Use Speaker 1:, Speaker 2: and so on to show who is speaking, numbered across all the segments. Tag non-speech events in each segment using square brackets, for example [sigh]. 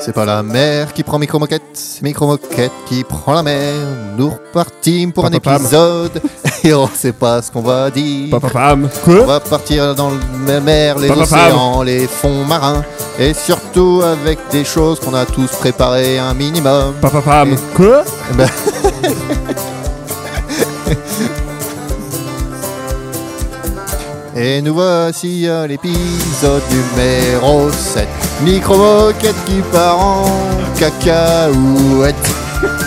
Speaker 1: C'est pas la mer qui prend micro moquette, c'est micro moquette qui prend la mer. Nous repartîmes pour un
Speaker 2: Papapam.
Speaker 1: épisode [laughs] et on sait pas ce qu'on va dire.
Speaker 2: Papapam.
Speaker 1: On
Speaker 2: Quoi
Speaker 1: va partir dans la mer, les
Speaker 2: Papapam.
Speaker 1: océans, les fonds marins et surtout avec des choses qu'on a tous préparées un minimum.
Speaker 2: Papapam. Quoi
Speaker 1: Et nous voici à l'épisode numéro 7. Micro moquette qui part en cacahuète. [laughs]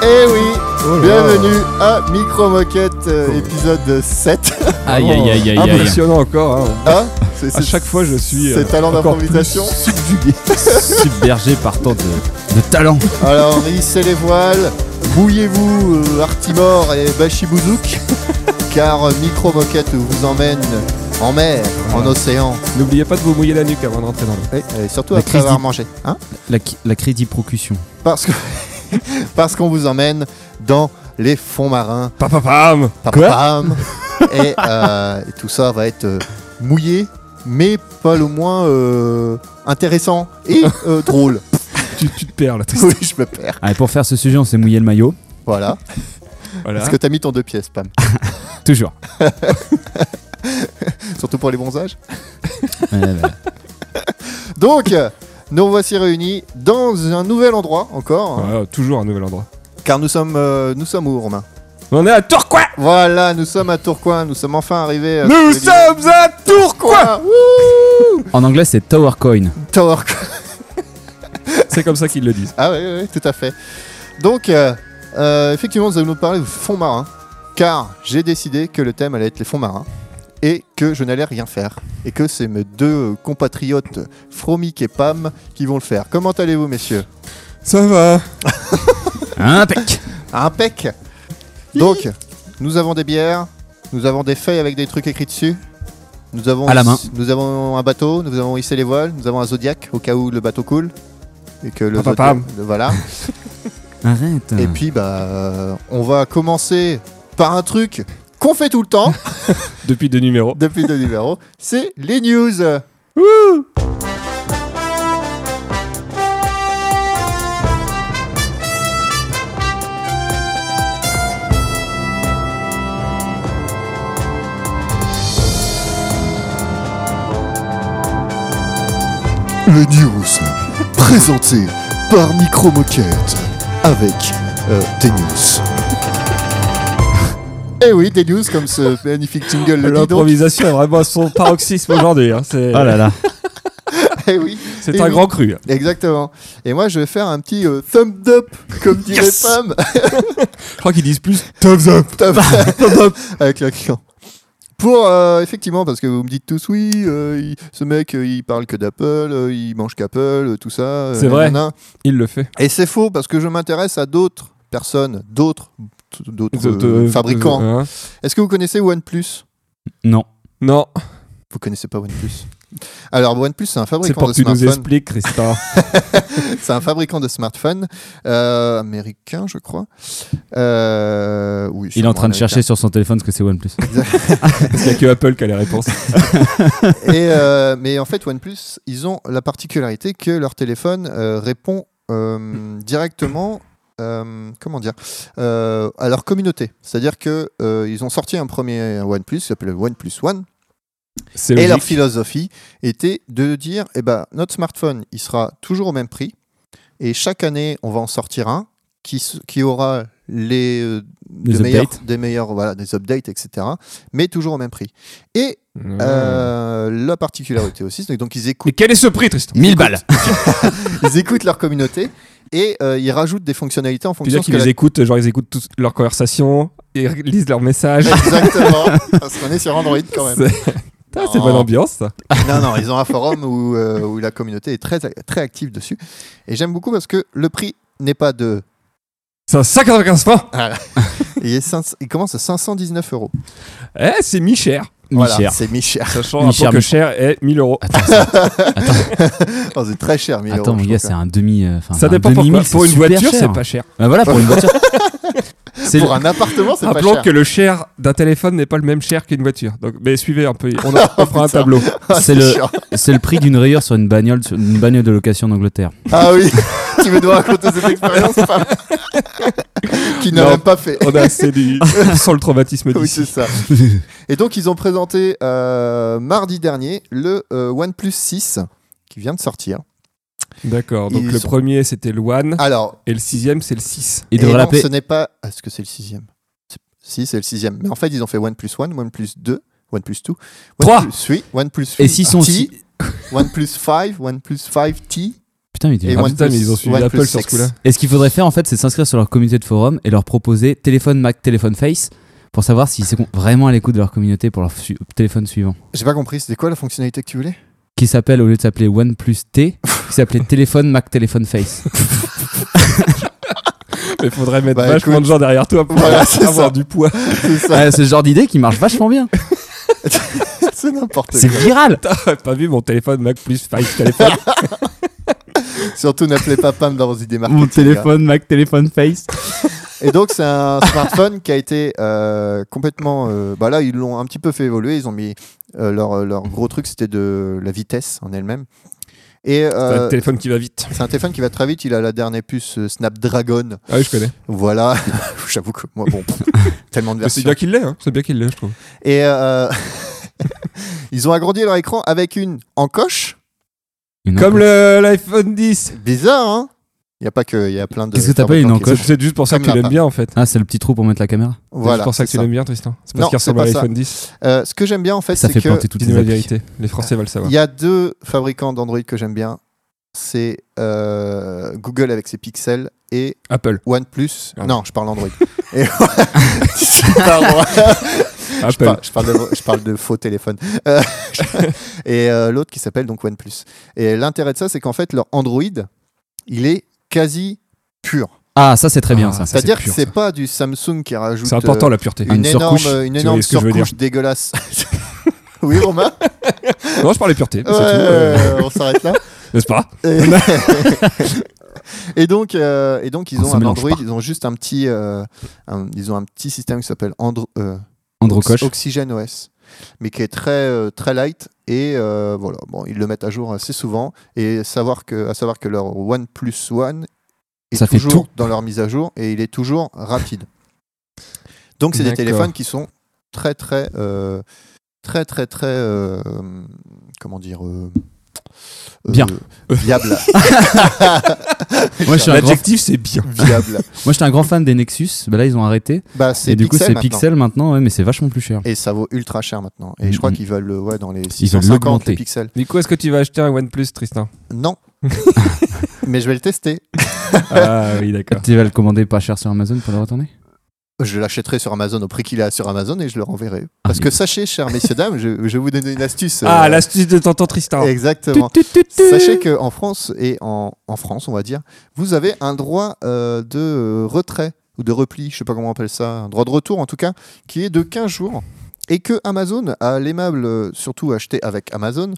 Speaker 1: Eh oui, bienvenue à Micro Moquette euh, épisode
Speaker 2: [laughs]
Speaker 1: 7.
Speaker 3: Aïe aïe aïe aïe aïe.
Speaker 2: Impressionnant encore. hein.
Speaker 1: Hein C'est-
Speaker 2: À
Speaker 1: c'est-
Speaker 2: chaque fois, je suis. euh,
Speaker 1: Ces talents
Speaker 2: [laughs]
Speaker 1: d'improvisation.
Speaker 2: Subjugué.
Speaker 3: Submergé par tant de, de talent.
Speaker 1: Alors, hissez les voiles, bouillez-vous, euh, Artimor et
Speaker 2: [laughs]
Speaker 1: Bachibouzouk, car euh, Micro Moquette vous emmène en mer, en océan,
Speaker 2: N'oubliez pas de vous mouiller la nuque avant d'entrer dans l'eau.
Speaker 1: et surtout
Speaker 3: La
Speaker 1: après
Speaker 3: crise
Speaker 1: avoir
Speaker 3: d'hy-
Speaker 1: mangé. Hein
Speaker 3: La, qui- la crise d'hyprocution.
Speaker 1: parce que [laughs] parce qu'on vous emmène dans les fonds marins.
Speaker 2: Papapam.
Speaker 1: Pam,
Speaker 2: Quoi
Speaker 1: pam. et, euh, et tout ça va être euh, mouillé, mais pas le moins euh, intéressant et
Speaker 2: [laughs]
Speaker 1: euh, drôle.
Speaker 2: Tu, tu te perds là. Tristan.
Speaker 1: Oui, je me perds.
Speaker 3: Allez, pour faire ce sujet, on s'est mouillé le maillot.
Speaker 1: Voilà.
Speaker 2: Voilà.
Speaker 1: Est-ce que t'as mis ton deux pièces, Pam
Speaker 3: Toujours.
Speaker 1: Surtout pour les bons âges.
Speaker 3: Ouais, bah,
Speaker 1: Donc, euh, nous voici réunis dans un nouvel endroit encore, hein,
Speaker 2: Voilà, toujours un nouvel endroit.
Speaker 1: car nous sommes euh, nous sommes où, Romain
Speaker 2: On est à Tourcoing
Speaker 1: Voilà, nous sommes à Tourcoing. Nous sommes enfin arrivés. euh, à-
Speaker 2: Nous sommes à Tourcoing
Speaker 1: Tourcoing
Speaker 3: en anglais, c'est Tower Coin.
Speaker 1: Tourcoing.
Speaker 2: C'est comme ça qu'ils le disent.
Speaker 1: Ah oui, oui, oui, tout à fait. Donc, euh, euh, effectivement, nous allons nous parler de fonds marins, car j'ai décidé que le thème allait être les fonds marins, et que je n'allais rien faire, et que c'est mes deux compatriotes, Fromic et Pam, qui vont le faire. Comment allez-vous, messieurs
Speaker 2: Ça va.
Speaker 3: Impec.
Speaker 1: Impec Donc, nous avons des bières, nous avons des feuilles avec des trucs écrits dessus, nous avons,
Speaker 3: À la main.
Speaker 1: nous avons un bateau, nous avons hissé les voiles, nous avons un zodiac, au cas où le bateau coule, et que le
Speaker 2: Pam, pam,
Speaker 1: Zodiac- Voilà.
Speaker 3: Arrête.
Speaker 1: Et puis bah euh, on va commencer par un truc qu'on fait tout le temps
Speaker 2: Depuis deux numéros.
Speaker 1: depuis le numéro, c'est les news. Les news présentées par Micro Moquette avec euh, des news. Eh oui, des news comme ce magnifique jingle le dit donc.
Speaker 2: [laughs] L'improvisation est vraiment à son paroxysme aujourd'hui. hein. C'est
Speaker 3: Oh là là.
Speaker 1: [laughs] Eh oui.
Speaker 2: c'est
Speaker 1: Et
Speaker 2: un
Speaker 1: oui.
Speaker 2: grand cru.
Speaker 1: Exactement. Et moi, je vais faire un petit euh, thumbs up, comme dirait
Speaker 2: Yes [laughs]
Speaker 1: Pam,
Speaker 2: Je crois qu'ils disent plus Thumbs up.
Speaker 1: [laughs] avec le client. Pour, euh, effectivement, parce que vous me dites tous, oui, euh, il- ce mec, euh, il parle que d'Apple, euh, il mange qu'Apple, euh, tout ça. euh,
Speaker 2: C'est vrai.
Speaker 1: nanana.
Speaker 2: Il le fait.
Speaker 1: Et c'est faux, parce que je m'intéresse à d'autres personnes, d'autres d'autres
Speaker 2: De-
Speaker 1: euh,
Speaker 2: de-
Speaker 1: fabricants.
Speaker 2: de- hein.
Speaker 1: Est-ce que vous connaissez OnePlus
Speaker 3: Non.
Speaker 2: Non,
Speaker 1: Vous connaissez pas OnePlus Alors, OnePlus, c'est un
Speaker 2: c'est
Speaker 1: fabricant
Speaker 2: pour
Speaker 1: de
Speaker 2: que tu nous
Speaker 1: smartphones.
Speaker 2: expliques, Christophe.
Speaker 1: [laughs] C'est un fabricant de smartphones euh, américain, je crois. Euh, oui,
Speaker 3: Il est en train de
Speaker 1: sûrement
Speaker 3: chercher sur son téléphone ce que c'est OnePlus.
Speaker 1: hein.
Speaker 3: [laughs]
Speaker 2: Parce qu'il n'y a que Apple qui a les réponses.
Speaker 1: Et, euh, mais en fait, OnePlus, ils ont la particularité que leur téléphone euh, répond euh, directement. euh, comment dire euh, à leur communauté, c'est-à-dire que euh, ils ont sorti un premier euh, OnePlus qui s'appelait OnePlus One,
Speaker 2: C'est
Speaker 1: et leur
Speaker 2: logique.
Speaker 1: philosophie était de dire eh ben notre smartphone il sera toujours au même prix et chaque année on va en sortir un qui, s- qui aura les euh,
Speaker 3: Les
Speaker 1: de meilleurs-
Speaker 3: updates.
Speaker 1: des meilleurs voilà des updates etc mais toujours au même prix et
Speaker 2: Mmh.
Speaker 1: euh, la particularité aussi c'est que donc ils
Speaker 2: [laughs] Et
Speaker 1: écoutent
Speaker 2: quel est ce prix, Tristan
Speaker 3: 1000 balles.
Speaker 1: [laughs] ils écoutent leur communauté et euh, ils rajoutent des fonctionnalités en
Speaker 2: Tu veux dire
Speaker 1: fonction de
Speaker 2: qu'ils les écoutent, genre ils écoutent toutes leurs conversations, ils lisent leurs messages.
Speaker 1: [laughs] exactement parce qu'on est sur Android quand même
Speaker 2: C'est [laughs] Putain, c'est bonne
Speaker 1: Non.
Speaker 2: ambiance, ça.
Speaker 1: Non, non, ils ont un forum où, euh, où la communauté est très, très active dessus. Et j'aime beaucoup parce que le prix n'est pas de.
Speaker 2: C'est un 195 francs.
Speaker 1: Il, est cinq- il commence à 519 euros.
Speaker 2: Eh, c'est mi-cher.
Speaker 1: Voilà,
Speaker 3: Mi-cher.
Speaker 1: c'est mi-cher.
Speaker 2: Sachant un
Speaker 3: Mi-cher,
Speaker 2: peu que
Speaker 3: mi-cher.
Speaker 2: cher est 1000 euros.
Speaker 1: [laughs] Oh, c'est très cher, 1000 euros.
Speaker 3: Attends, mon
Speaker 1: je
Speaker 3: gars,
Speaker 1: trouve,
Speaker 3: c'est un demi. euh, enfin,
Speaker 2: Ça
Speaker 3: un
Speaker 2: dépend pourquoi.
Speaker 3: demi-mille,
Speaker 2: Pour
Speaker 3: c'est
Speaker 2: une
Speaker 3: super
Speaker 2: voiture,
Speaker 1: [laughs]
Speaker 3: cher.
Speaker 2: c'est pas cher.
Speaker 3: Bah voilà, pour une voiture. C'est
Speaker 1: Pour un appartement, c'est pas
Speaker 2: Rappelons
Speaker 1: cher.
Speaker 2: que le cher d'un téléphone n'est pas le même cher qu'une voiture. Donc, mais suivez un peu, on, [laughs] en- on fera
Speaker 1: Putain.
Speaker 2: un tableau.
Speaker 1: Ah,
Speaker 3: c'est le- [laughs]
Speaker 1: sûr.
Speaker 3: c'est le prix d'une rayure sur une bagnole, sur une bagnole de location en Angleterre.
Speaker 1: Ah oui, [laughs] tu veux nous raconter cette expérience pas... [laughs] Qui n'a
Speaker 2: Non.
Speaker 1: même pas fait.
Speaker 3: Oh,
Speaker 2: On a assez [laughs] dit sans le traumatisme
Speaker 1: [laughs] Oui,
Speaker 2: d'ici.
Speaker 1: c'est ça.
Speaker 3: [laughs]
Speaker 1: Et donc, ils ont présenté euh, mardi dernier le euh, OnePlus 6 qui vient de sortir.
Speaker 2: D'accord. Donc
Speaker 1: Ils
Speaker 2: le
Speaker 1: sont-
Speaker 2: premier c'était le One
Speaker 1: Alors,
Speaker 2: et le sixième c'est le 6.
Speaker 3: Il
Speaker 1: et non,
Speaker 3: devrait l'appeler.
Speaker 1: ce n'est pas. Ah, Est-ce que c'est le sixième C'est- Si, c'est le sixième. Mais en fait, ils ont fait OnePlus 1, OnePlus 2, OnePlus 2,
Speaker 3: Trois.
Speaker 1: OnePlus 3, OnePlus 3,
Speaker 3: Et s'ils sont
Speaker 1: T,
Speaker 3: si-
Speaker 1: OnePlus 5, OnePlus 5T.
Speaker 3: Putain, mais tu-
Speaker 1: Et
Speaker 2: Ah
Speaker 1: OnePlus-
Speaker 2: putain, mais ils ont suivi
Speaker 1: OnePlus
Speaker 2: Apple sur ce
Speaker 1: 6.
Speaker 2: coup-là.
Speaker 3: Et ce qu'il faudrait faire en fait, c'est s'inscrire sur leur communauté de forum et leur proposer téléphone Mac, téléphone Face pour savoir s'ils sont vraiment à l'écoute de leur communauté pour leur su- téléphone suivant.
Speaker 1: J'ai pas compris, c'était quoi la fonctionnalité que tu voulais [laughs]
Speaker 3: Qui s'appelle, au lieu de s'appeler OnePlus T, qui s'appelait téléphone Mac,
Speaker 1: [laughs]
Speaker 3: téléphone Face.
Speaker 2: Mais faudrait mettre
Speaker 1: Bah,
Speaker 2: vachement
Speaker 1: écoute.
Speaker 2: de gens derrière toi pour [laughs]
Speaker 1: Voilà, c'est
Speaker 2: avoir
Speaker 1: ça.
Speaker 2: du poids.
Speaker 1: C'est ça,
Speaker 3: Ouais, Euh, c'est ce genre d'idée qui marche
Speaker 1: [laughs]
Speaker 3: vachement bien.
Speaker 1: c'est n'importe quoi.
Speaker 3: C'est viral.
Speaker 2: T'aurais pas vu mon téléphone Mac plus 5 [laughs] téléphone.
Speaker 1: Surtout n'appelez pas Pam dans vos idées marketing.
Speaker 3: Mon
Speaker 1: les gars.
Speaker 3: téléphone Mac, téléphone Face.
Speaker 1: Et donc c'est
Speaker 3: [laughs]
Speaker 1: un smartphone qui a été euh, complètement. euh, bah là ils l'ont un petit peu fait évoluer. Ils ont mis euh, leur, leur gros truc c'était de la vitesse en elle-même. Et
Speaker 2: C'est
Speaker 1: euh,
Speaker 2: un téléphone qui va vite.
Speaker 1: c'est un téléphone qui va très vite. Il a la dernière puce euh, Snapdragon.
Speaker 2: Ah oui, je connais.
Speaker 1: Voilà. [laughs] J'avoue que moi bon [laughs] tellement de
Speaker 2: Mais
Speaker 1: versions.
Speaker 2: C'est bien qu'il l'ait, hein. C'est bien qu'il l'ait, je trouve.
Speaker 1: Et euh, [laughs] ils ont agrandi leur écran avec une encoche.
Speaker 2: Comme le- l'iPhone 10.
Speaker 1: Bizarre hein. Il y a pas que il y a plein de.
Speaker 3: Qu'est-ce que t'appelles une
Speaker 1: fabricants qui-
Speaker 2: C'est- C'est juste pour ça que
Speaker 1: Comme la
Speaker 2: tu l'aimes
Speaker 1: part.
Speaker 2: bien en fait.
Speaker 3: Ah, c'est le petit trou pour mettre la caméra.
Speaker 2: C'est
Speaker 1: Voilà.
Speaker 2: juste pour ça que
Speaker 1: c'est
Speaker 2: tu
Speaker 1: ça.
Speaker 2: l'aimes bien, Tristan. C'est
Speaker 1: Non,
Speaker 2: parce qu'il
Speaker 1: c'est
Speaker 2: ressemble à
Speaker 1: pas ça.
Speaker 2: l'iPhone 10.
Speaker 1: Euh, ce que j'aime bien en fait
Speaker 3: Ça
Speaker 1: c'est
Speaker 3: fait
Speaker 1: que
Speaker 3: planter toutes
Speaker 2: Dis-nous
Speaker 3: les
Speaker 2: la
Speaker 3: applis.
Speaker 2: vérité. Les Français veulent savoir.
Speaker 1: Il y a deux fabricants d'Android que j'aime bien. C'est euh, Google avec ses pixels et
Speaker 2: Apple.
Speaker 1: OnePlus.
Speaker 2: Ah.
Speaker 1: Non, je parle
Speaker 2: [laughs]
Speaker 1: Android. Et- [laughs] Pardon. Je,
Speaker 2: Apple.
Speaker 1: parle, je parle de, je parle de faux téléphone. Euh, [laughs] et euh, l'autre qui s'appelle donc OnePlus. Et l'intérêt de ça, c'est qu'en fait, leur Android, il est quasi pur.
Speaker 3: Ah, ça c'est très bien
Speaker 2: Ah,
Speaker 3: ça.
Speaker 2: ça,
Speaker 1: C'est-à-dire que
Speaker 2: pur,
Speaker 1: c'est
Speaker 2: ça.
Speaker 1: pas du Samsung qui rajoute
Speaker 2: C'est important
Speaker 1: [laughs]
Speaker 2: la pureté.
Speaker 1: euh, une,
Speaker 3: Une
Speaker 1: énorme,
Speaker 3: surcouche.
Speaker 1: une
Speaker 2: Tu
Speaker 1: énorme
Speaker 2: vois ce que je veux dire.
Speaker 1: surcouche
Speaker 2: [laughs]
Speaker 1: dégueulasse. [laughs] oui, Romain
Speaker 2: Non, je parlais pureté. mais
Speaker 1: Ouais,
Speaker 2: C'est tout. euh,
Speaker 1: On s'arrête
Speaker 2: [laughs]
Speaker 1: là.
Speaker 2: N'est-ce pas
Speaker 1: Et, [laughs] et donc, euh, et donc ils
Speaker 2: Oh,
Speaker 3: On
Speaker 1: ont
Speaker 3: se
Speaker 1: un
Speaker 3: mélange
Speaker 1: Android,
Speaker 3: pas.
Speaker 1: ils ont juste un petit, euh, un- ils ont un petit système qui s'appelle Andro, euh,
Speaker 3: Androcoche.
Speaker 1: Oxygen OS, mais qui est très euh, très light et euh, voilà, bon, ils le mettent à jour assez souvent et savoir que, à savoir que leur OnePlus One est
Speaker 3: Ça fait
Speaker 1: toujours
Speaker 3: tout.
Speaker 1: dans leur mise à jour et il est toujours rapide. Donc c'est des
Speaker 2: D'accord.
Speaker 1: téléphones qui sont très très euh, très très très euh, comment dire euh,
Speaker 3: Bien.
Speaker 1: euh, viables.
Speaker 3: [laughs] Moi je suis un grand,
Speaker 2: L'adjectif,
Speaker 1: [laughs]
Speaker 2: c'est bien.
Speaker 1: viable.
Speaker 3: moi, j'étais un grand fan des Nexus. Bah, là ils ont arrêté.
Speaker 1: Bah, c'est
Speaker 3: Et du coup
Speaker 1: Pixel
Speaker 3: c'est
Speaker 1: maintenant.
Speaker 3: Pixel maintenant, ouais, mais c'est vachement plus cher.
Speaker 1: Et ça vaut ultra cher maintenant. Et je crois
Speaker 3: Mhm.
Speaker 1: qu'ils veulent le- ouais, dans les
Speaker 3: veulent
Speaker 1: 650
Speaker 3: l'augmenter.
Speaker 1: les pixels.
Speaker 2: Du coup, est-ce que tu vas acheter un OnePlus,
Speaker 1: [laughs]
Speaker 2: Tristan
Speaker 1: Non. Mais je vais le
Speaker 3: [laughs]
Speaker 1: tester.
Speaker 3: Euh.
Speaker 2: Ah oui, d'accord.
Speaker 3: Tu vas le commander pas cher sur Amazon pour le retourner
Speaker 1: Je l'achèterai sur Amazon au prix qu'il a sur Amazon et je le renverrai. Parce
Speaker 3: mais-
Speaker 1: que sachez, chers messieurs, dames, je, je vais vous donner une astuce. euh,
Speaker 2: Ah, l'astuce de tonton Tristan.
Speaker 1: Exactement. Sachez qu'en France, et en, en France, on va dire, vous avez un droit euh, de euh, retrait ou de repli, je sais pas comment on appelle ça, un droit de retour en tout cas, qui est de 15 jours. Et que Amazon, à l'aimable, euh, surtout acheté avec Amazon,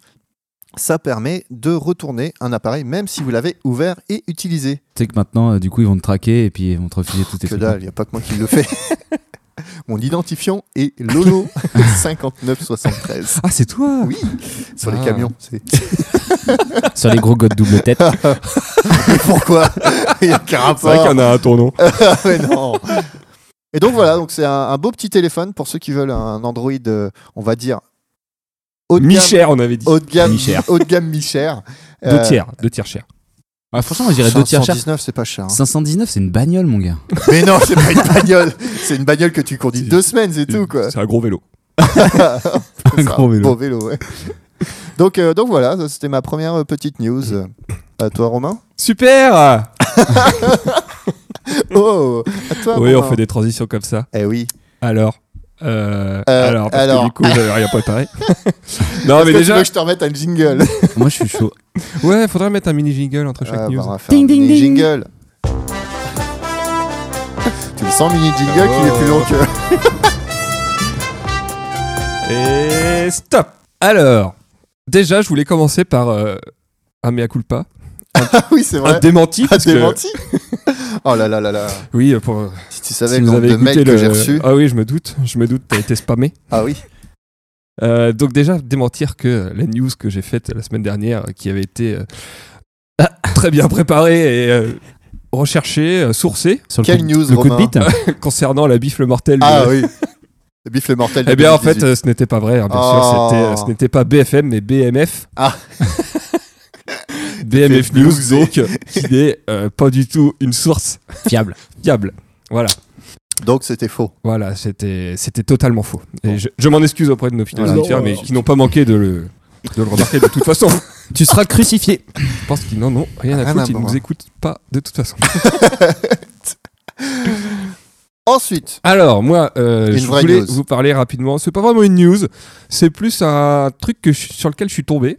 Speaker 1: ça permet de retourner un appareil même si vous l'avez ouvert et utilisé.
Speaker 3: Tu sais que maintenant, euh, du coup, ils vont te traquer et puis ils vont te refuser tout tes
Speaker 1: Que
Speaker 3: trucs.
Speaker 1: dalle, il n'y a pas que moi qui le fais. [laughs] Mon identifiant est
Speaker 2: [laughs]
Speaker 1: Lolo 5973.
Speaker 2: Ah, c'est toi
Speaker 1: Oui, sur les
Speaker 2: Ah.
Speaker 1: camions. c'est-
Speaker 3: [laughs] Sur les gros godes
Speaker 1: [laughs]
Speaker 3: double tête.
Speaker 1: Pourquoi [laughs] Il n'y a qu'un
Speaker 2: C'est vrai
Speaker 1: rapport.
Speaker 2: qu'il y en a un à ton nom.
Speaker 1: Mais non. Et donc voilà, donc c'est un, un beau petit téléphone pour ceux qui veulent un Android, euh, on va dire haut de gamme,
Speaker 2: Mi-cher, on avait dit.
Speaker 1: haut de gamme,
Speaker 3: Mi-cher.
Speaker 1: haut de gamme mi-cher.
Speaker 2: [laughs] Deux tiers, deux tiers cher.
Speaker 3: Ah, franchement,
Speaker 1: Euh,
Speaker 3: moi, j'irais deux tiers cher.
Speaker 1: 519, c'est pas cher. hein.
Speaker 2: [laughs]
Speaker 3: 519, c'est une bagnole, mon gars.
Speaker 1: Mais non, c'est pas une bagnole. C'est une bagnole que tu conduis
Speaker 2: C'est-
Speaker 1: deux semaines, c'est tout quoi.
Speaker 2: C'est un gros vélo.
Speaker 1: [laughs] C'est
Speaker 3: [laughs] gros vélo.
Speaker 1: Beau vélo. ouais. Donc euh, donc voilà, ça, c'était ma première euh, petite news. Euh, À toi Romain.
Speaker 2: [laughs] Super
Speaker 1: Oh, à toi.
Speaker 2: Oui, on
Speaker 1: Romain.
Speaker 2: fait des transitions comme ça.
Speaker 1: Eh oui.
Speaker 2: Alors euh,
Speaker 1: Euh,
Speaker 2: Alors, parce
Speaker 1: alors.
Speaker 2: que du coup, j'avais
Speaker 1: [laughs]
Speaker 2: rien préparé. non, Ah, mais
Speaker 1: Est-ce que tu
Speaker 2: déjà.
Speaker 1: veux que je te remette un jingle
Speaker 3: Moi, je suis chaud.
Speaker 2: Ouais, faudrait mettre un mini jingle entre chaque
Speaker 1: Ah, bah,
Speaker 2: news.
Speaker 1: on va faire
Speaker 3: Ding,
Speaker 1: un
Speaker 3: ding,
Speaker 1: mini
Speaker 3: ding.
Speaker 2: [laughs]
Speaker 1: jingle. Tu le sens, mini jingle,
Speaker 2: Ah,
Speaker 1: qu'il est
Speaker 2: ouais,
Speaker 1: plus long
Speaker 2: ouais.
Speaker 1: que. [laughs]
Speaker 2: Et stop Alors, déjà, je voulais commencer par euh, un mea culpa.
Speaker 1: Ah oui, c'est
Speaker 2: un
Speaker 1: vrai.
Speaker 2: démenti.
Speaker 1: Ah,
Speaker 2: parce que-
Speaker 1: démenti [laughs] Oh là là là là.
Speaker 2: Oui, pour.
Speaker 1: Si tu savais
Speaker 2: si
Speaker 1: le
Speaker 2: vous
Speaker 1: nombre
Speaker 2: avez
Speaker 1: de
Speaker 2: écouté
Speaker 1: mails que
Speaker 2: le-
Speaker 1: j'ai reçus.
Speaker 2: Ah oui, je me doute. Je me doute, t'as été spammé.
Speaker 1: Ah
Speaker 2: [laughs]
Speaker 1: oui.
Speaker 2: Euh, donc déjà démentir que la news que j'ai faite la semaine dernière, euh, qui avait été euh, [coughs] ah, très bien préparée et euh, recherchée, euh, sourcée
Speaker 3: Sur le
Speaker 1: Quelle
Speaker 3: coup-
Speaker 1: news,
Speaker 3: Le coup de
Speaker 1: Romain [laughs]
Speaker 3: bite
Speaker 2: concernant la bifle mortelle. de-
Speaker 1: Ah oui. Le bif le mortel. de
Speaker 2: Eh bien en fait,
Speaker 1: 2018.
Speaker 2: euh, ce n'était pas vrai. hein, bien
Speaker 1: Oh.
Speaker 2: sûr, c'était, euh, ce n'était pas BFM mais BMF. [laughs]
Speaker 1: Ah.
Speaker 2: BMF
Speaker 1: T'es
Speaker 2: News
Speaker 1: blouser.
Speaker 2: donc euh, qui n'est euh, pas du tout une source
Speaker 3: Fiable.
Speaker 2: fiable. Voilà, euh,
Speaker 1: Donc c'était faux.
Speaker 2: voilà, c'était c'était totalement faux. Et je, je m'en excuse auprès de nos fidèles
Speaker 1: Voilà. Oh.
Speaker 2: auditeurs,
Speaker 1: Non.
Speaker 2: mais qui n'ont pas manqué de le de le remarquer de
Speaker 1: [laughs]
Speaker 2: toute façon.
Speaker 3: Tu seras crucifié.
Speaker 2: Je pense qu'ils n'en ont rien à
Speaker 1: Rien à
Speaker 2: foutre, ils ne
Speaker 1: voir.
Speaker 2: nous écoutent pas de toute façon.
Speaker 1: Ensuite,
Speaker 2: Alors, moi, euh,
Speaker 1: Une
Speaker 2: je
Speaker 1: vraie
Speaker 2: voulais
Speaker 1: news.
Speaker 2: vous parler rapidement. C'est pas vraiment une news, c'est plus un truc que je- sur lequel je suis tombé.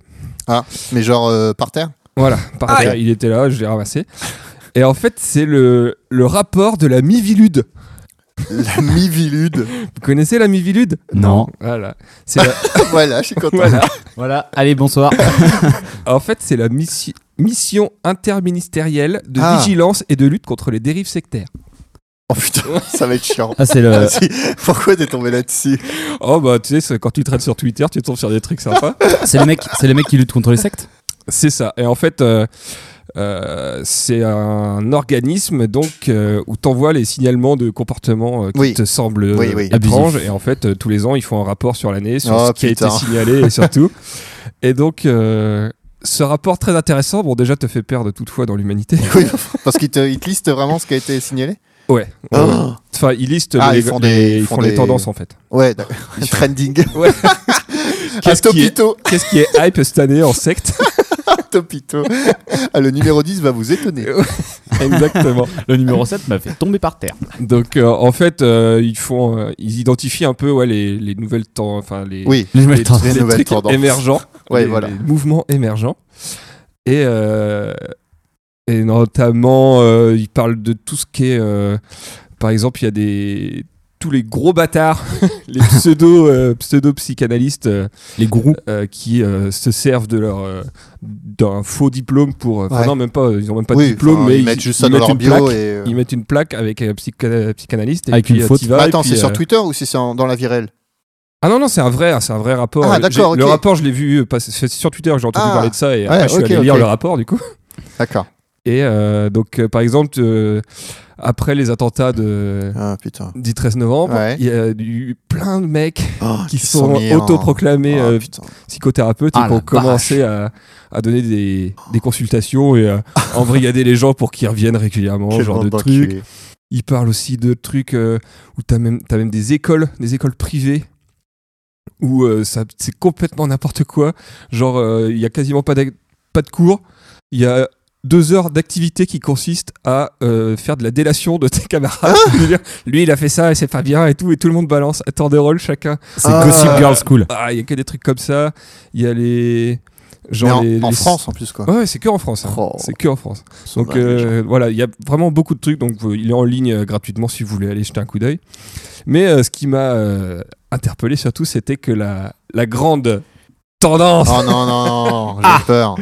Speaker 1: mais genre euh, par terre [laughs]
Speaker 2: Voilà, par
Speaker 1: Aïe.
Speaker 2: terre, Ah, il était là, je l'ai ramassé. Et en fait, c'est le, le rapport de la Mivilude.
Speaker 1: La mi-vilude. [laughs]
Speaker 2: Vous connaissez la Mivilude
Speaker 3: Non.
Speaker 2: Voilà. C'est [laughs] la-
Speaker 1: voilà, je suis content.
Speaker 2: voilà.
Speaker 3: Voilà, allez, bonsoir.
Speaker 2: En fait, c'est la missi- mission interministérielle de
Speaker 1: Ah.
Speaker 2: vigilance et de lutte contre les dérives sectaires.
Speaker 1: Oh putain, ça va être chiant.
Speaker 3: Ah, c'est
Speaker 1: [laughs]
Speaker 2: Euh.
Speaker 3: le.
Speaker 1: Vas-y, Pourquoi t'es tombé
Speaker 2: [laughs]
Speaker 1: là-dessus
Speaker 2: Oh bah, tu sais, c'est quand tu traînes sur Twitter, tu tombes sur des trucs sympas.
Speaker 3: C'est le mec, c'est le mec qui lutte contre les sectes.
Speaker 2: C'est ça. Et en fait, euh, euh, c'est un organisme donc euh, où t'envoies les signalements de comportements euh, qui
Speaker 1: Oui.
Speaker 2: te semblent euh,
Speaker 1: Oui, oui.
Speaker 2: étranges.
Speaker 3: Abusif.
Speaker 2: Et en fait, euh, tous les ans, ils font un rapport sur l'année, sur
Speaker 1: Oh,
Speaker 2: ce qui a
Speaker 1: putain.
Speaker 2: été signalé
Speaker 1: [laughs]
Speaker 2: et surtout. Et donc. euh, ce rapport très intéressant, bon déjà te fait perdre toutefois dans l'humanité. [laughs]
Speaker 1: Oui, Parce qu'il te, il te liste vraiment ce qui a été signalé
Speaker 2: Ouais. Ouais, ouais. Enfin, ils listent
Speaker 1: Oh. Ah,
Speaker 2: les,
Speaker 1: ils font des-
Speaker 2: les-
Speaker 1: ils
Speaker 2: ils
Speaker 1: font
Speaker 2: font les
Speaker 1: des-
Speaker 2: tendances en fait.
Speaker 1: Ouais,
Speaker 2: [laughs]
Speaker 1: d'accord. trending.
Speaker 2: Ouais.
Speaker 1: Ah,
Speaker 2: Qu'est-ce qui est-
Speaker 1: Topito.
Speaker 2: Qu'est-ce qui est hype cette année en secte
Speaker 1: [laughs] Topito. [laughs] Ah, le numéro 10 va vous étonner.
Speaker 2: Exactement.
Speaker 3: Le numéro 7 m'a fait tomber par terre.
Speaker 2: Donc euh, en fait, euh, ils font, euh, ils identifient un peu ouais, les, les nouvelles temps, enfin les,
Speaker 1: Oui,
Speaker 3: Je vais
Speaker 2: les,
Speaker 3: le tenter.
Speaker 1: les
Speaker 2: les
Speaker 1: nouvelles
Speaker 2: trucs
Speaker 1: tendances.
Speaker 2: émergents,
Speaker 1: [laughs] [laughs] Ouais,
Speaker 2: les,
Speaker 1: voilà.
Speaker 2: les mouvements émergents, et euh, et notamment euh, ils parlent de tout ce qui est, euh, par exemple, il y a des tous les gros bâtards, [laughs] les pseudo euh, pseudo psychanalystes
Speaker 3: Les gourous.
Speaker 2: qui euh, se servent de leur euh, d'un faux diplôme pour, euh, enfin,
Speaker 1: Ouais.
Speaker 2: non même pas, ils ont même pas
Speaker 1: Oui,
Speaker 2: de diplôme,
Speaker 1: enfin,
Speaker 2: mais
Speaker 1: ils mettent juste ça
Speaker 2: ils
Speaker 1: dans
Speaker 2: mettent
Speaker 1: leur
Speaker 2: une
Speaker 1: bio
Speaker 2: plaque
Speaker 1: et. euh, Bah,
Speaker 2: ils mettent une plaque avec un psycha- psychanalyste et
Speaker 3: Avec
Speaker 2: puis
Speaker 3: une
Speaker 2: euh,
Speaker 3: faute.
Speaker 2: t'y vas, et
Speaker 1: Attends,
Speaker 2: puis,
Speaker 1: c'est sur
Speaker 2: euh,
Speaker 1: Twitter ou c'est sur- dans la vie réelle
Speaker 2: Ah non non, c'est un vrai, c'est un vrai rapport.
Speaker 1: Ah,
Speaker 2: J'ai-
Speaker 1: d'accord,
Speaker 2: Le
Speaker 1: ok.
Speaker 2: rapport, je l'ai vu passer c'est sur Twitter, j'ai entendu
Speaker 1: Ah.
Speaker 2: parler de ça et
Speaker 1: Ouais,
Speaker 2: après je suis
Speaker 1: ok,
Speaker 2: allé lire
Speaker 1: ok.
Speaker 2: le rapport du coup.
Speaker 1: D'accord.
Speaker 2: Et euh, donc euh, par exemple euh, après les attentats de
Speaker 1: Ah putain.
Speaker 2: du 13 novembre,
Speaker 1: Ouais.
Speaker 2: il y a eu plein de mecs
Speaker 1: Oh,
Speaker 2: qui
Speaker 1: ils
Speaker 2: sont
Speaker 1: mis en-
Speaker 2: autoproclamés
Speaker 1: Ah,
Speaker 2: euh,
Speaker 1: putain.
Speaker 2: psychothérapeutes
Speaker 3: Ah,
Speaker 2: et qui
Speaker 3: la
Speaker 2: ont commencé à, à donner des, des consultations et
Speaker 1: [laughs]
Speaker 2: à embrigader les gens pour qu'ils reviennent régulièrement,
Speaker 1: Quel
Speaker 2: genre de
Speaker 1: bande
Speaker 2: trucs.
Speaker 1: d'enculés.
Speaker 2: Il parle aussi de trucs euh, où t'as même, t'as même des écoles, des écoles privées, où euh, ça, c'est complètement n'importe quoi. Genre, euh, il y a quasiment pas, d'ac- pas de cours. Il y a deux heures d'activité qui consiste à euh, faire de la délation de tes camarades.
Speaker 1: Ah
Speaker 2: Je veux dire, lui, il a fait ça et c'est pas bien et tout, et tout le monde balance à tour de rôle chacun.
Speaker 3: C'est
Speaker 1: Ah.
Speaker 3: Gossip Girl School.
Speaker 2: Ah, il y a que des trucs comme ça. Il y a les.
Speaker 1: Mais
Speaker 2: Genre
Speaker 1: en,
Speaker 2: les-
Speaker 1: en
Speaker 2: les-
Speaker 1: France en plus quoi.
Speaker 2: Ouais, c'est que en France. hein.
Speaker 1: Oh.
Speaker 2: C'est que en France. Donc
Speaker 1: Sauvage, les gens.
Speaker 2: euh, voilà, il y a vraiment beaucoup de trucs. Donc vous- il est en ligne euh, gratuitement si vous voulez aller jeter un coup d'œil. Mais euh, ce qui m'a euh, interpellé surtout, c'était que la, la grande tendance,
Speaker 1: Oh non, non, non, j'ai
Speaker 2: Ah.
Speaker 1: peur.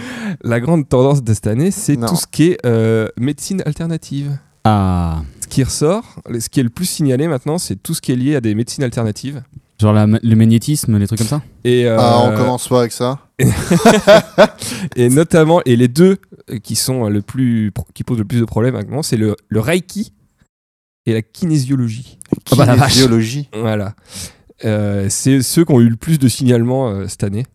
Speaker 2: la grande tendance de cette année, c'est
Speaker 1: Non.
Speaker 2: tout ce qui est euh, médecine alternative.
Speaker 3: Ah.
Speaker 2: Ce qui ressort, le- ce qui est le plus signalé maintenant, c'est tout ce qui est lié à des médecines alternatives.
Speaker 3: Genre la- le magnétisme, les trucs comme ça.
Speaker 2: Et, euh,
Speaker 1: Ah, on commence pas avec ça.
Speaker 2: et notamment, et les deux euh, qui sont euh, le plus, pro- qui posent le plus de problèmes maintenant, c'est le, le reiki et la kinésiologie.
Speaker 3: Ah bah, la vache.
Speaker 2: [laughs]
Speaker 1: Kinésiologie.
Speaker 2: Voilà. Euh, c'est ceux qui ont eu le plus de signalements euh, cette année.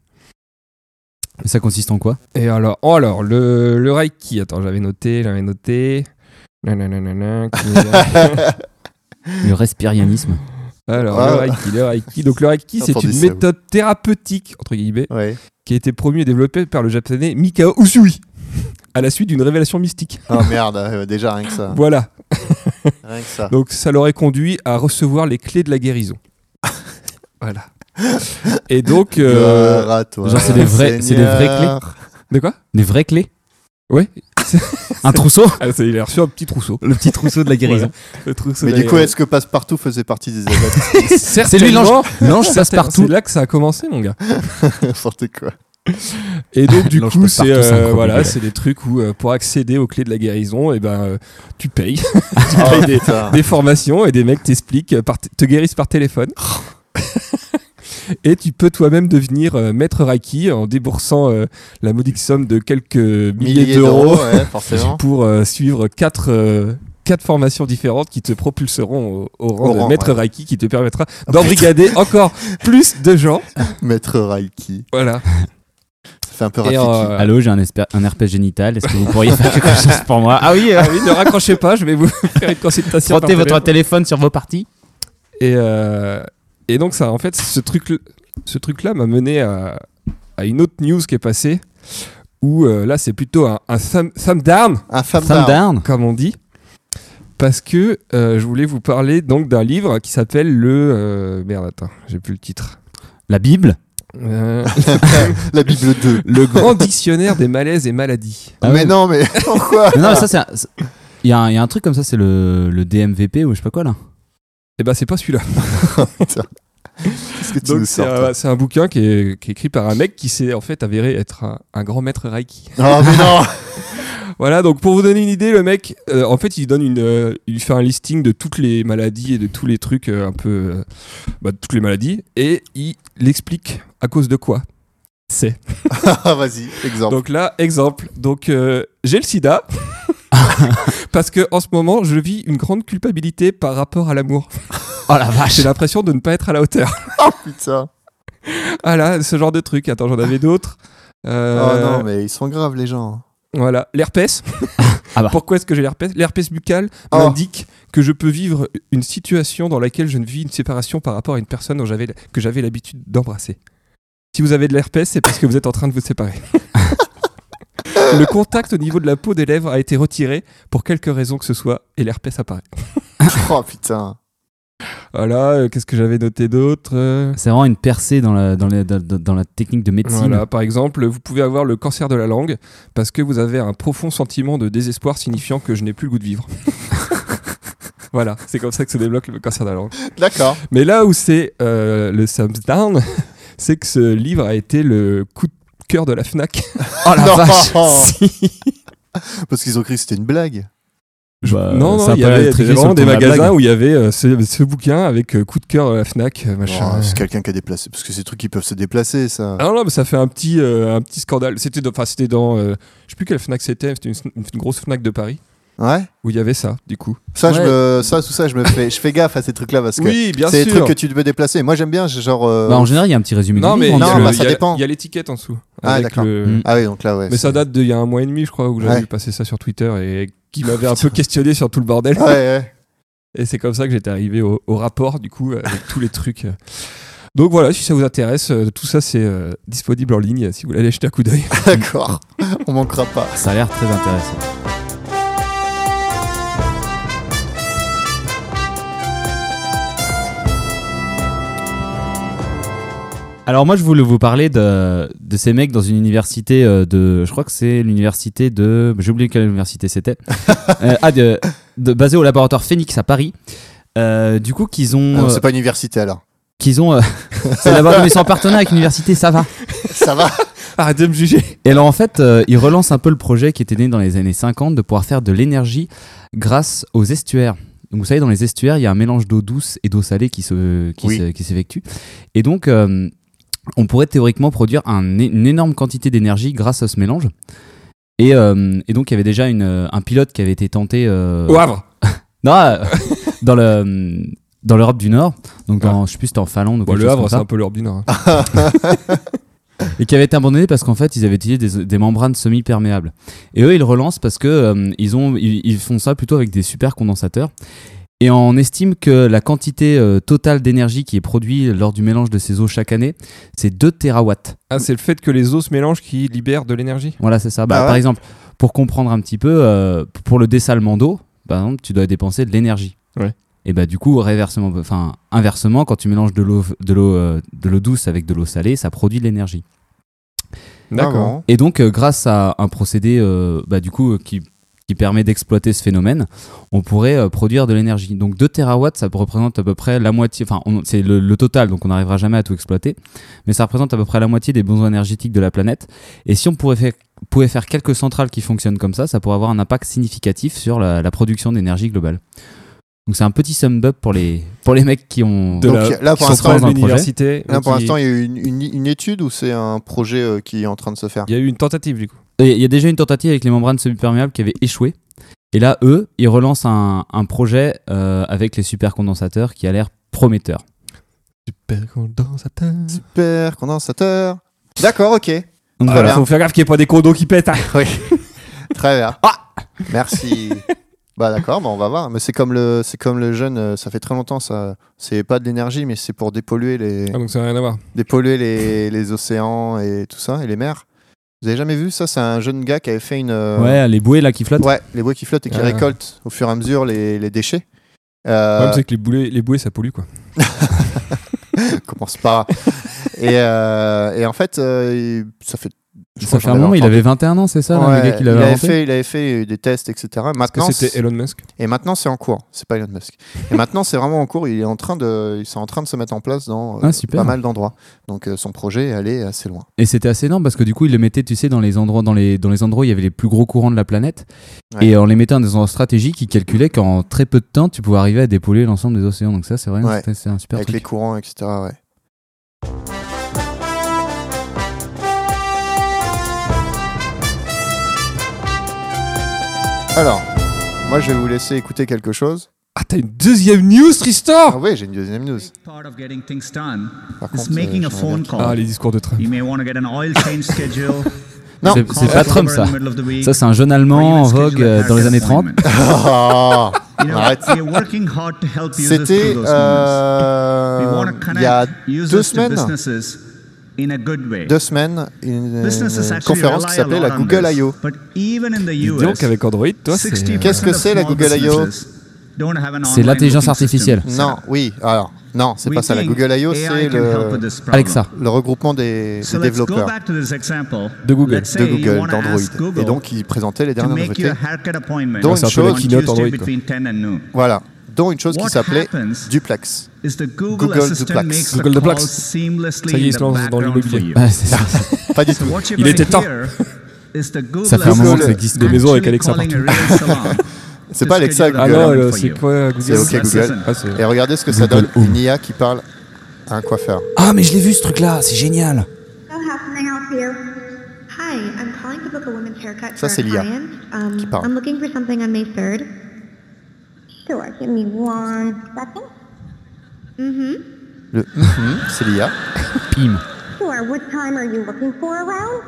Speaker 3: Et ça consiste en quoi
Speaker 2: Et alors, oh, alors le, le Reiki, attends, j'avais noté, j'avais noté.
Speaker 1: [laughs]
Speaker 2: Nananana, kinésia.
Speaker 3: Le respirianisme.
Speaker 2: alors,
Speaker 1: Ah.
Speaker 2: le Reiki, le Reiki. Donc, le Reiki, c'est
Speaker 1: Entendez
Speaker 2: une
Speaker 1: ça, vous.
Speaker 2: méthode thérapeutique, entre guillemets,
Speaker 1: ouais.
Speaker 2: qui a été promue et développée par le japonais Mikao Usui, à la suite d'une révélation mystique.
Speaker 1: Oh merde, euh, déjà rien que ça.
Speaker 2: Voilà.
Speaker 1: Rien que ça.
Speaker 2: Donc, ça l'aurait conduit à recevoir les clés de la guérison. voilà. Et donc. euh,
Speaker 1: Gloire à toi,
Speaker 3: genre, c'est des vrais- c'est des vraies
Speaker 1: Seigneur.
Speaker 2: de quoi
Speaker 3: Des vraies clés
Speaker 2: Ouais.
Speaker 3: [laughs] Un trousseau
Speaker 2: Ah, ça, Il a reçu un petit trousseau.
Speaker 3: Le petit trousseau de la
Speaker 2: guérison. Le trousseau
Speaker 1: Mais
Speaker 2: de
Speaker 1: du
Speaker 2: la
Speaker 1: coup,
Speaker 2: guérison.
Speaker 1: est-ce que Passepartout faisait partie
Speaker 2: [laughs]
Speaker 1: des adeptes
Speaker 2: Certainement.
Speaker 3: C'est lui l'ange. L'ange passe
Speaker 2: Certainement,
Speaker 3: partout.
Speaker 2: C'est là que ça a commencé, mon gars.
Speaker 1: N'importe quoi.
Speaker 3: [laughs]
Speaker 2: Et donc du
Speaker 3: Non, je
Speaker 2: coup,
Speaker 3: passe
Speaker 2: c'est
Speaker 3: partout, c'est
Speaker 2: euh,
Speaker 3: incroyable.
Speaker 2: voilà, c'est des trucs où euh, pour accéder aux clés de la guérison, et ben euh, tu payes
Speaker 1: Ah,
Speaker 2: des-
Speaker 1: putain.
Speaker 2: des formations et des mecs t'expliquent, euh, par t- te guérissent par
Speaker 3: [laughs]
Speaker 2: téléphone. Et tu peux toi-même devenir euh, maître Reiki en déboursant euh, la modique somme de quelques milliers
Speaker 1: Milliers
Speaker 2: d'euros
Speaker 1: d'euros, ouais,
Speaker 2: [laughs]
Speaker 1: forcément.
Speaker 2: pour euh, suivre quatre, euh, quatre formations différentes qui te propulseront au, au rang
Speaker 1: Au
Speaker 2: de
Speaker 1: rang,
Speaker 2: maître
Speaker 1: ouais. Oh,
Speaker 2: Reiki qui te permettra d'embrigader
Speaker 1: [laughs]
Speaker 2: encore plus de gens.
Speaker 1: Maître Raiki.
Speaker 2: Voilà.
Speaker 1: Ça fait un peu
Speaker 2: Et,
Speaker 1: Rafiki.
Speaker 2: euh,
Speaker 3: Allô, j'ai un, esper- un herpès génital. Est-ce que vous pourriez faire
Speaker 2: [laughs]
Speaker 3: quelque chose pour moi Ah oui, euh,
Speaker 2: Ah oui, ne raccrochez pas, je vais vous [laughs] faire une consultation.
Speaker 3: frottez
Speaker 2: par
Speaker 3: votre
Speaker 2: téléphone.
Speaker 3: téléphone sur vos parties.
Speaker 2: Et, euh, et donc ça, en fait, ce truc, ce truc-là m'a mené à, à une autre news qui est passée, où euh, là c'est plutôt un, un thumb, thumb down,
Speaker 1: un femme
Speaker 3: Sam
Speaker 1: d'art.
Speaker 3: Darn.
Speaker 2: comme on dit, parce que euh, je voulais vous parler donc d'un livre qui s'appelle le euh, merde attends, j'ai plus le titre.
Speaker 3: La Bible
Speaker 2: Euh,
Speaker 1: [laughs] La Bible 2.
Speaker 2: le grand dictionnaire des malaises et maladies.
Speaker 3: Ah
Speaker 1: mais
Speaker 3: oui.
Speaker 1: non, mais [laughs] pourquoi
Speaker 3: Non, non, mais ça, c'est. un- c'est- Il y, a un- il y a un truc comme ça, c'est le, le DMVP ou je sais pas quoi là.
Speaker 2: Et ben c'est pas celui-là.
Speaker 1: Qu'est-ce que tu
Speaker 2: Donc
Speaker 1: nous
Speaker 2: c'est
Speaker 1: sors
Speaker 2: un, c'est un bouquin qui est, qui est écrit par un mec qui s'est en fait avéré être un, un grand maître Reiki.
Speaker 1: toi Oh, mais non
Speaker 2: [laughs]
Speaker 1: [laughs]
Speaker 2: Voilà, donc pour vous donner une idée, le mec, euh, en fait, il donne une, euh, il fait un listing de toutes les maladies et de tous les trucs euh, un peu, euh, bah, de toutes les maladies, et il l'explique à cause de quoi. C'est.
Speaker 1: Ah, Vas-y, exemple.
Speaker 2: Donc là, exemple. Donc euh, j'ai le sida. Parce que en ce moment, je vis une grande culpabilité par rapport à l'amour.
Speaker 3: Oh la vache
Speaker 2: J'ai l'impression de ne pas être à la hauteur.
Speaker 1: Oh, Putain.
Speaker 2: Voilà, Ah ce genre de truc. Attends, j'en avais d'autres.
Speaker 1: [laughs] Oh
Speaker 2: Euh,
Speaker 1: non, mais ils sont graves, les gens.
Speaker 2: Voilà, l'herpès.
Speaker 3: [laughs] Ah bah.
Speaker 2: Pourquoi est-ce que j'ai l'herpès L'herpès buccal
Speaker 1: Oh.
Speaker 2: m'indique que je peux vivre une situation dans laquelle je ne vis une séparation par rapport à une personne dont j'avais- que j'avais l'habitude d'embrasser. Si vous avez de l'herpès, c'est parce que vous êtes en train de
Speaker 1: [laughs]
Speaker 2: vous séparer. Le contact au niveau de la peau des lèvres a été retiré pour quelque raison que ce soit et l'herpès apparaît.
Speaker 1: Oh putain.
Speaker 2: Voilà, euh, qu'est-ce que j'avais noté d'autre Euh,
Speaker 3: C'est vraiment une percée dans la, dans les- dans- dans- dans la technique de médecine.
Speaker 2: Voilà, par exemple, vous pouvez avoir le cancer de la langue parce que vous avez un profond sentiment de désespoir signifiant que je n'ai plus le goût de vivre. [laughs] voilà, c'est comme ça que se débloque le cancer de la langue.
Speaker 1: D'accord.
Speaker 2: Mais là où c'est euh, le thumbs down, [laughs] c'est que ce livre a été le coup de cœur de la FNAC.
Speaker 3: Oh la
Speaker 1: Non.
Speaker 3: vache
Speaker 2: [laughs] Si.
Speaker 1: [laughs] Parce qu'ils ont cru que c'était une blague.
Speaker 3: Bah,
Speaker 2: non,
Speaker 3: ça
Speaker 2: non,
Speaker 3: a
Speaker 2: il y
Speaker 3: pas l'air
Speaker 2: avait
Speaker 3: triqué sur
Speaker 2: vraiment
Speaker 3: le
Speaker 2: des
Speaker 3: ton de la
Speaker 2: magasins
Speaker 3: blague.
Speaker 2: où il y avait euh, ce, ce bouquin avec euh, coup de cœur de la FNAC, euh, machin.
Speaker 1: Oh, c'est quelqu'un qui a déplacé. Parce que ces trucs, ils peuvent se déplacer, ça.
Speaker 2: Ah non, non, mais ça fait un petit, euh, un petit scandale. C'était dans, enfin, c'était dans euh, je sais plus quelle FNAC c'était, c'était une, une grosse FNAC de Paris
Speaker 1: Ouais
Speaker 2: où il y avait ça, du coup.
Speaker 1: ça, je
Speaker 3: Ouais.
Speaker 1: me, ça, tout ça, je me fais, je fais gaffe à ces trucs-là parce que
Speaker 2: oui, bien
Speaker 1: c'est des
Speaker 2: sûr.
Speaker 1: trucs que tu peux déplacer. Moi, j'aime bien, genre. euh,
Speaker 3: Bah, en général, il y a un petit résumé.
Speaker 2: Non,
Speaker 3: du
Speaker 2: mais
Speaker 3: livre, hein,
Speaker 2: il y
Speaker 3: en
Speaker 2: a
Speaker 1: Non,
Speaker 2: le-
Speaker 1: bah,
Speaker 2: il
Speaker 1: ça
Speaker 2: y a-
Speaker 1: dépend.
Speaker 2: Il y a l'étiquette en dessous.
Speaker 1: Ah,
Speaker 2: avec
Speaker 1: d'accord.
Speaker 2: le-
Speaker 3: Mm.
Speaker 1: Ah oui, donc là, ouais.
Speaker 2: Mais ça
Speaker 1: c'est-
Speaker 2: date d'il y a un mois et demi, je crois, où j'avais
Speaker 1: Ouais.
Speaker 2: vu passer ça sur Twitter et
Speaker 1: [laughs]
Speaker 2: qui m'avait un peu questionné sur tout le bordel.
Speaker 1: Ouais, ouais. [laughs]
Speaker 2: Et c'est comme ça que j'étais arrivé au, au rapport, du coup, avec tous les trucs. Donc voilà, si ça vous intéresse, euh, tout ça c'est euh, disponible en ligne si vous voulez aller jeter un coup d'œil. [laughs]
Speaker 1: D'accord. On manquera pas.
Speaker 3: Ça a l'air très intéressant. Alors moi je voulais vous parler de, de ces mecs dans une université euh, de... Je crois que c'est l'université de... J'ai oublié quelle
Speaker 1: [laughs]
Speaker 3: université c'était. Euh, ah, de, de- basée au laboratoire Phoenix à Paris. Euh, du coup qu'ils
Speaker 1: Ah
Speaker 3: ont...
Speaker 1: non,
Speaker 3: euh,
Speaker 1: c'est pas une université alors.
Speaker 3: qu'ils ont euh, [laughs] c'est là-bas mais c'est en partenariat avec l'université, ça va.
Speaker 1: Ça va
Speaker 2: Arrête de me juger.
Speaker 3: Et alors en fait, euh, il relance un peu le projet qui était né dans les années 50 de pouvoir faire de l'énergie grâce aux estuaires. Donc vous savez, dans les estuaires, il y a un mélange d'eau douce et d'eau salée qui se qui
Speaker 1: Oui.
Speaker 3: se- qui s'effectue. Et donc, euh, on pourrait théoriquement produire un é- une énorme quantité d'énergie grâce à ce mélange. Et, euh, et donc, il y avait déjà une, euh, un pilote qui avait été tenté. euh,
Speaker 2: Au Havre.
Speaker 3: Non, euh, [laughs] dans le dans l'Europe du Nord. Donc, dans, je sais plus, c'était en Finlande ou
Speaker 2: Bon,
Speaker 3: quelque
Speaker 2: le
Speaker 3: chose
Speaker 2: Havre,
Speaker 3: comme
Speaker 2: c'est
Speaker 3: ça
Speaker 2: un peu l'Europe du Nord,
Speaker 1: Ah.
Speaker 2: hein.
Speaker 3: et qui avait été abandonné parce qu'en fait ils avaient utilisé des, des membranes semi-perméables. Et eux ils le relancent parce que euh, ils ont ils, ils font ça plutôt avec des super condensateurs. Et on estime que la quantité euh, totale d'énergie qui est produite lors du mélange de ces eaux chaque année, c'est 2 terawatts.
Speaker 2: Ah, c'est le fait que les eaux se mélangent qui libèrent de l'énergie.
Speaker 3: Voilà, c'est ça. Bah,
Speaker 1: Ah ouais
Speaker 3: Par exemple, pour comprendre un petit peu, euh, pour le dessalement d'eau, par exemple, tu dois dépenser de l'énergie.
Speaker 2: Ouais.
Speaker 3: Et bah du coup, réversement, enfin inversement, quand tu mélanges de l'eau, de l'eau, euh, de l'eau douce avec de l'eau salée, ça produit de l'énergie.
Speaker 2: D'accord.
Speaker 1: Ah,
Speaker 3: Et donc, euh, grâce à un procédé, euh, bah, du coup, euh, qui qui permet d'exploiter ce phénomène, on pourrait euh, produire de l'énergie. Donc 2 terawatts, ça représente à peu près la moitié, enfin on- c'est le, le total, donc on n'arrivera jamais à tout exploiter, mais ça représente à peu près la moitié des besoins énergétiques de la planète. Et si on pourrait faire, pouvait faire quelques centrales qui fonctionnent comme ça, ça pourrait avoir un impact significatif sur la, la production d'énergie globale. Donc c'est un petit sum up pour les, pour les mecs qui ont...
Speaker 2: De
Speaker 1: Donc,
Speaker 2: la-
Speaker 1: là,
Speaker 2: qui
Speaker 1: pour
Speaker 2: sont
Speaker 1: l'instant,
Speaker 2: pas dans
Speaker 3: dans le
Speaker 2: l'université.
Speaker 1: Là, pour
Speaker 2: qui-
Speaker 1: l'instant, il y a eu une, une- une étude ou c'est un projet euh, qui est en train de se faire
Speaker 2: il y a eu une tentative du coup.
Speaker 3: Et Euh, Il y a déjà une tentative avec les membranes semi-perméables qui avait échoué. Et là, eux, ils relancent un, un projet euh, avec les supercondensateurs qui a l'air prometteur.
Speaker 2: Super condensateur.
Speaker 1: Super condensateur. D'accord, ok.
Speaker 3: Donc
Speaker 1: Ah,
Speaker 3: voilà.
Speaker 1: bien.
Speaker 2: faut faire gaffe qu'il n'y ait pas des condos qui pètent. hein.
Speaker 1: Très bien. Merci. bah d'accord, bah, on va voir. Mais c'est comme le, c'est comme le jeune. euh, Ça fait très longtemps. Ça, c'est pas de l'énergie, mais c'est pour dépolluer les,
Speaker 2: Ah, donc ça n'a rien à voir.
Speaker 1: dépolluer les, les océans et tout ça et les mers. Vous avez jamais vu ça C'est un jeune gars qui avait fait une. euh,
Speaker 3: Ouais, les bouées là qui flottent.
Speaker 1: ouais, Les bouées qui flottent et qui
Speaker 2: Ah.
Speaker 1: récoltent au fur et à mesure les, les déchets.
Speaker 2: Le
Speaker 1: Euh,
Speaker 2: problème, c'est que les, boulets, les bouées ça pollue quoi.
Speaker 1: [laughs] commence pas. et, euh, et en fait, euh, il- ça fait. je
Speaker 3: ça
Speaker 1: crois que
Speaker 3: fait un
Speaker 1: j'en avais
Speaker 3: moment, il
Speaker 1: entendu.
Speaker 3: avait 21 ans, c'est ça, là,
Speaker 1: Ouais,
Speaker 3: le gars qui
Speaker 1: il,
Speaker 3: l'avait
Speaker 1: avait
Speaker 3: inventé
Speaker 1: fait, il avait fait des tests, etc.
Speaker 2: Que
Speaker 1: Maintenant,
Speaker 2: c'était Elon Musk.
Speaker 1: et maintenant, c'est en cours. C'est pas Elon Musk. Et maintenant, c'est vraiment en cours. Il est en train de, ils sont en train de se mettre en place dans euh,
Speaker 3: Ah, super.
Speaker 1: pas mal d'endroits. Donc, euh, son projet est allé assez loin.
Speaker 3: Et c'était assez énorme parce que du coup, il les mettait, tu sais, dans les endroits, dans les, dans les endroits où il y avait les plus gros courants de la planète.
Speaker 1: Ouais.
Speaker 3: Et en les mettant dans des endroits stratégiques, il calculait qu'en très peu de temps, tu pouvais arriver à dépolluer l'ensemble des océans. Donc ça, c'est vrai,
Speaker 1: Ouais.
Speaker 3: c'est- c'est un super
Speaker 1: avec
Speaker 3: truc.
Speaker 1: les courants, etc. ouais. Alors, moi, je vais vous laisser écouter quelque chose.
Speaker 2: Ah, t'as une deuxième news, Tristan
Speaker 1: Ah oui, j'ai une deuxième news.
Speaker 4: part of getting things done
Speaker 1: Par
Speaker 4: is
Speaker 1: contre, euh,
Speaker 4: making a
Speaker 1: j'aimerais
Speaker 4: phone
Speaker 1: bien
Speaker 4: call.
Speaker 2: Ah, les discours de Trump.
Speaker 4: You may want to get an oil change schedule.
Speaker 1: Non. [laughs]
Speaker 3: [laughs] C'est-
Speaker 4: Call
Speaker 3: c'est pas
Speaker 4: over
Speaker 3: Trump,
Speaker 4: in
Speaker 3: ça.
Speaker 4: the middle of the week,
Speaker 3: Ça, c'est un jeune allemand en
Speaker 4: or you can
Speaker 3: vogue
Speaker 4: schedule a
Speaker 3: euh, dans les
Speaker 4: target
Speaker 3: années 30.
Speaker 1: Oh,
Speaker 4: appointment. You know,
Speaker 1: arrête.
Speaker 4: we are working hard to help users
Speaker 1: C'était
Speaker 4: through those moments. We
Speaker 1: euh,
Speaker 4: want to
Speaker 1: il y a
Speaker 4: connect
Speaker 1: deux
Speaker 4: users to
Speaker 1: semaines,
Speaker 4: businesses in a good way.
Speaker 1: deux semaines, une, euh,
Speaker 4: Businesses
Speaker 1: une
Speaker 4: actually
Speaker 1: conférence
Speaker 4: rely
Speaker 1: qui
Speaker 4: a
Speaker 1: s'appelait
Speaker 4: lot
Speaker 1: la
Speaker 4: on
Speaker 1: Google
Speaker 4: this,
Speaker 1: I.O.
Speaker 4: But even in the
Speaker 2: Dis
Speaker 4: US,
Speaker 2: donc, avec Android, toi, c'est.
Speaker 4: 60%
Speaker 1: Qu'est-ce que c'est, la
Speaker 4: of
Speaker 1: Google
Speaker 4: small
Speaker 1: I.O.
Speaker 4: businesses don't have an
Speaker 3: euh, C'est
Speaker 4: online
Speaker 3: l'intelligence
Speaker 4: booking system.
Speaker 3: artificielle.
Speaker 1: Non, oui, alors, non, c'est
Speaker 4: We
Speaker 1: pas ça. La
Speaker 4: think
Speaker 1: Google I.O.,
Speaker 4: AI
Speaker 1: c'est
Speaker 4: can help with
Speaker 1: le,
Speaker 4: this problem.
Speaker 3: Alexa.
Speaker 1: le regroupement des,
Speaker 4: So
Speaker 1: des
Speaker 4: let's go
Speaker 1: développeurs
Speaker 4: back to this example.
Speaker 2: De Google.
Speaker 4: Let's
Speaker 1: de
Speaker 4: say you
Speaker 1: Google,
Speaker 4: wanna ask
Speaker 1: d'Android.
Speaker 4: Google
Speaker 1: Et donc, ils présentaient les
Speaker 4: to
Speaker 1: dernières
Speaker 4: make you
Speaker 1: nouveautés,
Speaker 4: a haircut appointment
Speaker 1: Donc,
Speaker 4: on
Speaker 1: c'est un peu la
Speaker 4: Tuesday
Speaker 2: keynote Android, quoi.
Speaker 4: between 10 and noon.
Speaker 1: voilà, dont une chose qui
Speaker 4: What
Speaker 1: s'appelait
Speaker 4: happens-
Speaker 1: Duplex.
Speaker 4: Is the Google,
Speaker 1: Google
Speaker 4: Assistant
Speaker 1: Duplex.
Speaker 4: makes
Speaker 2: Google
Speaker 4: the
Speaker 2: Duplex.
Speaker 4: call seamlessly
Speaker 2: Ça y est, il
Speaker 4: in
Speaker 2: se
Speaker 4: the
Speaker 2: lance dans
Speaker 4: background for
Speaker 2: l'immobilier.
Speaker 4: you.
Speaker 3: Ouais, c'est ça.
Speaker 1: Pas du tout.
Speaker 4: What you're
Speaker 2: Il
Speaker 4: gonna
Speaker 2: était temps. [laughs]
Speaker 4: hear is the Google
Speaker 3: Ça fait un moment que ça
Speaker 4: Assistant
Speaker 3: existe,
Speaker 2: des maisons avec
Speaker 4: actually
Speaker 2: Alexa
Speaker 4: calling a real salon
Speaker 2: [laughs]
Speaker 1: C'est
Speaker 4: to
Speaker 1: pas Alexa,
Speaker 4: schedule
Speaker 2: Ah
Speaker 4: an
Speaker 1: Google.
Speaker 2: non,
Speaker 4: appointment
Speaker 2: euh,
Speaker 4: for
Speaker 2: c'est
Speaker 4: you.
Speaker 2: quoi Google
Speaker 1: C'est OK Google.
Speaker 2: Ah, c'est-
Speaker 1: Et regardez ce que ça donne, une IA qui parle à un coiffeur.
Speaker 3: Ah, mais je l'ai vu ce truc-là, c'est génial.
Speaker 5: So how can I help you? Hi, I'm calling to book a women's haircut
Speaker 1: Ça,
Speaker 5: for
Speaker 1: c'est
Speaker 5: a
Speaker 1: l'IA
Speaker 5: client. Um,
Speaker 1: qui parle.
Speaker 5: I'm looking for something on May 3rd. Sure, give me one second. Mm-hmm.
Speaker 1: Le mhm, c'est l'IA.
Speaker 3: Pim.
Speaker 5: Sure, what time are you looking for around?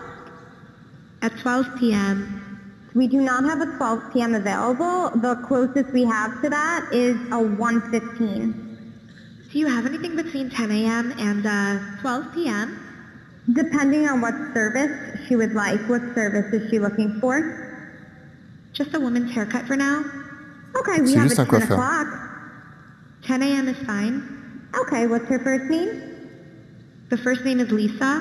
Speaker 5: At 12 p.m. We do not have a 12 p.m. available. The closest we have to that is a 1.15. Do you have anything between 10 a.m. and uh, 12 p.m.? Depending on what service she would like, what service is she looking for? Just a woman's haircut for now. Okay, we
Speaker 1: C'est
Speaker 5: have
Speaker 1: juste
Speaker 5: a
Speaker 1: un
Speaker 5: 10
Speaker 1: coiffeur.
Speaker 5: o'clock. 10 a.m. is fine. Okay, what's her first name? The first name is Lisa.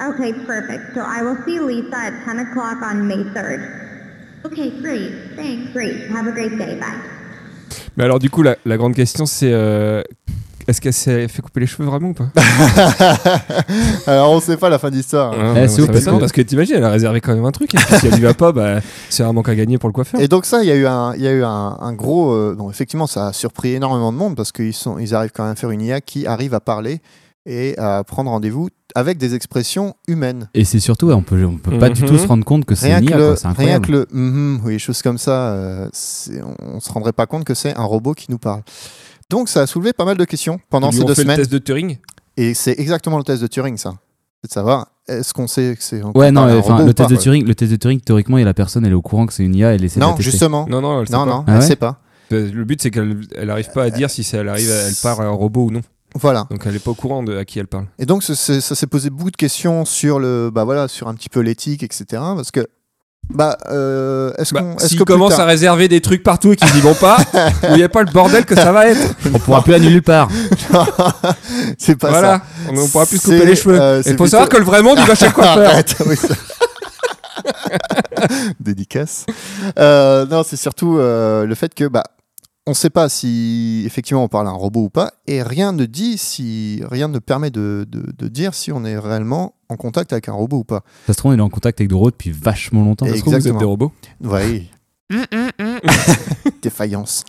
Speaker 5: Okay, perfect. So I will see Lisa at 10 o'clock on May 3rd. Okay, great. Thanks. Great. Have a great day. Bye.
Speaker 2: Mais alors, du coup, la, la grande question, c'est euh, est-ce qu'elle s'est fait couper les cheveux vraiment ou pas
Speaker 1: Alors on sait pas la fin de l'histoire.
Speaker 2: Ah,
Speaker 3: Eh,
Speaker 2: ouais,
Speaker 3: c'est
Speaker 2: ça
Speaker 3: ouf,
Speaker 2: va
Speaker 3: parce
Speaker 2: Parce que t'imagines, elle a réservé quand même un truc. Et puis, si elle y va pas, bah, c'est un manque à gagner pour le coiffeur.
Speaker 1: Et donc ça, il y a eu un, il y a eu un, un gros. euh, bon, effectivement, ça a surpris énormément de monde parce qu'ils sont, ils arrivent quand même à faire une IA qui arrive à parler et à prendre rendez-vous avec des expressions humaines.
Speaker 3: Et c'est surtout, ouais, on peut, on peut pas du tout
Speaker 2: Mhm.
Speaker 3: se rendre compte que c'est
Speaker 1: Rien
Speaker 3: une
Speaker 1: que,
Speaker 3: IA,
Speaker 1: le,
Speaker 3: quoi, c'est
Speaker 1: rien
Speaker 3: incroyable.
Speaker 1: que le mhm oui, choses comme ça, euh, c'est- on, on se rendrait pas compte que c'est un robot qui nous parle. Donc ça a soulevé pas mal de questions pendant
Speaker 2: Ils lui
Speaker 1: ces
Speaker 2: ont
Speaker 1: deux
Speaker 2: fait
Speaker 1: semaines.
Speaker 2: le test de Turing.
Speaker 1: Et c'est exactement le test de Turing, ça. C'est de savoir est-ce qu'on sait que c'est. qu'on
Speaker 3: Ouais, non,
Speaker 1: parle à Ah, un
Speaker 3: euh, enfin,
Speaker 1: robot ou
Speaker 3: le test
Speaker 1: pas,
Speaker 3: de
Speaker 1: quoi.
Speaker 3: Turing, le test de Turing, théoriquement, il y a la personne, elle est au courant que c'est une IA, elle essaie de la
Speaker 1: Non,
Speaker 3: tester.
Speaker 1: justement.
Speaker 2: Non, non, elle sait
Speaker 1: Non,
Speaker 2: pas.
Speaker 1: non,
Speaker 3: Ah
Speaker 1: elle
Speaker 3: ouais
Speaker 1: sait pas.
Speaker 2: Euh, Le but, c'est qu'elle elle arrive pas à dire si ça- elle arrive, à- elle part à un robot ou non.
Speaker 1: Voilà.
Speaker 2: Donc, elle est pas au courant de à qui elle parle.
Speaker 1: Et donc, ce- ce- ça s'est posé beaucoup de questions sur le, bah voilà, sur un petit peu l'éthique, etc. Parce que, bah, euh, est-ce
Speaker 2: Bah,
Speaker 1: qu'on, est-ce
Speaker 2: S'ils
Speaker 1: que plus
Speaker 2: commencent à
Speaker 1: tard-
Speaker 2: réserver des trucs partout et qu'ils n'y vont pas, vous voyez pas le bordel que ça va être.
Speaker 3: On pourra plus aller nulle part.
Speaker 1: [laughs] c'est pas
Speaker 2: voilà, on, on pourra plus se
Speaker 1: C'est,
Speaker 2: couper les cheveux.
Speaker 1: euh,
Speaker 2: Il
Speaker 1: c'est
Speaker 2: faut savoir
Speaker 1: plutôt-
Speaker 2: [laughs] que le vrai monde, il va chez le
Speaker 1: ah ça.
Speaker 2: coiffeur.
Speaker 1: Arrête, oui, ça- Dédicace. Euh, non, c'est surtout euh, le fait que bah, on ne sait pas si effectivement on parle à un robot ou pas, et rien ne dit si rien ne permet de, de- de dire si on est réellement en contact avec un robot ou pas.
Speaker 3: Ça se trouve, il est en contact avec des robots depuis vachement longtemps.
Speaker 1: Et-
Speaker 2: Parce que vous êtes
Speaker 1: Exactement.
Speaker 2: des robots.
Speaker 1: Oui. [laughs] Défaillance.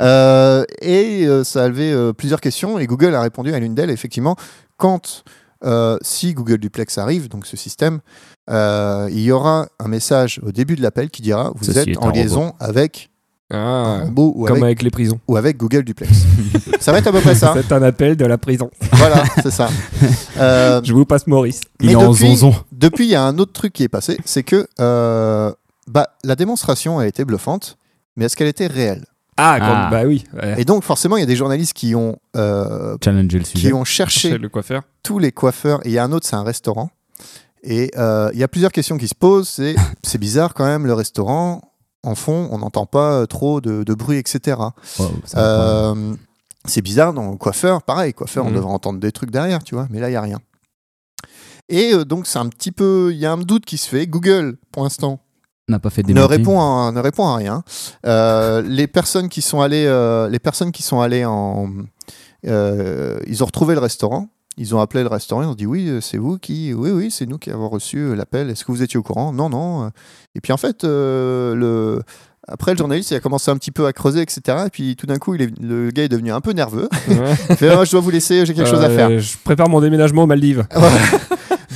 Speaker 1: Euh, et euh, ça a levé euh, plusieurs questions et Google a répondu à l'une d'elles. Effectivement, quand, euh, si Google Duplex arrive, donc ce système, euh, il y aura un message au début de l'appel qui dira Vous
Speaker 3: Ceci est
Speaker 1: êtes
Speaker 3: un
Speaker 1: en liaison avec un
Speaker 2: Ah,
Speaker 1: robot ou
Speaker 2: comme
Speaker 1: avec,
Speaker 2: avec les prisons.
Speaker 1: ou avec Google Duplex. ça va être à peu près
Speaker 3: [laughs]
Speaker 1: ça.
Speaker 2: C'est un appel de la prison.
Speaker 1: voilà, c'est ça. Euh,
Speaker 2: Je vous passe Maurice.
Speaker 3: [laughs] Il
Speaker 1: mais
Speaker 3: est en
Speaker 1: depuis-
Speaker 3: zonzon.
Speaker 1: depuis, il y a un autre truc qui est passé, c'est que euh, bah, la démonstration a été bluffante, mais est-ce qu'elle était réelle
Speaker 2: Ah,
Speaker 3: Ah.
Speaker 2: quand- bah oui. ouais.
Speaker 1: Et donc, forcément, il y a des journalistes qui ont, euh,
Speaker 3: Challenger le
Speaker 1: qui
Speaker 3: sujet.
Speaker 1: ont
Speaker 2: C'est
Speaker 1: cherché
Speaker 2: le [laughs] coiffeur.
Speaker 1: tous les coiffeurs. Et il y a un autre, c'est un restaurant. Et euh, il y a plusieurs questions qui se posent. C'est c'est bizarre quand même, le restaurant, en fond, on n'entend pas euh, trop de, de bruit, etc.
Speaker 3: Wow, Oh, ça va pas.
Speaker 1: Euh, c'est bizarre dans le coiffeur, pareil, coiffeur, on
Speaker 2: Mhm.
Speaker 1: devrait entendre des trucs derrière, tu vois, mais là, il n'y a rien. Et euh, donc, c'est un petit peu, il y a un doute qui se fait. Google, pour l'instant,
Speaker 3: n'a pas fait des
Speaker 1: ne répond, à, ne répond à rien. Euh, les personnes qui sont allées, euh, les personnes qui sont allées en, euh, ils ont retrouvé le restaurant. Ils ont appelé le restaurant, ils ont dit oui, euh, c'est vous qui, oui, oui, c'est nous qui avons reçu euh, l'appel. Est-ce que vous étiez au courant Non, non. Et puis en fait, euh, le... après le journaliste, il a commencé un petit peu à creuser, etc. Et puis tout d'un coup, il est... le gars est devenu un peu nerveux. Il fait, [laughs] Ah, je dois vous laisser, j'ai quelque chose à
Speaker 2: Euh,
Speaker 1: faire.
Speaker 2: Je prépare mon déménagement aux Maldives.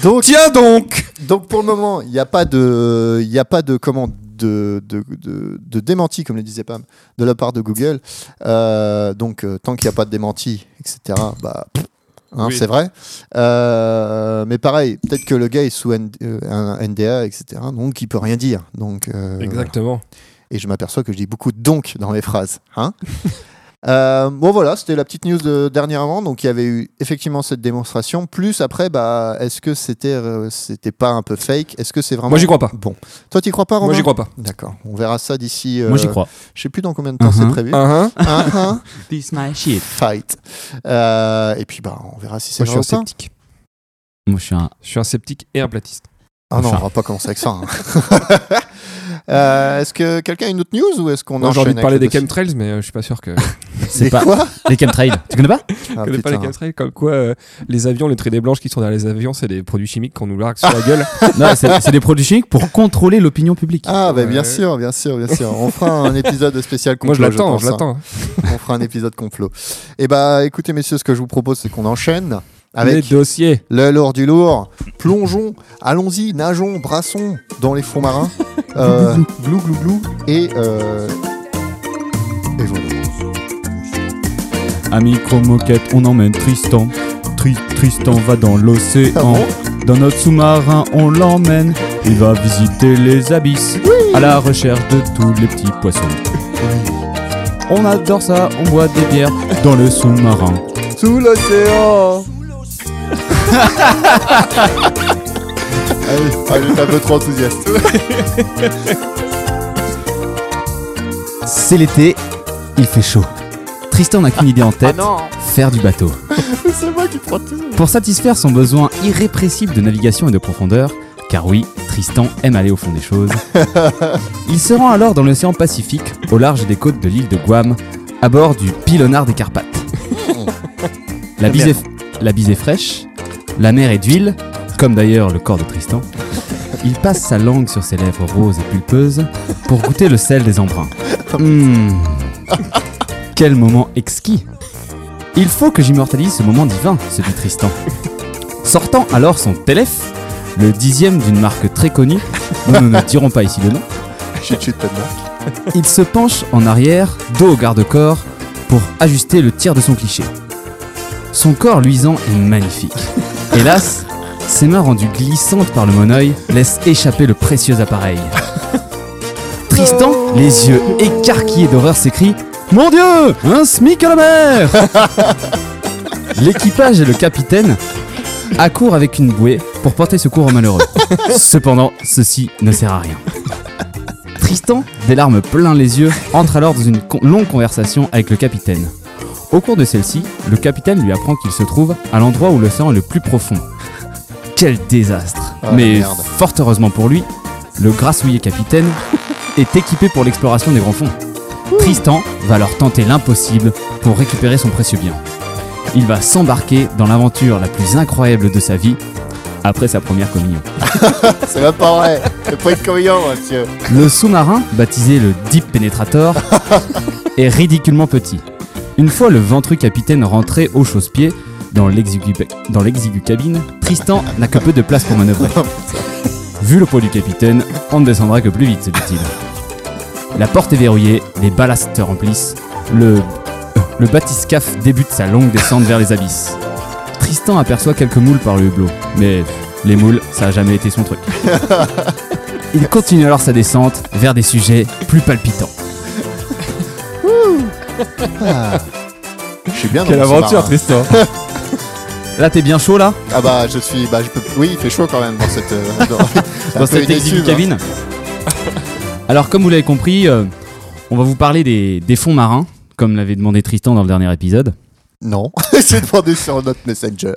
Speaker 1: Donc,
Speaker 2: Tiens donc
Speaker 1: Donc pour le moment, il n'y a pas de, il y a pas de comment de, de, de, de démenti comme le disait Pam de la part de Google. Euh, donc euh, tant qu'il n'y a pas de démenti, etc. Bah pff, hein,
Speaker 2: Oui.
Speaker 1: c'est vrai. Euh, mais pareil, peut-être que le gars est sous N- euh, un NDA, etc. Donc il peut rien dire. Donc euh,
Speaker 2: Exactement.
Speaker 1: et je m'aperçois que je dis beaucoup de donc dans mes phrases. Hein [laughs] Euh, bon voilà, c'était la petite news de dernièrement. Donc il y avait eu effectivement cette démonstration. Plus après, bah, est-ce que c'était euh, c'était pas un peu fake Est-ce que c'est vraiment
Speaker 2: Moi, j'y crois pas.
Speaker 1: Bon, toi t'y crois pas, Romain
Speaker 2: Moi, j'y crois pas.
Speaker 1: D'accord, on verra ça d'ici. euh,
Speaker 3: Moi j'y crois.
Speaker 1: Je sais plus dans combien de temps c'est
Speaker 3: Mhm.
Speaker 1: prévu.
Speaker 2: Hein, hein
Speaker 1: Un,
Speaker 2: [laughs]
Speaker 1: un,
Speaker 3: my shit.
Speaker 1: fight. Euh, et puis bah, on verra si c'est
Speaker 2: Moi, je
Speaker 1: vrai
Speaker 2: suis un
Speaker 1: ou pas.
Speaker 2: sceptique.
Speaker 3: Moi je suis un.
Speaker 2: Je suis un sceptique et un platiste.
Speaker 1: Ah non,
Speaker 3: Enfin.
Speaker 1: on va pas commencer avec ça. hein. [laughs] Euh, est-ce que quelqu'un a une autre news ou est-ce qu'on
Speaker 2: Moi, J'ai envie
Speaker 1: enchaîne
Speaker 2: de
Speaker 1: avec
Speaker 2: parler
Speaker 1: le
Speaker 2: des
Speaker 1: dossier
Speaker 2: chemtrails, mais euh, je suis pas sûr [laughs] que.
Speaker 3: C'est
Speaker 1: Des
Speaker 2: [laughs]
Speaker 3: pas.
Speaker 1: quoi
Speaker 3: Les chemtrails. Tu connais pas
Speaker 1: Ah,
Speaker 2: Je connais pas les
Speaker 1: putain.
Speaker 2: chemtrails, comme quoi euh, les avions, les traits blanches qui sont derrière les avions, c'est des produits chimiques qu'on nous largue sur [laughs] la gueule.
Speaker 3: Non, c'est c'est des produits chimiques pour contrôler l'opinion publique.
Speaker 1: Ah bah bien
Speaker 2: Ouais.
Speaker 1: sûr, bien sûr, bien sûr. On fera un épisode spécial complot.
Speaker 2: Moi, je l'attends,
Speaker 1: pense,
Speaker 2: je
Speaker 1: hein.
Speaker 2: l'attends.
Speaker 1: On fera un épisode complot. Et bah écoutez messieurs, ce que je vous propose c'est qu'on enchaîne avec
Speaker 2: Les dossiers.
Speaker 1: le lourd du lourd. Plongeons, allons-y, nageons, brassons dans les fonds
Speaker 2: [laughs]
Speaker 1: marins. Euh, glou glou glou et euh, et voilà.
Speaker 3: Un micro-moquette, on emmène Tristan. Tri- Tristan va dans l'océan. dans notre sous-marin, on l'emmène. Il va visiter les abysses. À la recherche de tous les petits poissons. On adore ça, on boit des bières dans le sous-marin.
Speaker 1: Sous l'océan. [laughs] Allez,
Speaker 2: Ah,
Speaker 1: allez, t'es un peu trop enthousiaste.
Speaker 3: C'est l'été, il fait chaud. Tristan n'a qu'une idée en tête faire du bateau.
Speaker 1: [laughs] C'est moi qui prends tout.
Speaker 3: Pour satisfaire son besoin irrépressible de navigation et de profondeur, car oui, Tristan aime aller au fond des choses, il se rend alors dans l'océan Pacifique, au large des côtes de l'île de Guam, à bord du pilonnard des Carpates. La bise est, la bise est fraîche, la mer est d'huile, comme d'ailleurs le corps de Tristan. Il passe sa langue sur ses lèvres roses et pulpeuses pour goûter le sel des embruns. Mmh. Quel moment exquis Il faut que j'immortalise ce moment divin, se dit Tristan. Sortant alors son Telef, le dixième d'une marque très connue, nous ne nous dirons pas ici le nom,
Speaker 1: Chut chut, pas de marque.
Speaker 3: il se penche en arrière, dos au garde-corps, pour ajuster le tir de son cliché. Son corps luisant est magnifique. Hélas, ses mains rendues glissantes par le monoeil laissent échapper le précieux appareil. Tristan, les yeux écarquillés d'horreur, s'écrie Mon Dieu Un SMIC à la mer L'équipage et le capitaine accourent avec une bouée pour porter secours aux malheureux. Cependant, ceci ne sert à rien. Tristan, des larmes plein les yeux, entre alors dans une con- longue conversation avec le capitaine. Au cours de celle-ci, le capitaine lui apprend qu'il se trouve à l'endroit où l'océan est le plus profond. Quel désastre
Speaker 1: Ah,
Speaker 3: Mais
Speaker 1: merde.
Speaker 3: fort heureusement pour lui, le grassouillet capitaine, est équipé pour l'exploration des grands fonds. Tristan va leur tenter l'impossible pour récupérer son précieux bien. Il va s'embarquer dans l'aventure la plus incroyable de sa vie après sa première communion.
Speaker 1: C'est même pas vrai. C'est pas être communion, monsieur.
Speaker 3: Le sous-marin, baptisé le Deep Penetrator, est ridiculement petit. Une fois le ventru capitaine rentré au chausse-pied dans l'exigu dans l'exigu cabine, Tristan n'a que peu de place pour manœuvrer. Vu le poids du capitaine, on ne descendra que plus vite, se dit-il. La porte est verrouillée, les ballasts se remplissent, le, euh, le bathyscaphe débute sa longue descente vers les abysses. Tristan aperçoit quelques moules par le hublot, mais les moules, ça a jamais été son truc. Il continue alors sa descente vers des sujets plus palpitants.
Speaker 1: Je suis bien dans
Speaker 2: Quelle
Speaker 1: mon
Speaker 2: aventure,
Speaker 1: sous-marin.
Speaker 2: Tristan
Speaker 3: [laughs] Là, t'es bien chaud là
Speaker 1: Ah bah je suis bah je peux oui il fait chaud quand même dans cette euh,
Speaker 2: [laughs]
Speaker 1: dans, c'est un
Speaker 3: dans
Speaker 1: peu
Speaker 3: cette
Speaker 1: une
Speaker 3: exigu
Speaker 1: étuve, hein.
Speaker 3: cabine. Alors, comme vous l'avez compris, euh, on va vous parler des, des fonds marins, comme l'avait demandé Tristan dans le dernier épisode.
Speaker 1: Non [laughs] j'ai demandé sur notre
Speaker 2: [laughs]
Speaker 1: messenger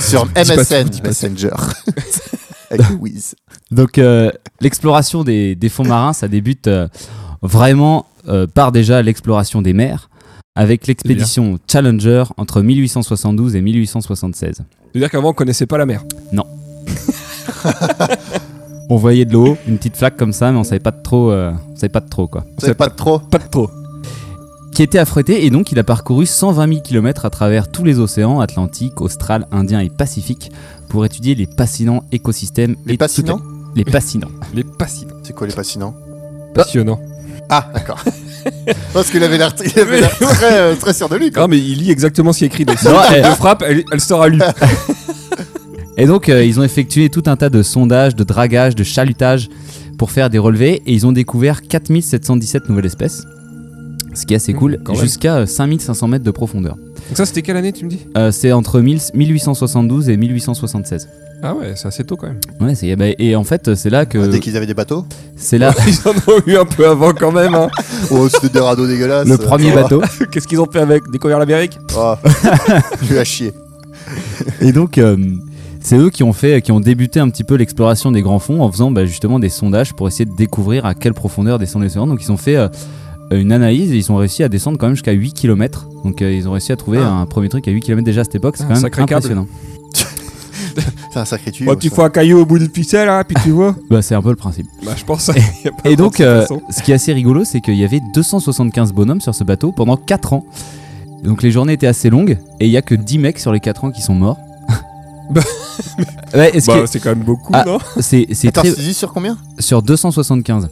Speaker 1: sur
Speaker 2: pas tout,
Speaker 1: MSN
Speaker 2: dis pas tout. [laughs]
Speaker 1: messenger avec le Wiz.
Speaker 3: Donc, euh, l'exploration des, des fonds marins, ça débute euh, vraiment euh, par déjà l'exploration des mers, avec l'expédition Challenger entre 1872 et 1876.
Speaker 2: C'est-à-dire qu'avant, on connaissait pas la mer.
Speaker 3: On voyait de l'eau, une petite flaque comme ça, mais on savait pas de trop, euh, on savait pas de trop quoi.
Speaker 1: C'est pas trop
Speaker 2: Pas de trop.
Speaker 3: qui était affrété et donc il a parcouru 120 000 km à travers tous les océans, Atlantique, Austral, Indien et Pacifique, pour étudier les passionnants écosystèmes.
Speaker 1: les
Speaker 3: et
Speaker 1: passinants
Speaker 3: tout- Les passionnants.
Speaker 2: Les passionnants.
Speaker 1: c'est quoi les passinants
Speaker 2: Passionnant.
Speaker 1: ah
Speaker 2: [laughs]
Speaker 1: d'accord parce qu'il avait l'air il avait l'air très euh, très sûr de lui quoi.
Speaker 2: Ah, mais il lit exactement ce qui est écrit. Donc, si
Speaker 3: Non,
Speaker 2: il
Speaker 3: eh.
Speaker 2: le frappe, elle, elle sort à [laughs] lui. [laughs]
Speaker 3: Et donc euh, ils ont effectué tout un tas de sondages, de dragages, de chalutages pour faire des relevés et ils ont découvert 4717 nouvelles espèces. Ce qui est assez
Speaker 2: Mmh,
Speaker 3: cool,
Speaker 2: quand même.
Speaker 3: jusqu'à euh, 5500 mètres de profondeur.
Speaker 2: Donc, ça, c'était quelle année, tu me dis
Speaker 3: Euh, c'est entre 1000 1872 et 1876.
Speaker 2: Ah, ouais, c'est assez tôt quand même.
Speaker 3: Ouais, c'est, eh ben, et en fait, c'est là
Speaker 2: Euh,
Speaker 1: dès
Speaker 3: que.
Speaker 1: qu'ils avaient des bateaux
Speaker 3: C'est
Speaker 2: [laughs]
Speaker 3: là
Speaker 2: [laughs] Ils en ont eu un peu avant quand même. hein.
Speaker 1: oh c'était des radeaux dégueulasses
Speaker 3: le premier
Speaker 1: Oh,
Speaker 3: bateau.
Speaker 2: [laughs] Qu'est-ce qu'ils ont fait avec Découvert l'Amérique [laughs]
Speaker 1: oh. lui à chier
Speaker 3: Et donc, euh, c'est eux qui ont fait, qui ont débuté un petit peu l'exploration des grands fonds en faisant bah, justement des sondages pour essayer de découvrir à quelle profondeur descendent les océans. Donc, ils ont fait euh, une analyse et ils ont réussi à descendre quand même jusqu'à 8 km. Donc, euh, ils ont réussi à trouver
Speaker 2: Ah.
Speaker 3: un premier truc à 8 km déjà à cette époque. C'est
Speaker 2: Ah,
Speaker 3: quand
Speaker 2: un
Speaker 3: même
Speaker 2: sacré câble.
Speaker 3: impressionnant.
Speaker 1: c'est un sacré tuyau
Speaker 2: Bon, Oh, Tu
Speaker 1: ça.
Speaker 2: fous un caillou au bout d'une ficelle, hein, puis tu vois.
Speaker 3: Bah, c'est un peu le principe.
Speaker 2: [laughs] Bah, je pense. y a pas de
Speaker 3: Et donc, euh,
Speaker 2: façon.
Speaker 3: ce qui est assez rigolo, c'est qu'il y avait 275 bonhommes sur ce bateau pendant 4 ans. Donc les journées étaient assez longues et il y a que 10 mecs sur les 4 ans qui sont morts.
Speaker 2: Bah,
Speaker 3: ouais, est-ce
Speaker 2: Bah,
Speaker 3: que
Speaker 2: c'est quand même beaucoup,
Speaker 3: Ah.
Speaker 2: non
Speaker 3: c'est c'est
Speaker 1: Attends,
Speaker 3: très-
Speaker 1: tu dis sur combien
Speaker 3: sur 275.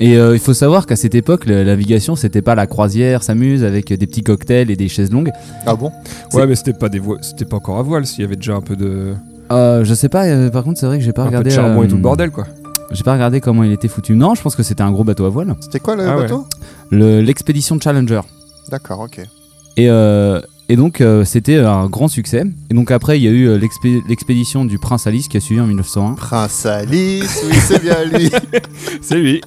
Speaker 3: Et euh, il faut savoir qu'à cette époque, la la navigation, c'était pas la croisière s'amuse avec des petits cocktails et des chaises longues.
Speaker 1: Ah bon
Speaker 2: Ouais, mais c'était pas des voies, c'était pas encore à voile. S'il y avait déjà un peu de,
Speaker 3: Euh, je sais pas, euh, par contre, c'est vrai que j'ai pas
Speaker 2: un peu
Speaker 3: regardé.
Speaker 2: de charbon et
Speaker 3: euh,
Speaker 2: tout le bordel, quoi.
Speaker 3: J'ai pas regardé comment il était foutu. Non, je pense que c'était un gros bateau à voile.
Speaker 1: c'était quoi le
Speaker 2: Ah ouais.
Speaker 1: bateau
Speaker 3: Le- L'expédition Challenger.
Speaker 1: d'accord ok
Speaker 3: Et, euh, et donc, euh, c'était un grand succès. Et donc, après, il y a eu euh, l'expé- l'expédition du Prince Alice qui a suivi en 1901.
Speaker 1: Prince Alice oui c'est bien lui
Speaker 2: C'est lui.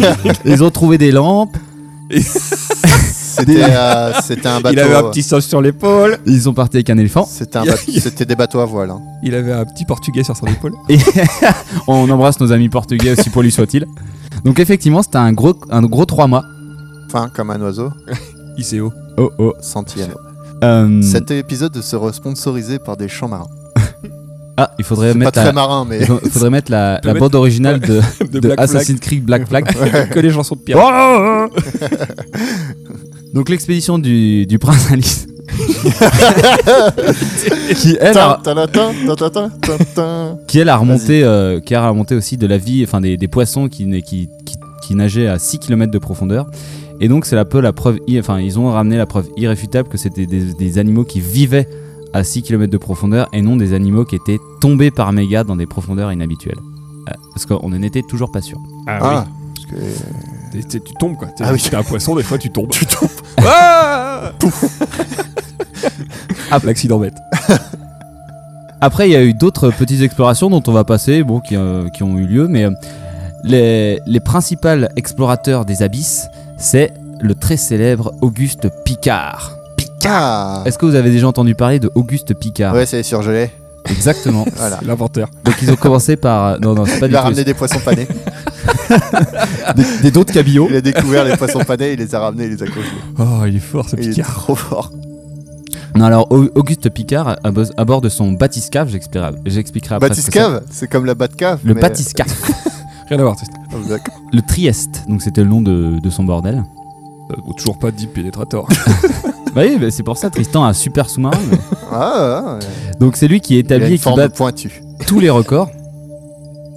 Speaker 3: [laughs] Ils ont trouvé des lampes,
Speaker 1: [laughs] C'était euh, c'était un bateau. euh,
Speaker 2: Il avait un petit singe sur l'épaule.
Speaker 3: ils ont parti avec un éléphant.
Speaker 1: C'était un bateau- c'était des bateaux à voile. hein.
Speaker 2: Il avait un petit portugais sur son épaule.
Speaker 3: Et on embrasse nos amis portugais aussi pour lui soit-il. Donc, effectivement, c'était un gros, un gros 3 mois.
Speaker 1: Enfin, comme un oiseau,
Speaker 2: ICO.
Speaker 3: Oh oh.
Speaker 1: Santiano.
Speaker 3: Euh,
Speaker 1: Cet épisode sera sponsorisé par des champs marins.
Speaker 3: Ah, il faudrait
Speaker 1: C'est pas
Speaker 3: mettre,
Speaker 1: très
Speaker 3: la...
Speaker 1: marin, mais.
Speaker 3: il faut- il [laughs] faudrait mettre la,
Speaker 2: peut
Speaker 3: la
Speaker 2: mettre-
Speaker 3: bande originale de,
Speaker 2: De,
Speaker 3: de
Speaker 2: Black
Speaker 3: Assassin's Creed Black Flag.
Speaker 2: Flag. [laughs] que les gens sont de pierre.
Speaker 3: Oh Donc l'expédition du, du prince Alice. qui, elle
Speaker 1: Tin,
Speaker 3: a,
Speaker 1: tin, tin, tin, tin, tin, tin, tin.
Speaker 3: qui elle a remonté euh, qui a remonté aussi de la vie enfin des, des poissons qui, na- qui, qui, qui nageaient à 6 km de profondeur et donc c'est un peu la preuve i- enfin ils ont ramené la preuve irréfutable que c'était des, des animaux qui vivaient à 6 km de profondeur et non des animaux qui étaient tombés par méga dans des profondeurs inhabituelles Euh, parce qu'on n'en était toujours pas sûr
Speaker 1: Ah,
Speaker 2: Ah,
Speaker 1: parce que-
Speaker 2: oui. T'es- t'es- Tu tombes, quoi. T'es
Speaker 1: Ah oui.
Speaker 2: t'es un poisson, des fois tu tombes. tu tombes. Ah Ah, l'accident bête.
Speaker 3: Après, il y a eu d'autres petites explorations dont on va passer, bon, qui, euh, qui ont eu lieu, mais euh, les, les principaux explorateurs des abysses, c'est le très célèbre Auguste Picard.
Speaker 1: Picard
Speaker 3: Est-ce que vous avez déjà entendu parler de Auguste Picard
Speaker 1: Ouais, c'est surgelé.
Speaker 3: [laughs] Exactement.
Speaker 1: Voilà.
Speaker 2: L'inventeur.
Speaker 3: Donc ils ont commencé par. euh, Non, non, c'est pas
Speaker 1: Il
Speaker 3: du
Speaker 1: a
Speaker 3: tout.
Speaker 1: ramené des poissons panés.
Speaker 3: Des, des dos de cabillaud.
Speaker 1: Il a découvert les poissons panés, il les a ramenés, il les a congelés.
Speaker 2: Oh, il est fort ce
Speaker 1: Il est
Speaker 2: Picard.
Speaker 1: trop fort.
Speaker 3: [laughs] Non, alors Au- Auguste Picard, à, bo- à bord de son batiscave, j'expliquerai j'expliquerai après. ce Ah, que c'est.
Speaker 1: Batiscave, c'est comme la Batcave.
Speaker 3: Le
Speaker 1: mais-
Speaker 3: batiscave.
Speaker 2: Rien à voir, c'est
Speaker 1: Oh, d'accord.
Speaker 3: Le Trieste, donc c'était le nom de, de son bordel.
Speaker 2: euh, toujours pas Deep Penetrator.
Speaker 3: Bah oui, bah c'est pour ça, Tristan a un super sous-marin. mais- [laughs]
Speaker 1: Ah, ah,
Speaker 3: Donc c'est lui qui
Speaker 1: il a
Speaker 3: établit
Speaker 1: une
Speaker 3: et qui
Speaker 1: forme
Speaker 3: bat
Speaker 1: pointue.
Speaker 3: tous les records.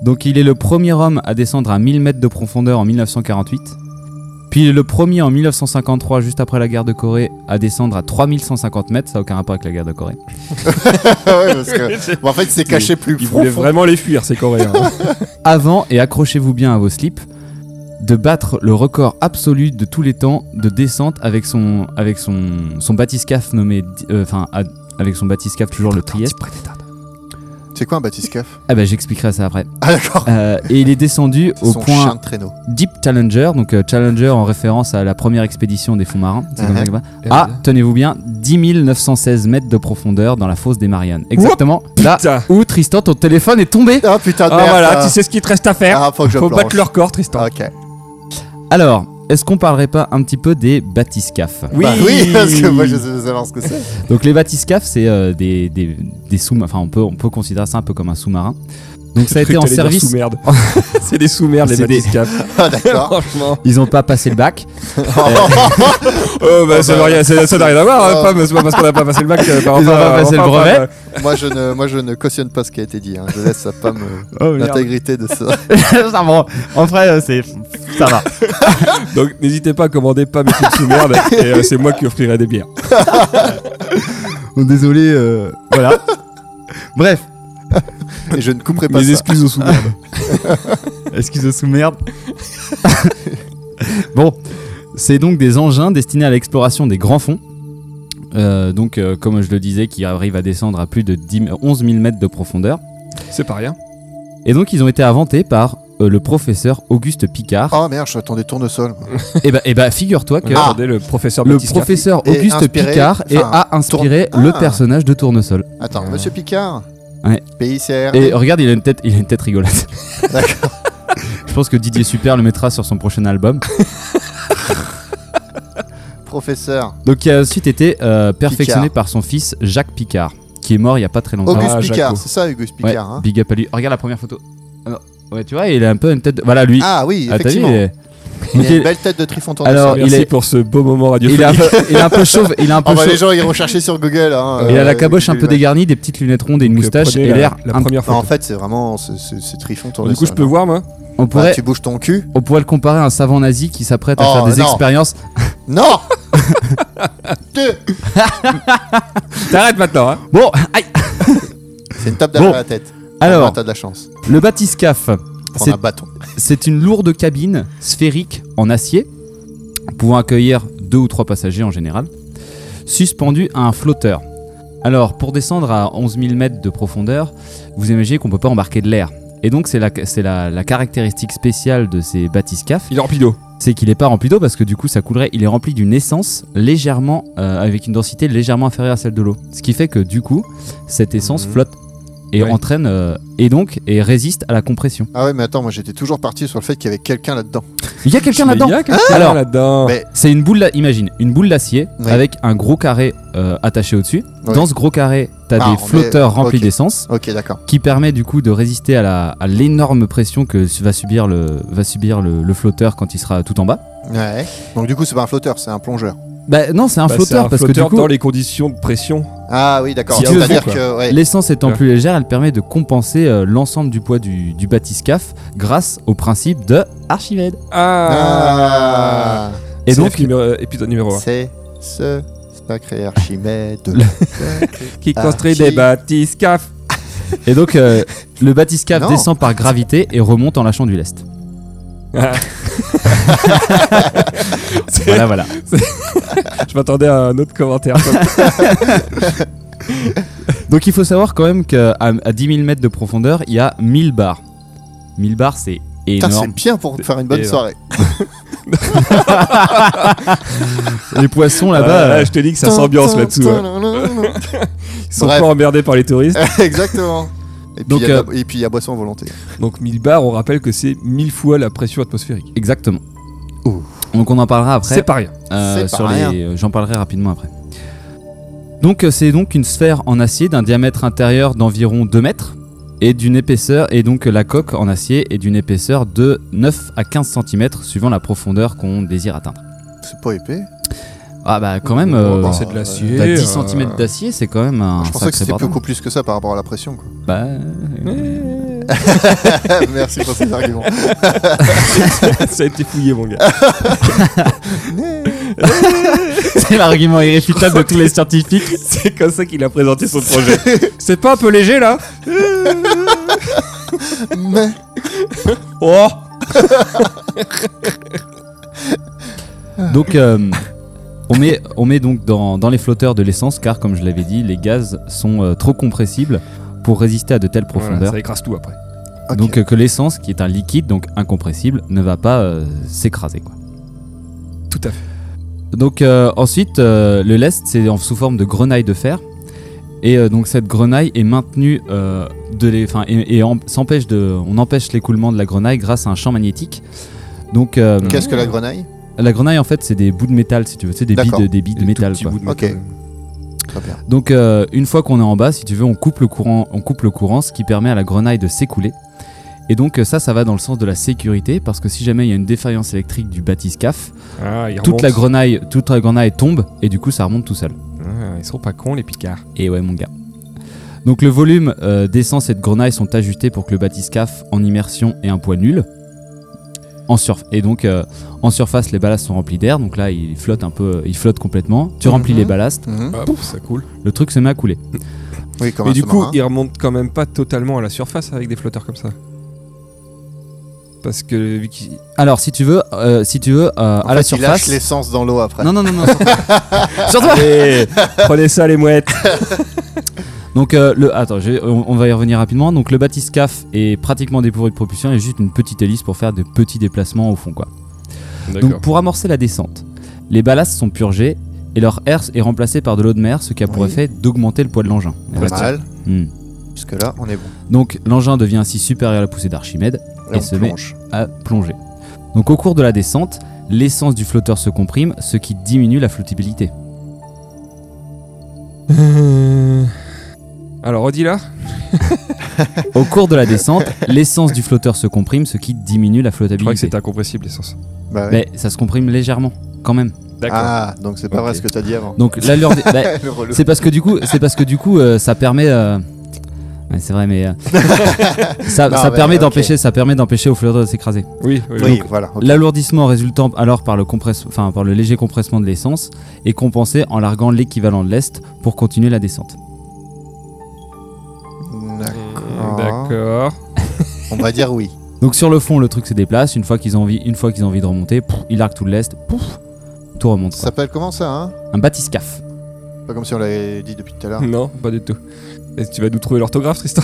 Speaker 3: Donc il est le premier homme à descendre à 1000 mètres de profondeur en 1948. Puis il est le premier en 1953, juste après la guerre de Corée, à descendre à 3150 mètres. Ça n'a aucun rapport avec la guerre de Corée.
Speaker 1: Ah ouais, parce
Speaker 2: [laughs]
Speaker 1: que- bon, en fait, c'est caché plus
Speaker 2: Il voulait
Speaker 1: profond.
Speaker 2: vraiment les fuir, ces Coréens. hein.
Speaker 3: Avant, et accrochez-vous bien à vos slips, de battre le record absolu de tous les temps de descente avec son, avec son, son bathyscaphe nommé. euh, Enfin, à- avec son bathyscaphe toujours le Trieste.
Speaker 1: C'est quoi un batiscaf
Speaker 3: Ah bah j'expliquerai ça après.
Speaker 1: Ah, d'accord.
Speaker 3: Euh, et il est descendu au
Speaker 1: Son chien
Speaker 3: point
Speaker 1: de traîneau.
Speaker 3: Deep Challenger, donc euh, Challenger en référence à la première expédition des fonds marins. c'est comme ça
Speaker 1: Uh-huh.
Speaker 3: que ça va. Ah, tenez-vous bien, 10 916 mètres de profondeur dans la fosse des Mariannes. Exactement là
Speaker 2: Putain.
Speaker 3: où Tristan, ton téléphone est tombé.
Speaker 1: Ah putain de
Speaker 2: Ah,
Speaker 1: merde.
Speaker 2: voilà,
Speaker 1: ah.
Speaker 2: tu sais ce qu'il te reste à faire.
Speaker 1: Ah, faut que je
Speaker 2: Faut
Speaker 1: planche.
Speaker 2: battre leur corps, Tristan.
Speaker 1: Ok.
Speaker 3: Alors, est-ce qu'on parlerait pas un petit peu des bathyscaphes
Speaker 2: Oui.
Speaker 1: Bah oui, parce que moi je sais savoir ce que c'est.
Speaker 3: Donc les bathyscaphes, c'est euh, des, des, des sous enfin on peut, on peut considérer ça un peu comme un sous-marin. Donc
Speaker 2: [laughs]
Speaker 3: ça a été en service, [laughs]
Speaker 2: merde c'est des sous-merdes, les
Speaker 3: C'est
Speaker 2: [laughs]
Speaker 3: des-
Speaker 2: bathyscaphes.
Speaker 1: Ah d'accord.
Speaker 2: Franchement.
Speaker 3: ils n'ont pas passé
Speaker 2: [laughs]
Speaker 3: le bac.
Speaker 2: Oh, bah, ça n'a rien, ça- ça n'a rien à voir, hein,
Speaker 1: Oh.
Speaker 2: Pam, c'est pas parce qu'on n'a pas passé le bac. euh, par
Speaker 3: [laughs] Ils ont pas passé le brevet.
Speaker 2: Pam,
Speaker 1: moi je ne, moi je ne cautionne pas ce qui a été dit. hein. Je laisse à Pam euh,
Speaker 3: Oh,
Speaker 1: l'intégrité de ça.
Speaker 3: ça, bon, en vrai, euh, c'est, ça va.
Speaker 2: euh, Donc n'hésitez pas à commander Pam et toutes sous-merdes, et euh, c'est moi qui offrirai des
Speaker 3: [laughs]
Speaker 2: bières. [laughs]
Speaker 3: Désolé, euh,
Speaker 2: [laughs]
Speaker 3: voilà. Bref,
Speaker 1: Et je ne couperai pas
Speaker 2: Mes
Speaker 1: ça. [laughs]
Speaker 2: excuses aux sous-merdes.
Speaker 3: Excuse sous merde. [laughs] bon, c'est donc des engins destinés à l'exploration des grands fonds. Euh, donc, euh, comme je le disais, qui arrivent à descendre à plus de 10 000 11 000 mètres de profondeur.
Speaker 2: C'est pas rien.
Speaker 3: Ah. Et donc, ils ont été inventés par euh, le professeur Auguste Picard.
Speaker 1: Oh merde, j'attends des tournesols.
Speaker 3: Et bah, et bah figure-toi que
Speaker 1: Ah.
Speaker 2: Attendez, le professeur
Speaker 3: le
Speaker 2: Bathyscaphe.
Speaker 3: professeur
Speaker 1: est
Speaker 3: Auguste
Speaker 1: inspiré-
Speaker 3: Picard et
Speaker 1: enfin,
Speaker 3: a inspiré
Speaker 1: tourne-
Speaker 3: le
Speaker 1: Ah.
Speaker 3: personnage de Tournesol.
Speaker 1: Attends, Monsieur Picard.
Speaker 3: Ouais.
Speaker 1: PICR.
Speaker 3: Et regarde, il a une tête, il a une tête rigolote. [laughs]
Speaker 1: D'accord.
Speaker 3: Je pense que Didier Super le mettra sur son prochain album.
Speaker 1: Professeur.
Speaker 3: Donc qui a ensuite été euh, perfectionné
Speaker 1: Picard.
Speaker 3: par son fils Jacques Picard, qui est mort il y a pas très longtemps.
Speaker 1: Auguste
Speaker 2: Ah,
Speaker 1: Picard,
Speaker 2: Jaco.
Speaker 1: c'est ça, Auguste
Speaker 3: Ouais,
Speaker 1: Picard. hein.
Speaker 3: Big up à lui. Regarde la première photo. Ah non. Ouais, tu vois, il a un peu une tête. de- Voilà lui.
Speaker 1: Ah oui,
Speaker 3: Ah, t'as vu, il
Speaker 1: effectivement.
Speaker 3: est-
Speaker 1: Il a
Speaker 3: Ok.
Speaker 1: une belle tête de Trifon
Speaker 3: Alors,
Speaker 1: tournesol.
Speaker 2: Merci
Speaker 3: il est-
Speaker 2: pour ce beau moment radio.
Speaker 3: [laughs] il est un peu, il est un peu chauve. Il a un peu
Speaker 1: Oh, bah,
Speaker 3: chauve.
Speaker 1: les gens iront chercher sur Google. hein,
Speaker 3: Il a
Speaker 1: euh,
Speaker 3: la caboche un peu
Speaker 1: Google Maps.
Speaker 3: dégarnie, des petites lunettes rondes et une moustache et l'air.
Speaker 2: euh, La,
Speaker 3: un-
Speaker 2: première
Speaker 1: Non, bah, en
Speaker 2: fois.
Speaker 1: fait, c'est vraiment c'est- c'est c'est Trifon tournesol.
Speaker 2: Du coup, je peux voir, moi
Speaker 3: On
Speaker 1: Bah,
Speaker 3: pourrait,
Speaker 1: tu bouges ton cul
Speaker 3: on pourrait le comparer à un savant nazi qui s'apprête à
Speaker 1: Oh,
Speaker 3: faire des
Speaker 1: non.
Speaker 3: expériences. [laughs]
Speaker 1: Non Deux.
Speaker 2: T'arrêtes maintenant, hein
Speaker 3: Bon, aïe.
Speaker 1: C'est une tape derrière
Speaker 3: Bon.
Speaker 1: la tête.
Speaker 3: Alors,
Speaker 1: T'as de la chance.
Speaker 3: le bathyscaphe.
Speaker 1: Prends
Speaker 3: C'est-
Speaker 1: un bâton.
Speaker 3: C'est une lourde cabine sphérique en acier, pouvant accueillir deux ou trois passagers en général, suspendue à un flotteur. Alors, pour descendre à 11 000 mètres de profondeur, vous imaginez qu'on ne peut pas embarquer de l'air. Et donc, c'est la, c'est la- la caractéristique spéciale de ces bathyscaphes,
Speaker 2: Il est rempli d'eau.
Speaker 3: c'est qu'il n'est pas rempli d'eau parce que du coup, ça coulerait. Il est rempli d'une essence légèrement, euh, avec une densité légèrement inférieure à celle de l'eau. Ce qui fait que du coup, cette essence
Speaker 1: Mhm.
Speaker 3: flotte et
Speaker 2: Ouais.
Speaker 3: entraîne, euh, et donc, et résiste à la compression.
Speaker 1: Ah ouais, mais attends, moi j'étais toujours parti sur le fait qu'il y avait quelqu'un là-dedans.
Speaker 3: Il y a quelqu'un
Speaker 2: Mais
Speaker 3: là-dedans
Speaker 2: Il y a quelqu'un
Speaker 3: Ah. Alors-
Speaker 2: hein. là-dedans.
Speaker 1: Mais-
Speaker 3: C'est une boule, d'a- imagine, une boule d'acier
Speaker 1: Oui.
Speaker 3: avec un gros carré euh, attaché au-dessus.
Speaker 1: Oui.
Speaker 3: Dans ce gros carré, t'as
Speaker 1: Ah,
Speaker 3: des
Speaker 1: on
Speaker 3: flotteurs
Speaker 1: est-
Speaker 3: remplis
Speaker 1: ok.
Speaker 3: d'essence
Speaker 1: Ok, d'accord.
Speaker 3: qui permet du coup de résister à la- à l'énorme pression que su- va subir, le, va subir le, le flotteur quand il sera tout en bas.
Speaker 1: Ouais. Donc du coup, c'est pas un flotteur, c'est un plongeur.
Speaker 3: Bah non, c'est un
Speaker 2: Bah, c'est
Speaker 3: flotteur parce
Speaker 2: flotteur
Speaker 3: que du coup,
Speaker 2: dans les conditions de pression.
Speaker 1: Ah oui, d'accord.
Speaker 2: Si
Speaker 3: tu veux,
Speaker 1: C'est-à-dire
Speaker 2: quoi.
Speaker 1: que. ouais.
Speaker 3: l'essence étant
Speaker 2: Ouais.
Speaker 3: plus légère, elle permet de compenser euh, l'ensemble du poids du, du bathyscaphe grâce au principe de Archimède.
Speaker 2: Ah,
Speaker 1: Ah,
Speaker 3: Et
Speaker 2: C'est
Speaker 3: donc,
Speaker 2: le numéro- euh, épisode numéro 1.
Speaker 1: c'est ce sacré Archimède. Sacré-
Speaker 2: Qui
Speaker 1: Ah,
Speaker 2: construit
Speaker 1: qui-
Speaker 2: des bathyscaphes
Speaker 3: et donc euh, le bathyscaphe
Speaker 1: Non.
Speaker 3: descend par gravité et remonte en lâchant du lest. [laughs] Voilà, voilà.
Speaker 2: Je m'attendais à un autre commentaire. [laughs]
Speaker 3: Donc il faut savoir quand même qu'à à 10 000 mètres de profondeur, il y a 1000 bars. 1000 bars, c'est
Speaker 1: Putain,
Speaker 3: énorme.
Speaker 1: c'est bien pour faire une bonne
Speaker 2: Et-
Speaker 1: soirée.
Speaker 3: Les poissons
Speaker 2: Ah bah,
Speaker 3: là-bas.
Speaker 2: là,
Speaker 3: euh,
Speaker 2: je te dis que ça s'ambiance là-dessous. hein. Ils sont
Speaker 1: Bref.
Speaker 2: pas emmerdés par les touristes.
Speaker 3: [laughs]
Speaker 1: [laughs] Exactement. Et puis
Speaker 3: Donc,
Speaker 1: il y a
Speaker 3: euh,
Speaker 1: de la- et puis, il y a boisson à volonté.
Speaker 2: Donc 1000 bars, on rappelle que c'est 1000 fois la pression atmosphérique.
Speaker 3: euh, Exactement.
Speaker 1: Ouh.
Speaker 3: Donc on en parlera
Speaker 2: C'est
Speaker 3: après.
Speaker 2: pas rien.
Speaker 3: euh,
Speaker 1: c'est pas
Speaker 3: sur
Speaker 1: rien.
Speaker 3: les- euh, J'en parlerai rapidement après. Donc euh, c'est donc une sphère en acier d'un diamètre intérieur d'environ 2 mètres et d'une épaisseur et donc euh, la coque en acier est d'une épaisseur de 9 à 15 cm suivant la profondeur qu'on désire atteindre.
Speaker 1: C'est pas épais.
Speaker 3: Ah bah quand même
Speaker 2: Bon,
Speaker 3: euh,
Speaker 2: bah, c'est de l'acier.
Speaker 3: t'as 10
Speaker 2: euh,
Speaker 3: cm d'acier, c'est quand même un
Speaker 1: Je pensais que
Speaker 3: sacré
Speaker 1: c'était
Speaker 3: bordel.
Speaker 1: beaucoup plus que ça par rapport à la pression. quoi. [laughs]
Speaker 3: Bah,
Speaker 1: Merci pour ces
Speaker 3: [laughs]
Speaker 1: arguments.
Speaker 2: [laughs] ça a été fouillé, mon gars.
Speaker 3: c'est l'argument irréfutable de tous les scientifiques.
Speaker 2: [laughs] c'est comme ça qu'il a présenté son projet. c'est pas un peu léger là
Speaker 1: Mais
Speaker 2: [laughs] Oh
Speaker 3: Donc, euh, on, met, on met donc dans, dans les flotteurs de l'essence, car comme je l'avais dit, les gaz sont euh, trop compressibles pour résister à de telles
Speaker 2: Voilà,
Speaker 3: profondeurs.
Speaker 2: Ça écrase tout après.
Speaker 1: ok.
Speaker 3: Donc, euh, que l'essence, qui est un liquide, donc incompressible, ne va pas euh, s'écraser. quoi.
Speaker 2: Tout à fait.
Speaker 3: Donc, euh, ensuite, euh, le lest, c'est en, sous forme de grenaille de fer. Et euh, donc, cette grenaille est maintenue euh, de les, enfin, et, et en- s'empêche de, on empêche l'écoulement de la grenaille grâce à un champ magnétique. Donc, euh,
Speaker 1: qu'est-ce que la grenaille
Speaker 3: la grenaille, en fait, c'est des bouts de métal, si tu veux, c'est des billes
Speaker 1: D'accord.
Speaker 3: de, des billes de
Speaker 2: Des
Speaker 3: métal.
Speaker 2: tout petits
Speaker 3: quoi.
Speaker 2: bouts de
Speaker 1: Ok.
Speaker 2: métal.
Speaker 1: Très bien.
Speaker 3: Donc euh, une fois qu'on est en bas, si tu veux, on coupe le courant, on coupe le courant, ce qui permet à la grenaille de s'écouler. Et donc euh, ça, ça va dans le sens de la sécurité, parce que si jamais il y a une défaillance électrique du batiscaf,
Speaker 2: Ah, ils
Speaker 3: toute la
Speaker 2: remontent.
Speaker 3: grenaille, toute la grenaille tombe et du coup ça remonte tout seul.
Speaker 2: Ah, ils sont pas cons, les Picards.
Speaker 3: Et ouais mon gars. Donc le volume euh, d'essence et de grenaille sont ajustés pour que le batiscaf en immersion ait un poids nul. En surf et donc euh, en surface les ballasts sont remplis d'air, donc là il flotte un peu, euh, il flotte complètement. Tu remplis
Speaker 1: Mhm.
Speaker 3: les ballasts,
Speaker 1: Mhm.
Speaker 2: Ah, pouf, ça coule.
Speaker 3: le truc se met à couler.
Speaker 1: Oui, comme
Speaker 2: Mais
Speaker 1: un
Speaker 2: du coup,
Speaker 1: sous-marin.
Speaker 2: ils remontent quand même pas totalement à la surface avec des flotteurs comme ça. Parce que vu qu'ils-
Speaker 3: Alors si tu veux, euh, si tu veux euh, à
Speaker 1: En
Speaker 3: la
Speaker 1: fait, il lâche
Speaker 3: surface.
Speaker 1: l'essence dans l'eau après.
Speaker 3: Non non [laughs] non non. sur toi. Sur toi.
Speaker 2: Allez, prenez ça les mouettes.
Speaker 3: Donc euh, le attends, je vais- on, on va y revenir rapidement. Donc le batiscaf est pratiquement dépourvu de propulsion et juste une petite hélice pour faire des petits déplacements au fond quoi. Donc pour amorcer la descente, les ballasts sont purgés et leur air est remplacé par de l'eau de mer, ce qui a pour
Speaker 1: Oui.
Speaker 3: effet d'augmenter le poids de l'engin.
Speaker 1: Pas mal.
Speaker 3: Hmm.
Speaker 1: Jusque là, on est bon.
Speaker 3: Donc l'engin devient ainsi supérieur à la poussée d'Archimède
Speaker 1: Là,
Speaker 3: Et
Speaker 1: on
Speaker 3: se met-
Speaker 1: plonge.
Speaker 3: à plonger. Donc au cours de la descente, l'essence du flotteur se comprime, ce qui diminue la flottabilité.
Speaker 2: Euh, [laughs] Alors, redis là.
Speaker 3: Au cours de
Speaker 1: [laughs]
Speaker 3: la descente, l'essence du flotteur se comprime, ce qui diminue la
Speaker 2: Je crois que
Speaker 3: flottabilité.
Speaker 2: c'était incompressible l'essence.
Speaker 1: Bah oui.
Speaker 3: Mais ça se comprime légèrement, quand même.
Speaker 1: Ah, donc c'est pas
Speaker 2: Ok.
Speaker 1: vrai ce que t'as dit
Speaker 3: [laughs]
Speaker 1: avant.
Speaker 3: Donc l'allure.
Speaker 1: [laughs]
Speaker 3: des- bah,
Speaker 1: Le relou.
Speaker 3: c'est parce que du coup, c'est parce que du coup, euh, ça permet. euh, ouais, c'est
Speaker 1: [laughs]
Speaker 3: vrai, mais euh, ça,
Speaker 1: Non,
Speaker 3: ça
Speaker 1: mais
Speaker 3: permet
Speaker 1: ok.
Speaker 3: d'empêcher, ça permet d'empêcher au flotteur de s'écraser.
Speaker 2: Oui, oui.
Speaker 1: Oui,
Speaker 2: donc,
Speaker 1: voilà. ok.
Speaker 3: L'alourdissement résultant alors par le, compresse- enfin, par le léger compressement de l'essence est compensé en larguant l'équivalent de l'est pour continuer la descente.
Speaker 1: D'accord.
Speaker 2: D'accord.
Speaker 1: On va dire oui.
Speaker 3: Donc sur le fond, le truc se déplace. Une fois qu'ils ont envie, une fois qu'ils ont envie de remonter, pouf, ils larguent tout de l'est, pouf, tout remonte.
Speaker 1: Ça
Speaker 3: quoi.
Speaker 1: s'appelle comment ça, hein
Speaker 3: Un batiscaf.
Speaker 1: Pas comme si on l'avait dit depuis tout
Speaker 3: [laughs]
Speaker 1: à l'heure.
Speaker 2: Ah. Non, pas du tout. Et tu vas nous trouver l'orthographe, Tristan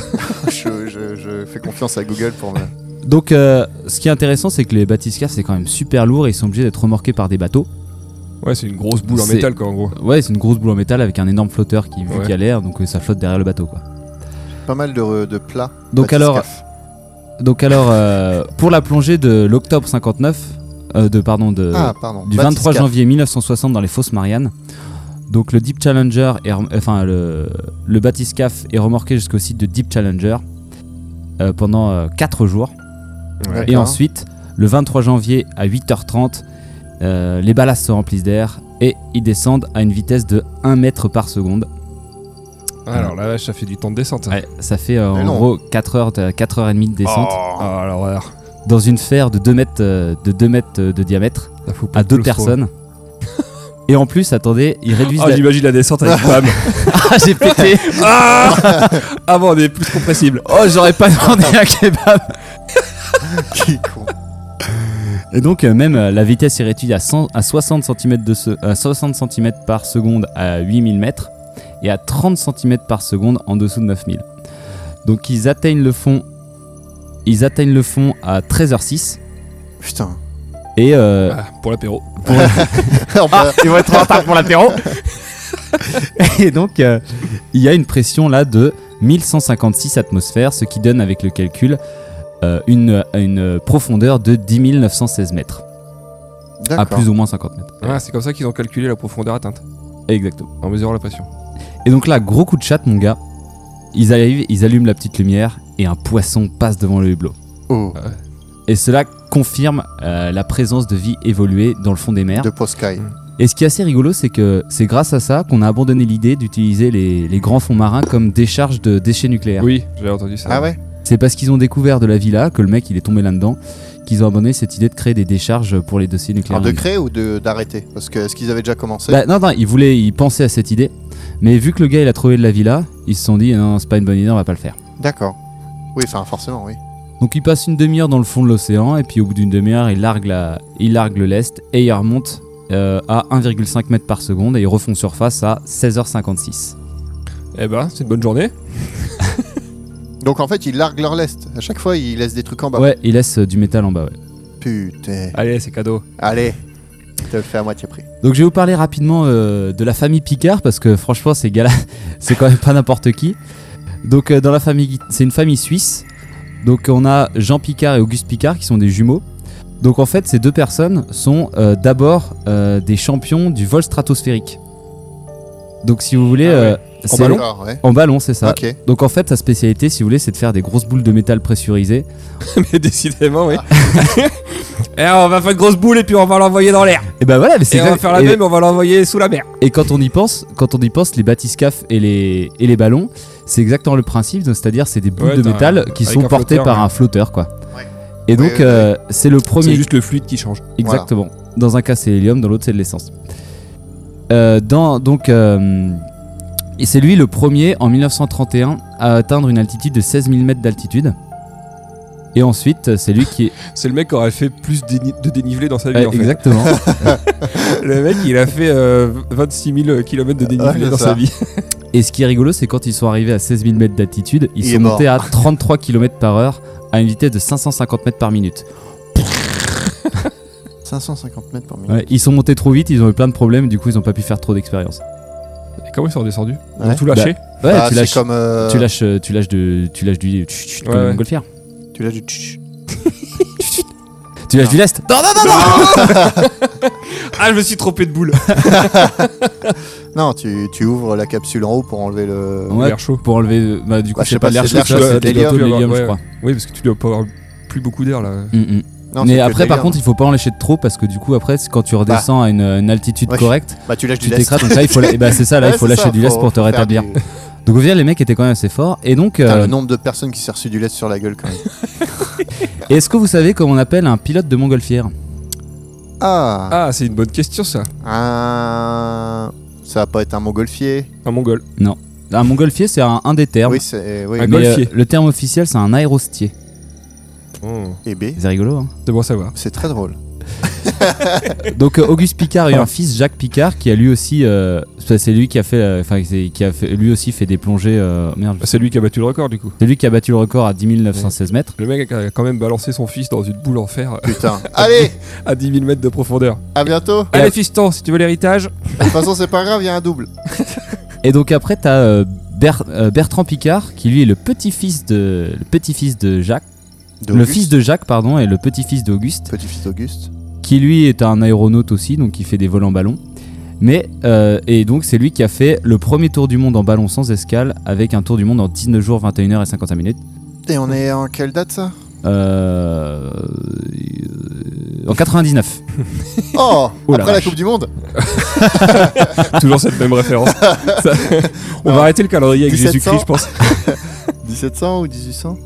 Speaker 1: je, je- je fais confiance à Google pour me.
Speaker 3: Donc, euh, ce qui est intéressant, c'est que les batiscafs, c'est quand même super lourd et ils sont obligés d'être remorqués par des bateaux.
Speaker 2: Ouais, c'est une grosse boule en
Speaker 3: C'est-
Speaker 2: métal, quoi, en gros.
Speaker 3: Ouais, c'est une grosse boule en métal avec un énorme flotteur qui, vu
Speaker 2: Ouais.
Speaker 3: qu'il y a l'air, donc euh, ça flotte derrière le bateau. Quoi.
Speaker 1: Pas mal de, re- de plats.
Speaker 3: Donc, alors,
Speaker 1: batiscaf.
Speaker 3: donc alors euh, pour la plongée de l'octobre 59, euh, de, pardon, de,
Speaker 1: ah, pardon.
Speaker 3: du 23
Speaker 1: batiscaf.
Speaker 3: janvier 1960 dans les Fosses Mariannes, donc le Deep Challenger, est rem- enfin le, le batiscaf est remorqué jusqu'au site de Deep Challenger euh, pendant 4 jours.
Speaker 1: Ouais.
Speaker 3: Et
Speaker 1: D'accord.
Speaker 3: ensuite, le 23 janvier à 8h30, euh, les ballasts se remplissent d'air et ils descendent à une vitesse de 1 mètre par seconde.
Speaker 2: Alors, la vache, ça fait du temps de descente. hein. ça.
Speaker 3: Ouais, ça fait euh,
Speaker 1: Mais
Speaker 3: en
Speaker 1: non.
Speaker 3: gros 4 heures, de- 4 heures et demie de descente
Speaker 1: Oh.
Speaker 2: Ah, alors, alors.
Speaker 3: dans une sphère de 2 mètres, euh, de, 2 mètres euh, de diamètre
Speaker 2: Ça faut pas
Speaker 3: à
Speaker 2: de
Speaker 3: deux
Speaker 2: claustro.
Speaker 3: personnes. et en plus, attendez, ils réduisent
Speaker 2: Ah,
Speaker 3: la...
Speaker 2: j'imagine la descente avec Pam.
Speaker 3: [laughs] Ah, j'ai pété
Speaker 2: ah Ah bon, on est plus compressible.
Speaker 3: Oh, j'aurais pas demandé un kebab
Speaker 1: Ah, Qui con.
Speaker 3: Et donc, euh, même euh, la vitesse est réduite à, 100 à 60 cm de se- à 60 cm par seconde à 8000 mètres et à 30 cm par seconde en dessous de 9000. Donc, ils atteignent le fond Ils atteignent le fond à 13h06
Speaker 1: [laughs] Putain.
Speaker 3: et euh,
Speaker 2: Ah, pour l'apéro.
Speaker 3: [laughs]
Speaker 1: Alors, bah,
Speaker 3: ils vont être en retard pour l'apéro. [laughs] Et donc, euh, il y a une pression là de 1156 atmosphères, ce qui donne avec le calcul euh, une, une profondeur de 10 916 mètres, à
Speaker 1: D'accord.
Speaker 3: plus ou moins 50 mètres.
Speaker 2: Ah, c'est comme ça qu'ils ont calculé la profondeur atteinte
Speaker 3: Exactement.
Speaker 2: en mesurant la pression.
Speaker 3: Et donc là, gros coup de chat, mon gars. Ils arrivent, ils allument la petite lumière et un poisson passe devant le hublot.
Speaker 1: Oh,
Speaker 2: Ah,
Speaker 3: Et cela confirme euh, la présence de vie évoluée dans le fond des mers.
Speaker 1: de Poscaï.
Speaker 3: Et ce qui est assez rigolo, c'est que c'est grâce à ça qu'on a abandonné l'idée d'utiliser les, les grands fonds marins comme décharge de déchets nucléaires.
Speaker 2: Oui, j'avais entendu ça.
Speaker 1: Ah ouais
Speaker 3: C'est parce qu'ils ont découvert de la villa que le mec il est tombé là-dedans qu'ils ont abandonné cette idée de créer des décharges pour les dossiers nucléaires.
Speaker 1: Alors, de créer ou de- d'arrêter Parce que est-ce qu'ils avaient déjà commencé
Speaker 3: Bah, non, non, ils voulaient, ils pensaient à cette idée, mais vu que le gars il a trouvé de la villa, ils se sont dit non, c'est pas une bonne idée, on va pas le faire.
Speaker 1: D'accord. Oui, enfin, forcément, oui.
Speaker 3: Donc ils passent une demi-heure dans le fond de l'océan et puis au bout d'une demi-heure ils larguent la, ils larguent le lest et ils remontent euh, à 1,5 mètres par seconde et ils refont surface à 16h56.
Speaker 2: Eh ben, c'est une bonne journée.
Speaker 1: Donc, en fait, ils larguent leur lest. À chaque fois, ils laissent des trucs en bas.
Speaker 3: Ouais, ils laissent euh, du métal en bas. ouais.
Speaker 1: Putain.
Speaker 2: Allez, c'est cadeau. [laughs]
Speaker 1: Allez, je te le fais à moitié prix.
Speaker 3: Donc je vais vous parler rapidement euh, de la famille Picard parce que franchement ces gars-là, [laughs] c'est quand même pas n'importe qui. Donc euh, dans la famille, c'est une famille suisse. Donc on a Jean Picard et Auguste Picard qui sont des jumeaux. Donc en fait ces deux personnes sont euh, d'abord euh, des champions du vol stratosphérique. Donc si vous voulez,
Speaker 2: Ah ouais.
Speaker 3: euh, c'est-
Speaker 2: ballon
Speaker 1: D'accord, ouais.
Speaker 3: en ballon, c'est ça.
Speaker 1: Ok.
Speaker 3: Donc en fait sa spécialité, si vous voulez, c'est de faire des grosses boules de métal pressurisées.
Speaker 2: Mais décidément, oui. [laughs] Eh, on va faire une grosse boule et puis on va l'envoyer dans l'air.
Speaker 3: Et ben voilà, mais c'est
Speaker 2: Et on va
Speaker 3: exact-
Speaker 2: faire la
Speaker 3: et-
Speaker 2: même, on va l'envoyer sous la mer.
Speaker 3: Et quand on y pense, quand on y pense, les bathyscaphes et les, et les ballons, c'est exactement le principe, donc c'est-à-dire c'est des boules
Speaker 2: Ouais,
Speaker 3: de
Speaker 2: t'as
Speaker 3: métal
Speaker 2: un-
Speaker 3: qui
Speaker 2: avec
Speaker 3: sont
Speaker 2: un
Speaker 3: portées
Speaker 2: flotteur,
Speaker 3: par
Speaker 2: ouais.
Speaker 3: un flotteur, quoi.
Speaker 1: Ouais.
Speaker 3: Et donc
Speaker 1: Ouais, ouais,
Speaker 3: euh, c'est le
Speaker 2: C'est
Speaker 3: premier,
Speaker 2: juste le fluide qui change.
Speaker 3: exactement. Dans un cas c'est l'hélium, dans l'autre c'est de l'essence. Euh, dans donc euh, et c'est lui le premier en 1931 à atteindre une altitude de 16 000 mètres d'altitude. Et ensuite, c'est lui qui est.
Speaker 2: C'est le mec qui aurait fait plus déni- de dénivelé dans sa vie.
Speaker 3: Ouais,
Speaker 2: en fait.
Speaker 3: exactement.
Speaker 2: [laughs] Le mec, il a fait euh, 26 000 km de dénivelé
Speaker 1: Ouais,
Speaker 2: dans
Speaker 1: c'est
Speaker 2: sa
Speaker 1: ça.
Speaker 2: vie.
Speaker 3: Et ce qui est rigolo, c'est quand ils sont arrivés à 16 000 mètres d'altitude, ils
Speaker 1: Il
Speaker 3: sont
Speaker 1: est mort.
Speaker 3: montés à 33 km par heure à une vitesse de 550 mètres par minute.
Speaker 1: 550 mètres par minute.
Speaker 3: Ouais, ils sont montés trop vite, ils ont eu plein de problèmes, du coup ils ont pas pu faire trop d'expérience.
Speaker 2: Et comment ils sont redescendus Ils ont
Speaker 1: Ouais.
Speaker 2: tout lâché
Speaker 3: Ouais,
Speaker 1: Bah,
Speaker 3: tu,
Speaker 1: c'est
Speaker 3: lâches,
Speaker 1: comme. euh,
Speaker 3: tu lâches, euh, tu lâches de, tu lâches du, tu- tu- tu-
Speaker 2: Ouais,
Speaker 3: comme une
Speaker 2: ouais.
Speaker 3: montgolfière.
Speaker 1: tu lâches du tch-
Speaker 3: Tu lâches du lest. Non, non, non, non.
Speaker 2: Ah, je me suis trompé de boule.
Speaker 1: Non, tu, tu ouvres la capsule en haut pour enlever le.
Speaker 3: Ouais,
Speaker 2: L'air chaud.
Speaker 3: Pour enlever, euh, bah du coup
Speaker 1: Bah, je
Speaker 3: c'est
Speaker 1: sais
Speaker 3: pas
Speaker 1: pas,
Speaker 3: de l'air
Speaker 1: c'est
Speaker 3: chaud,
Speaker 1: de l'air chaud,
Speaker 3: c'est
Speaker 1: c'est de
Speaker 3: plutôt de
Speaker 2: l'hélium,
Speaker 3: l'hélium,
Speaker 2: ouais.
Speaker 3: je crois.
Speaker 2: Oui, parce que tu dois pas avoir plus beaucoup d'air là.
Speaker 3: Mm, mm.
Speaker 1: Non, c'est
Speaker 3: Mais
Speaker 1: que
Speaker 3: après, par
Speaker 1: délire.
Speaker 3: contre, il faut pas en lâcher de trop parce que du coup, après, c'est quand tu redescends à une, euh, une altitude
Speaker 1: Ouais.
Speaker 3: correcte,
Speaker 1: Bah, tu lâches
Speaker 3: tu
Speaker 1: du lest.
Speaker 3: t'écrases. Donc là, il faut,
Speaker 1: [laughs]
Speaker 3: la- eh ben, c'est ça, là,
Speaker 1: Ouais,
Speaker 3: il faut
Speaker 1: c'est
Speaker 3: lâcher
Speaker 1: ça,
Speaker 3: du lest
Speaker 1: faut-
Speaker 3: pour te
Speaker 1: faut faire
Speaker 3: rétablir.
Speaker 1: du-
Speaker 3: Donc au final, les mecs étaient quand même assez forts. Et donc,
Speaker 1: Putain,
Speaker 3: euh,
Speaker 1: le nombre de personnes qui s'est reçu du lest sur la gueule quand
Speaker 3: [laughs]
Speaker 1: même.
Speaker 3: Et Est-ce que vous savez comment on appelle un pilote de montgolfière
Speaker 1: Ah,
Speaker 2: Ah, c'est une bonne question ça.
Speaker 1: Un- Ça va pas être un montgolfier.
Speaker 2: Un mongol.
Speaker 3: Un montgolfier, c'est un, un des termes.
Speaker 1: Oui, c'est. Oui,
Speaker 2: Un
Speaker 3: mais, euh,
Speaker 2: golfier.
Speaker 3: le terme officiel, c'est un aérostier.
Speaker 2: Oh.
Speaker 1: et B.
Speaker 3: C'est rigolo, hein
Speaker 2: C'est bon à savoir.
Speaker 1: C'est très drôle.
Speaker 3: Donc, euh, Auguste Picard a eu un fils, Jacques Picard, qui a lui aussi. euh, c'est c'est lui qui a fait. euh, Enfin, c'est- qui a fait, lui aussi fait des plongées. euh, merde.
Speaker 2: Bah, C'est lui qui a battu le record du coup.
Speaker 3: C'est lui qui a battu le record à 10 916 mètres.
Speaker 2: Le mec a quand même balancé son fils dans une boule en fer euh,
Speaker 1: Putain. [laughs] Allez,
Speaker 2: à 10 000 mètres de profondeur.
Speaker 1: à bientôt.
Speaker 2: Allez, fiston, si tu veux l'héritage.
Speaker 1: De toute façon, c'est pas grave, il y a un double.
Speaker 3: Et donc, après, t'as euh, Ber- euh, Bertrand Picard, qui lui est le petit-fils de, le petit-fils de Jacques. Le
Speaker 1: D'Auguste,
Speaker 3: fils de Jacques, pardon, et le petit-fils d'Auguste.
Speaker 1: Petit-fils d'Auguste.
Speaker 3: qui lui est un aéronaute aussi, donc il fait des vols en ballon. Mais, euh, et donc c'est lui qui a fait le premier tour du monde en ballon sans escale, avec un tour du monde en 19 jours, 21h et 55 minutes.
Speaker 1: Et on est en quelle date ça
Speaker 3: Euh, euh, en 99.
Speaker 1: Oh,
Speaker 3: [laughs] Oh la
Speaker 1: Après la
Speaker 3: vache.
Speaker 1: Coupe du Monde
Speaker 2: [laughs] Toujours cette même
Speaker 3: [laughs]
Speaker 2: référence. Ça- On va arrêter le calendrier avec
Speaker 1: 1700.
Speaker 2: Jésus-Christ, je [laughs] pense.
Speaker 1: 1700 ou 1800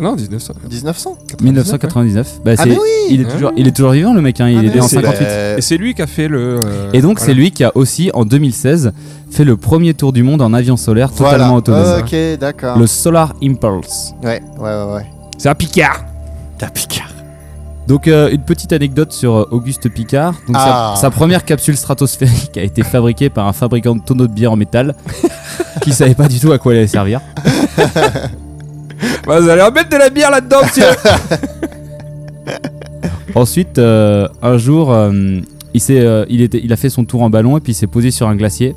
Speaker 2: Non, 1900.
Speaker 1: 1900
Speaker 3: 1999. Bah,
Speaker 1: Ah,
Speaker 3: c'est-
Speaker 1: mais oui
Speaker 3: il, est toujours, il est toujours vivant le mec, hein, il
Speaker 2: Ah,
Speaker 3: est
Speaker 2: mais
Speaker 3: né en
Speaker 2: c'est-
Speaker 3: 58.
Speaker 1: Bah,
Speaker 2: Et c'est lui qui a fait le. euh,
Speaker 3: Et donc
Speaker 2: voilà.
Speaker 3: c'est lui qui a aussi, en 2016, fait le premier tour du monde en avion solaire
Speaker 1: Voilà.
Speaker 3: totalement autonome.
Speaker 1: Ok, d'accord.
Speaker 3: Le Solar Impulse.
Speaker 1: Ouais, ouais, ouais, ouais.
Speaker 2: C'est un Picard.
Speaker 1: T'as Picard.
Speaker 3: Donc euh, une petite anecdote sur euh, Auguste Picard. Donc, sa-
Speaker 1: Ah.
Speaker 3: sa, première capsule stratosphérique a été fabriquée par
Speaker 1: [laughs]
Speaker 3: un fabricant de tonneaux de bière en métal qui savait pas du tout à quoi elle allait servir.
Speaker 2: Bah, vous allez en mettre de la bière là-dedans,
Speaker 1: [laughs]
Speaker 2: monsieur
Speaker 3: Ensuite, euh, un jour, euh, il, s'est, euh, il, était, il a fait son tour en ballon et puis il s'est posé sur un glacier.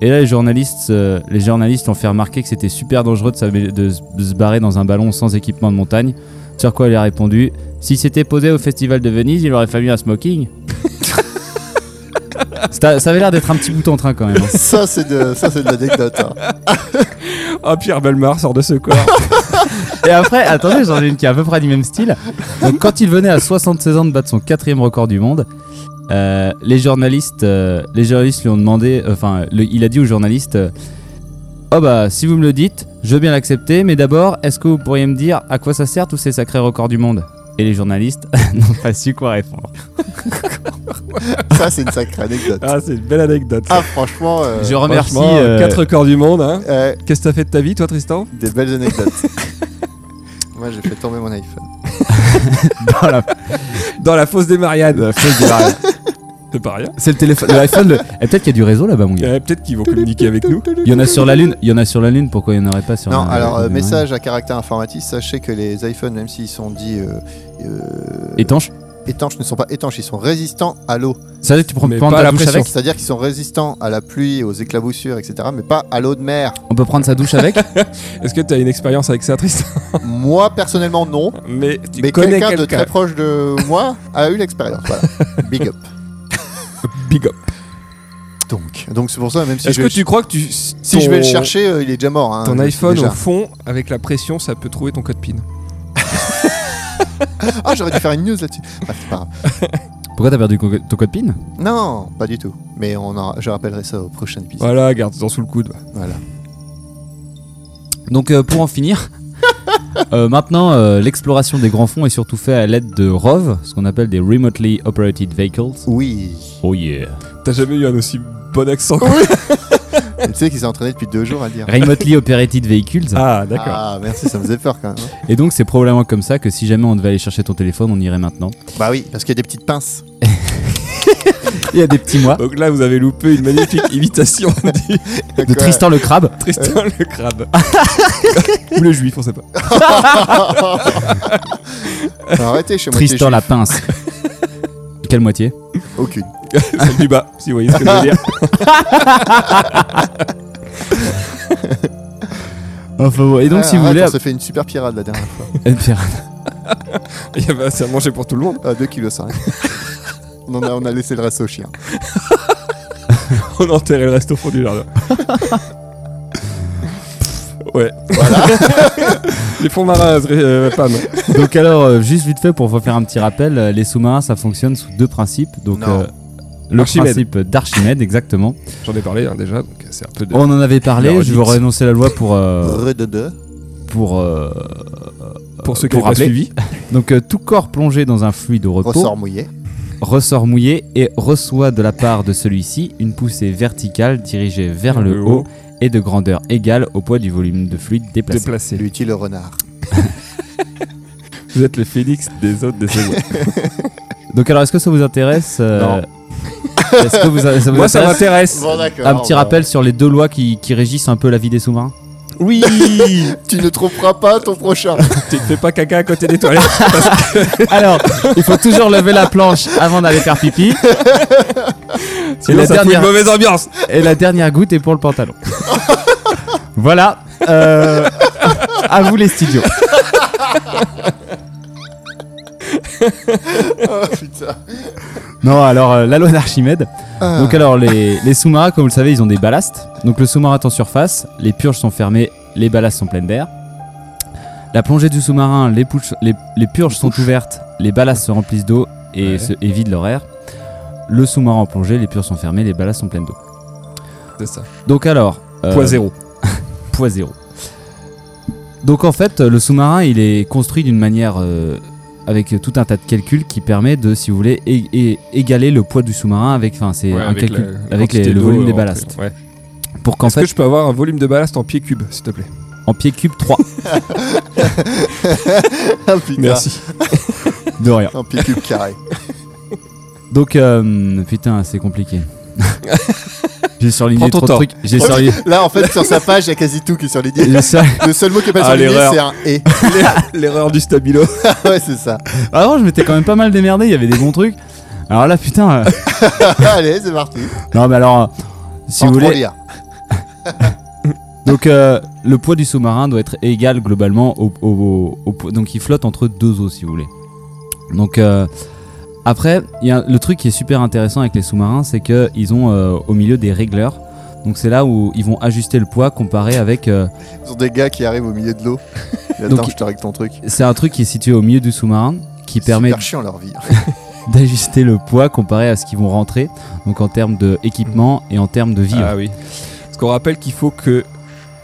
Speaker 3: Et là, les journalistes, euh, les journalistes ont fait remarquer que c'était super dangereux de, s'ab- de s- de se barrer dans un ballon sans équipement de montagne. Sur quoi il a répondu Si c'était posé au Festival de Venise, il aurait fallu un smoking. [laughs] ça, ça avait l'air d'être un petit bout en train quand même. hein.
Speaker 1: Ça, c'est de, ça, c'est de l'anecdote. hein.
Speaker 2: Ah, Pierre Belmar sort de ce corps.
Speaker 3: Et après, attendez, j'en ai une qui est à peu près du même style. Donc, quand il venait à 76 ans de battre son quatrième record du monde, euh, les journalistes, euh, les journalistes lui ont demandé, euh, enfin, le- il a dit aux journalistes, euh, oh bah, si vous me le dites, je veux bien l'accepter, mais d'abord, est-ce que vous pourriez me dire à quoi ça sert tous ces sacrés records du monde Et les journalistes [laughs] n'ont pas su quoi répondre.
Speaker 1: Ça, c'est une sacrée anecdote.
Speaker 2: Ah, c'est une belle anecdote.
Speaker 1: Ah, franchement, euh,
Speaker 3: je remercie.
Speaker 2: Franchement,
Speaker 3: euh,
Speaker 2: quatre corps du monde, hein.
Speaker 1: ouais,
Speaker 2: Qu'est-ce que t'as fait de ta vie, toi, Tristan
Speaker 1: des belles
Speaker 2: [laughs]
Speaker 1: anecdotes. Moi, j'ai fait tomber mon iPhone.
Speaker 3: dans la-
Speaker 2: Dans la fosse des Mariannes. La fosse des [laughs] Mariannes. C'est pas rien.
Speaker 3: C'est le téléphone, le iPhone. le- Eh, peut-être qu'il y a du réseau là-bas, mon gars.
Speaker 2: Eh, Peut-être qu'ils vont communiquer avec nous.
Speaker 3: Il y en a sur la lune. Il y en a sur la lune. Pourquoi il n'y en aurait pas sur
Speaker 1: Non,
Speaker 3: la-
Speaker 1: alors,
Speaker 3: la-
Speaker 1: euh,
Speaker 3: la-
Speaker 1: message à caractère informatique, sachez que les iPhones, même s'ils sont dits euh, euh,
Speaker 3: étanche.
Speaker 1: étanches, ne sont pas étanches, ils sont résistants à l'eau.
Speaker 3: Sérieux, tu prends
Speaker 2: Mais
Speaker 3: prendre
Speaker 2: pas
Speaker 3: ta
Speaker 2: la
Speaker 3: douche
Speaker 2: pression.
Speaker 3: avec
Speaker 1: C'est-à-dire qu'ils sont résistants à la pluie, aux éclaboussures, etc., mais pas à l'eau de mer. [laughs]
Speaker 3: On peut prendre sa douche avec
Speaker 2: Est-ce que t'as une expérience avec ça, Tristan
Speaker 1: Moi, personnellement, non.
Speaker 2: Mais tu
Speaker 1: mais
Speaker 2: connais
Speaker 1: quelqu'un de très proche de
Speaker 2: [laughs]
Speaker 1: moi a eu l'expérience. Voilà. Big up.
Speaker 2: Big up.
Speaker 1: Donc, donc c'est pour ça, même si,
Speaker 2: Est-ce
Speaker 1: je
Speaker 2: que
Speaker 1: vais,
Speaker 2: tu crois que tu.
Speaker 1: si je vais le chercher, euh, il est déjà mort. hein,
Speaker 2: Ton
Speaker 1: je-
Speaker 2: iPhone
Speaker 1: déjà.
Speaker 2: au fond, avec la pression, ça peut trouver ton code PIN.
Speaker 1: Ah, j'aurais dû faire une news là-dessus. Ah, c'est pas grave.
Speaker 3: [laughs] Pourquoi t'as perdu co- ton code PIN
Speaker 1: Non, pas du tout. Mais on en- je rappellerai ça au prochain épisode.
Speaker 2: Voilà, garde-en sous le coude.
Speaker 1: Voilà.
Speaker 3: Donc euh, pour en finir, [laughs] euh, maintenant euh, l'exploration des grands fonds est surtout faite à l'aide de ROV, ce qu'on appelle des Remotely Operated Vehicles.
Speaker 1: Oui. [laughs]
Speaker 3: Oh yeah.
Speaker 2: T'as jamais eu un aussi bon accent que-
Speaker 1: tu sais qu'il s'est entraîné depuis deux jours à le dire.
Speaker 3: [laughs] Remotely Operated Vehicles.
Speaker 2: Ah, d'accord.
Speaker 1: Ah, merci, ça me faisait peur quand même. hein.
Speaker 3: Et donc c'est probablement comme ça que si jamais on devait aller chercher ton téléphone, on irait maintenant.
Speaker 1: Bah oui, parce qu'il y a des petites pinces.
Speaker 3: Il y a des petits
Speaker 1: Ah.
Speaker 3: mois
Speaker 2: Donc là, vous avez loupé une magnifique [laughs] imitation du
Speaker 3: de Tristan le crabe.
Speaker 2: Tristan le crabe. [laughs] Ou le juif,
Speaker 1: [laughs]
Speaker 2: on sait pas.
Speaker 3: [laughs]
Speaker 1: Alors, arrêtez, chez moi.
Speaker 3: Tristan la [laughs] pince. Quelle moitié
Speaker 1: Aucune.
Speaker 2: Celle du bas, si vous voyez ce que je veux
Speaker 1: [laughs]
Speaker 2: dire.
Speaker 3: Enfin, bon, Et donc
Speaker 1: Ah,
Speaker 3: si vous
Speaker 1: arrête,
Speaker 3: voulez...
Speaker 1: On s'est fait une super pirate la dernière
Speaker 3: [laughs]
Speaker 1: fois.
Speaker 2: Il y avait assez à manger pour tout le monde.
Speaker 1: Ah, 2,5 kg. [laughs] on, en a, on a laissé le reste au chien.
Speaker 2: On enterrait le reste au fond du [laughs] jardin. ouais. Voilà. [laughs] Les fonds marins, euh, Pam.
Speaker 3: Donc alors, euh, juste vite fait pour vous faire un petit rappel, euh, les sous-marins, ça fonctionne sous deux principes. Donc
Speaker 1: Non.
Speaker 3: euh, le
Speaker 2: Archimède.
Speaker 3: principe d'Archimède, exactement.
Speaker 2: J'en ai parlé hein, déjà, donc c'est un peu de.
Speaker 3: On en avait
Speaker 2: Le
Speaker 3: parlé. Je vais
Speaker 2: redite.
Speaker 3: renoncer la loi pour euh,
Speaker 1: Re de deux.
Speaker 3: pour euh,
Speaker 2: pour ceux qui
Speaker 3: pour
Speaker 2: n'ont pas
Speaker 3: rappeler.
Speaker 2: suivi.
Speaker 3: donc euh, tout corps plongé dans un fluide au repos
Speaker 1: Ressort mouillé.
Speaker 3: ressort mouillé et reçoit de la part de celui-ci une poussée verticale dirigée vers le haut et de grandeur égale au poids du volume de fluide déplacé.
Speaker 2: Déplacé.
Speaker 1: Lui le renard.
Speaker 2: Vous êtes le phénix des autres des saisons.
Speaker 3: Donc alors, est-ce que ça vous intéresse euh,
Speaker 2: Non.
Speaker 3: Est-ce que vous, ça
Speaker 2: [laughs]
Speaker 3: vous
Speaker 2: Moi, ça m'intéresse.
Speaker 3: intéresse
Speaker 1: Bon, d'accord.
Speaker 3: un petit rappel sur les deux lois qui, qui régissent un peu la vie des sous-marins.
Speaker 2: [laughs] Oui
Speaker 1: Tu ne tromperas pas ton
Speaker 3: [laughs]
Speaker 1: prochain.
Speaker 2: Tu ne fais pas caca à côté des toilettes. [laughs]
Speaker 3: Alors, il faut toujours lever la planche avant d'aller faire pipi. Et
Speaker 2: Sinon,
Speaker 3: la,
Speaker 2: ça fout
Speaker 3: dernière,
Speaker 2: une mauvaise ambiance.
Speaker 3: et la dernière goutte est pour le pantalon. voilà. euh, à vous les studios.
Speaker 1: oh putain.
Speaker 3: Non, alors euh, la loi d'Archimède.
Speaker 1: Ah.
Speaker 3: Donc alors les, les sous-marins, comme vous le savez, ils ont des ballasts. Donc le sous-marin est en surface, les purges sont fermées, les ballasts sont pleines d'air. La plongée du sous-marin, les, pouches- les, les purges sont ouvertes, les ballasts se remplissent d'eau et,
Speaker 2: Ouais.
Speaker 3: se, et vident leur air. Le sous-marin en plongée, les purges sont fermées, les ballasts sont pleines d'eau.
Speaker 2: C'est ça.
Speaker 3: Donc alors... euh,
Speaker 2: Poids zéro.
Speaker 3: poids zéro. Donc en fait, le sous-marin, il est construit d'une manière euh, avec tout un tas de calculs qui permet de, si vous voulez, é- é- égaler le poids du sous-marin avec, enfin, c'est un calcul avec les- le volume des ballasts.
Speaker 2: Ouais.
Speaker 3: Pour qu'en
Speaker 2: Est-ce
Speaker 3: fait,
Speaker 2: que je peux avoir un volume de ballast en pied cube, s'il te plaît
Speaker 3: en pied cube
Speaker 2: [laughs]
Speaker 3: 3
Speaker 1: Ah, putain.
Speaker 2: [laughs] Merci.
Speaker 3: de rien.
Speaker 1: Un pied cube carré.
Speaker 2: [laughs]
Speaker 3: Donc euh, putain, c'est compliqué. J'ai surligné
Speaker 2: Prends ton
Speaker 3: trop de
Speaker 2: temps. Oh,
Speaker 3: trucs.
Speaker 2: [laughs]
Speaker 3: J'ai surligné.
Speaker 1: Oh, Là, en fait, sur sa page, il y a quasi tout qui est
Speaker 3: [laughs]
Speaker 1: surligné.
Speaker 3: j'ai sur-
Speaker 1: Le seul mot qui est pas
Speaker 2: Ah,
Speaker 1: surligné,
Speaker 2: l'erreur.
Speaker 1: c'est un et.
Speaker 2: L'erreur du stabilo.
Speaker 1: [laughs] ouais, c'est ça.
Speaker 3: Avant, je m'étais quand même pas mal démerdé. Il y avait des bons trucs. Alors là, putain. euh,
Speaker 2: [laughs]
Speaker 1: Allez, c'est parti.
Speaker 3: Non, mais alors, euh, si
Speaker 1: En
Speaker 3: vous
Speaker 1: trois
Speaker 3: voulez.
Speaker 1: liens.
Speaker 3: Donc euh, le poids du sous-marin doit être égal globalement au, au- au- au poids- donc il flotte entre deux eaux si vous voulez. Donc euh, après il y a le truc qui est super intéressant avec les sous-marins c'est que ils ont euh, au milieu des régleurs. Donc c'est là où ils vont ajuster le poids comparé avec euh,
Speaker 1: Ce sont des gars qui arrivent au milieu de
Speaker 3: [laughs]
Speaker 1: l'eau. Et Attends,
Speaker 3: Donc,
Speaker 1: je te règle ton truc.
Speaker 3: c'est un truc qui est situé au milieu du sous-marin qui
Speaker 1: C'est
Speaker 3: permet
Speaker 1: super chiant leur vie.
Speaker 3: d'ajuster le poids comparé à ce qu'ils vont rentrer donc en termes de équipement et en termes de vivre.
Speaker 2: Ah oui. Parce qu'on rappelle qu'il faut que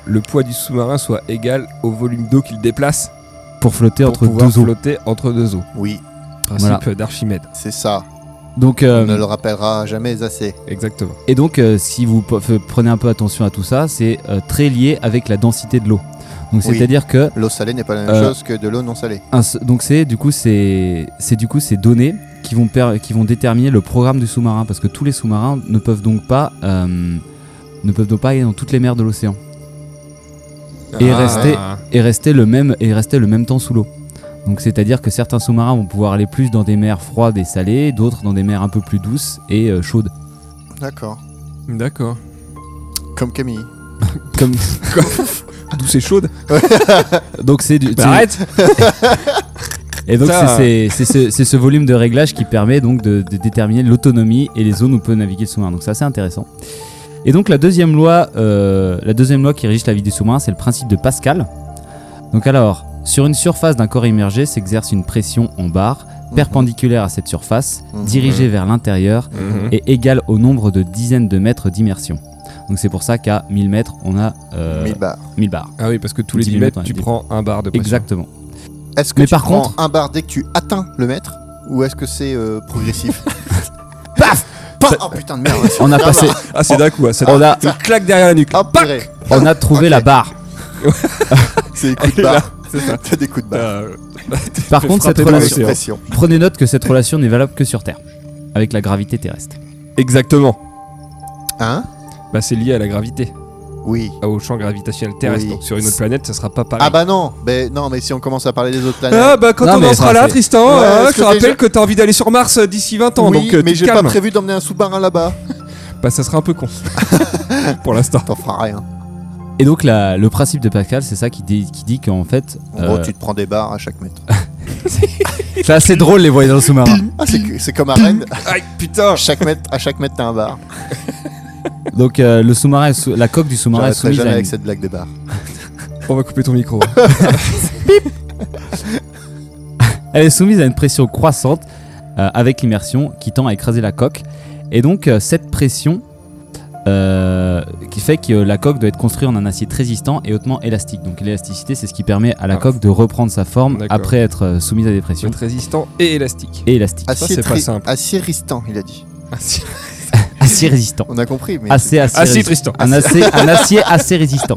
Speaker 2: le poids du sous-marin soit égal au volume d'eau qu'il déplace
Speaker 3: hein, pour flotter
Speaker 2: pour
Speaker 3: entre
Speaker 2: pouvoir
Speaker 3: deux eaux.
Speaker 2: flotter entre deux eaux.
Speaker 1: Oui,
Speaker 2: Principe
Speaker 3: Voilà.
Speaker 2: d'Archimède.
Speaker 1: c'est ça.
Speaker 3: Donc euh,
Speaker 1: On ne le rappellera jamais assez.
Speaker 2: Exactement.
Speaker 3: Et donc, euh, si vous p- f- prenez un peu attention à tout ça, c'est euh, très lié avec la densité de l'eau. Donc,
Speaker 1: Oui.
Speaker 3: c'est-à-dire que
Speaker 1: L'eau salée n'est pas la même
Speaker 3: Euh,
Speaker 1: chose que de l'eau non salée.
Speaker 3: un s- donc c'est du coup c'est c'est du coup ces données qui vont per- qui vont déterminer le programme du sous-marin parce que tous les sous-marins ne peuvent donc pas euh, ne peuvent donc pas aller dans toutes les mers de l'océan Et
Speaker 1: Ah,
Speaker 3: rester-
Speaker 2: Ah.
Speaker 3: et rester le même et rester le même temps sous l'eau. Donc c'est-à-dire que certains sous-marins vont pouvoir aller plus dans des mers froides et salées, d'autres dans des mers un peu plus douces et euh, chaudes.
Speaker 1: D'accord.
Speaker 2: D'accord.
Speaker 1: Comme Camille.
Speaker 3: Comme
Speaker 2: Douce et chaude.
Speaker 3: donc c'est du
Speaker 2: Bah,
Speaker 3: c'est-
Speaker 2: arrête
Speaker 3: Et donc
Speaker 2: Ça-
Speaker 3: c'est c'est- c'est ce, c'est ce volume de réglage qui permet donc de, de déterminer l'autonomie et les zones où peut naviguer le sous-marin. Donc c'est assez intéressant. Et donc la deuxième loi, euh, la deuxième loi qui régit la vie du sous-marin, c'est le principe de Pascal. Donc alors, sur une surface d'un corps immergé s'exerce une pression en barre perpendiculaire à cette surface,
Speaker 1: Mhm.
Speaker 3: dirigée vers l'intérieur et égale au nombre de dizaines de mètres d'immersion. Donc c'est pour ça qu'à 1000 mètres, on a euh,
Speaker 1: 1000 bars.
Speaker 3: 1000 bars.
Speaker 2: Ah oui, parce que tous les 10
Speaker 3: 10
Speaker 2: mètres,
Speaker 3: mètres,
Speaker 2: tu
Speaker 3: ouais,
Speaker 2: prends un bar de pression.
Speaker 3: Exactement.
Speaker 1: Est-ce que
Speaker 3: Mais
Speaker 1: tu
Speaker 3: par
Speaker 1: prends
Speaker 3: contre-
Speaker 1: un bar dès que tu atteins le mètre ou est-ce que c'est euh,
Speaker 3: [laughs]
Speaker 1: progressif [laughs]
Speaker 3: Paf
Speaker 1: Paf Oh putain de
Speaker 3: [laughs]
Speaker 1: merde.
Speaker 3: On a passé,
Speaker 2: Ah, c'est d'un coup. ah, c'est d'un-
Speaker 3: Oh, on a,
Speaker 2: Une claque derrière la nuque.
Speaker 1: Ah, purée.
Speaker 3: on a trouvé
Speaker 1: Ok.
Speaker 3: la barre.
Speaker 1: C'est des coups de
Speaker 2: Elle est là,
Speaker 1: barre. [laughs] T'as des coups de barre.
Speaker 2: Euh,
Speaker 3: Bah,
Speaker 2: [laughs]
Speaker 3: Par
Speaker 2: fait
Speaker 3: contre, cette
Speaker 2: frapper dans
Speaker 1: Pas de
Speaker 3: relation,
Speaker 1: pression.
Speaker 3: prenez note que cette relation n'est valable que sur Terre, avec la gravité terrestre.
Speaker 2: Exactement.
Speaker 1: Hein
Speaker 2: Bah, c'est lié à la gravité,
Speaker 1: Oui.
Speaker 2: au champ gravitationnel terrestre.
Speaker 1: Oui.
Speaker 2: Donc sur une autre planète, ça sera pas pareil.
Speaker 1: Ah bah non, mais non, mais si on commence à parler des autres planètes.
Speaker 2: Ah bah quand
Speaker 3: Non,
Speaker 2: on
Speaker 3: mais
Speaker 2: en sera
Speaker 3: ça,
Speaker 2: là,
Speaker 3: c'est-
Speaker 2: Tristan,
Speaker 1: Ouais,
Speaker 2: hein,
Speaker 1: parce
Speaker 2: je
Speaker 1: que
Speaker 2: te rappelle
Speaker 1: déjà-
Speaker 2: que t'as envie d'aller sur Mars euh, d'ici 20 ans,
Speaker 1: oui,
Speaker 2: donc euh,
Speaker 1: mais
Speaker 2: tu
Speaker 1: j'ai pas
Speaker 2: calmes.
Speaker 1: prévu d'emmener un sous-marin là-bas.
Speaker 2: Bah ça sera un peu con pour l'instant.
Speaker 1: T'en feras rien.
Speaker 3: Et donc la- le principe de Pascal, c'est ça qui dit, qui dit qu'en fait,
Speaker 1: En gros,
Speaker 3: euh,
Speaker 1: Oh, tu te prends des barres à chaque mètre.
Speaker 3: c'est assez drôle les voyages dans le sous-marin.
Speaker 1: Ah, c'est c'est comme à Rennes.
Speaker 2: Aïe putain.
Speaker 1: chaque mètre, à chaque mètre, t'as un bar.
Speaker 3: Donc euh, le sous-marin, est sou- la coque du sous-marin est
Speaker 1: J'arrêterai
Speaker 3: soumise
Speaker 1: jamais
Speaker 3: à une-
Speaker 1: avec cette blague des barres.
Speaker 2: On va couper ton micro. hein,
Speaker 3: elle est soumise à une pression croissante euh, avec l'immersion qui tend à écraser la coque. Et donc euh, cette pression euh, qui fait que la coque doit être construite en un acier très résistant et hautement élastique. Donc l'élasticité, c'est ce qui permet à la
Speaker 2: Ah.
Speaker 3: coque de reprendre sa forme
Speaker 2: D'accord.
Speaker 3: après être euh, soumise à des
Speaker 2: Tu vas
Speaker 3: pressions
Speaker 2: être résistant et élastique.
Speaker 3: et élastique.
Speaker 1: Acier,
Speaker 2: c'est pas
Speaker 1: tri-
Speaker 2: simple.
Speaker 1: acier ristant, il a dit. [laughs]
Speaker 3: Acier résistant.
Speaker 1: On a compris, mais
Speaker 3: Assez, assez,
Speaker 2: Ah si
Speaker 3: résistant.
Speaker 2: Tristan.
Speaker 3: un, acier, un acier assez résistant.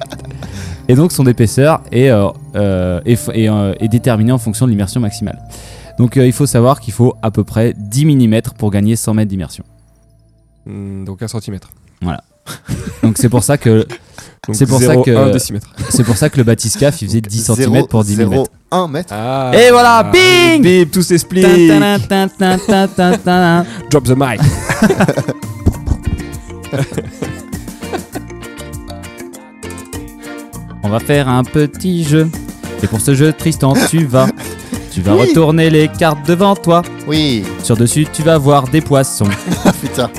Speaker 3: Et donc son épaisseur est, euh, euh, est, f- est, euh, est déterminée en fonction de l'immersion maximale. Donc euh, il faut savoir qu'il faut à peu près 10 mm pour gagner 100 mètres d'immersion.
Speaker 2: Hmm, donc 1 cm.
Speaker 3: Donc c'est pour ça que C'est pour ça que- c'est pour ça que le batiscaf il faisait 10 cm pour 10 mm.
Speaker 1: 0,1 mètre.
Speaker 2: Ah,
Speaker 3: Et voilà, bing
Speaker 2: Bip, tous explique
Speaker 3: Tin, tin, tin, tin, tin, tin.
Speaker 2: Drop the mic
Speaker 3: [laughs] On va faire un petit jeu. Et pour ce jeu, Tristan, tu vas tu vas
Speaker 1: Oui.
Speaker 3: retourner les cartes devant toi.
Speaker 1: Oui,
Speaker 3: Sur dessus, tu vas voir des poissons.
Speaker 1: ah, putain.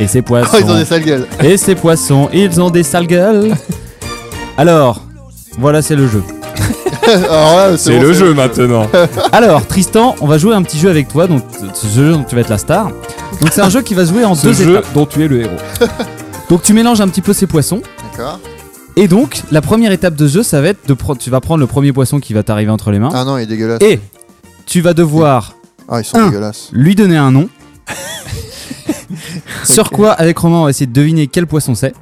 Speaker 3: Et ces poissons
Speaker 1: Oh, ils ont des sales gueules. [laughs]
Speaker 3: Et ces poissons, ils ont des sales gueules. Alors, voilà, c'est le jeu.
Speaker 1: Alors là,
Speaker 2: C'est
Speaker 1: bon,
Speaker 2: le
Speaker 1: c'est
Speaker 2: jeu maintenant
Speaker 3: Alors, Tristan, on va jouer un petit jeu avec toi. Donc, ce jeu dont tu vas être la star. Donc, c'est un jeu qui va se jouer en
Speaker 2: Ce
Speaker 3: deux
Speaker 2: jeu
Speaker 3: étapes.
Speaker 2: dont tu es le héros.
Speaker 3: Donc, tu mélanges un petit peu ces poissons.
Speaker 1: D'accord.
Speaker 3: Et donc, la première étape de jeu, ça va être de prendre. Tu vas prendre le premier poisson qui va t'arriver entre les mains.
Speaker 1: Ah non, il est dégueulasse.
Speaker 3: Et tu vas devoir
Speaker 1: Ah, ils sont
Speaker 3: Un.
Speaker 1: dégueulasses.
Speaker 3: lui donner un
Speaker 2: [laughs]
Speaker 3: nom. Sur quoi, avec Romain, on va essayer de deviner quel poisson c'est.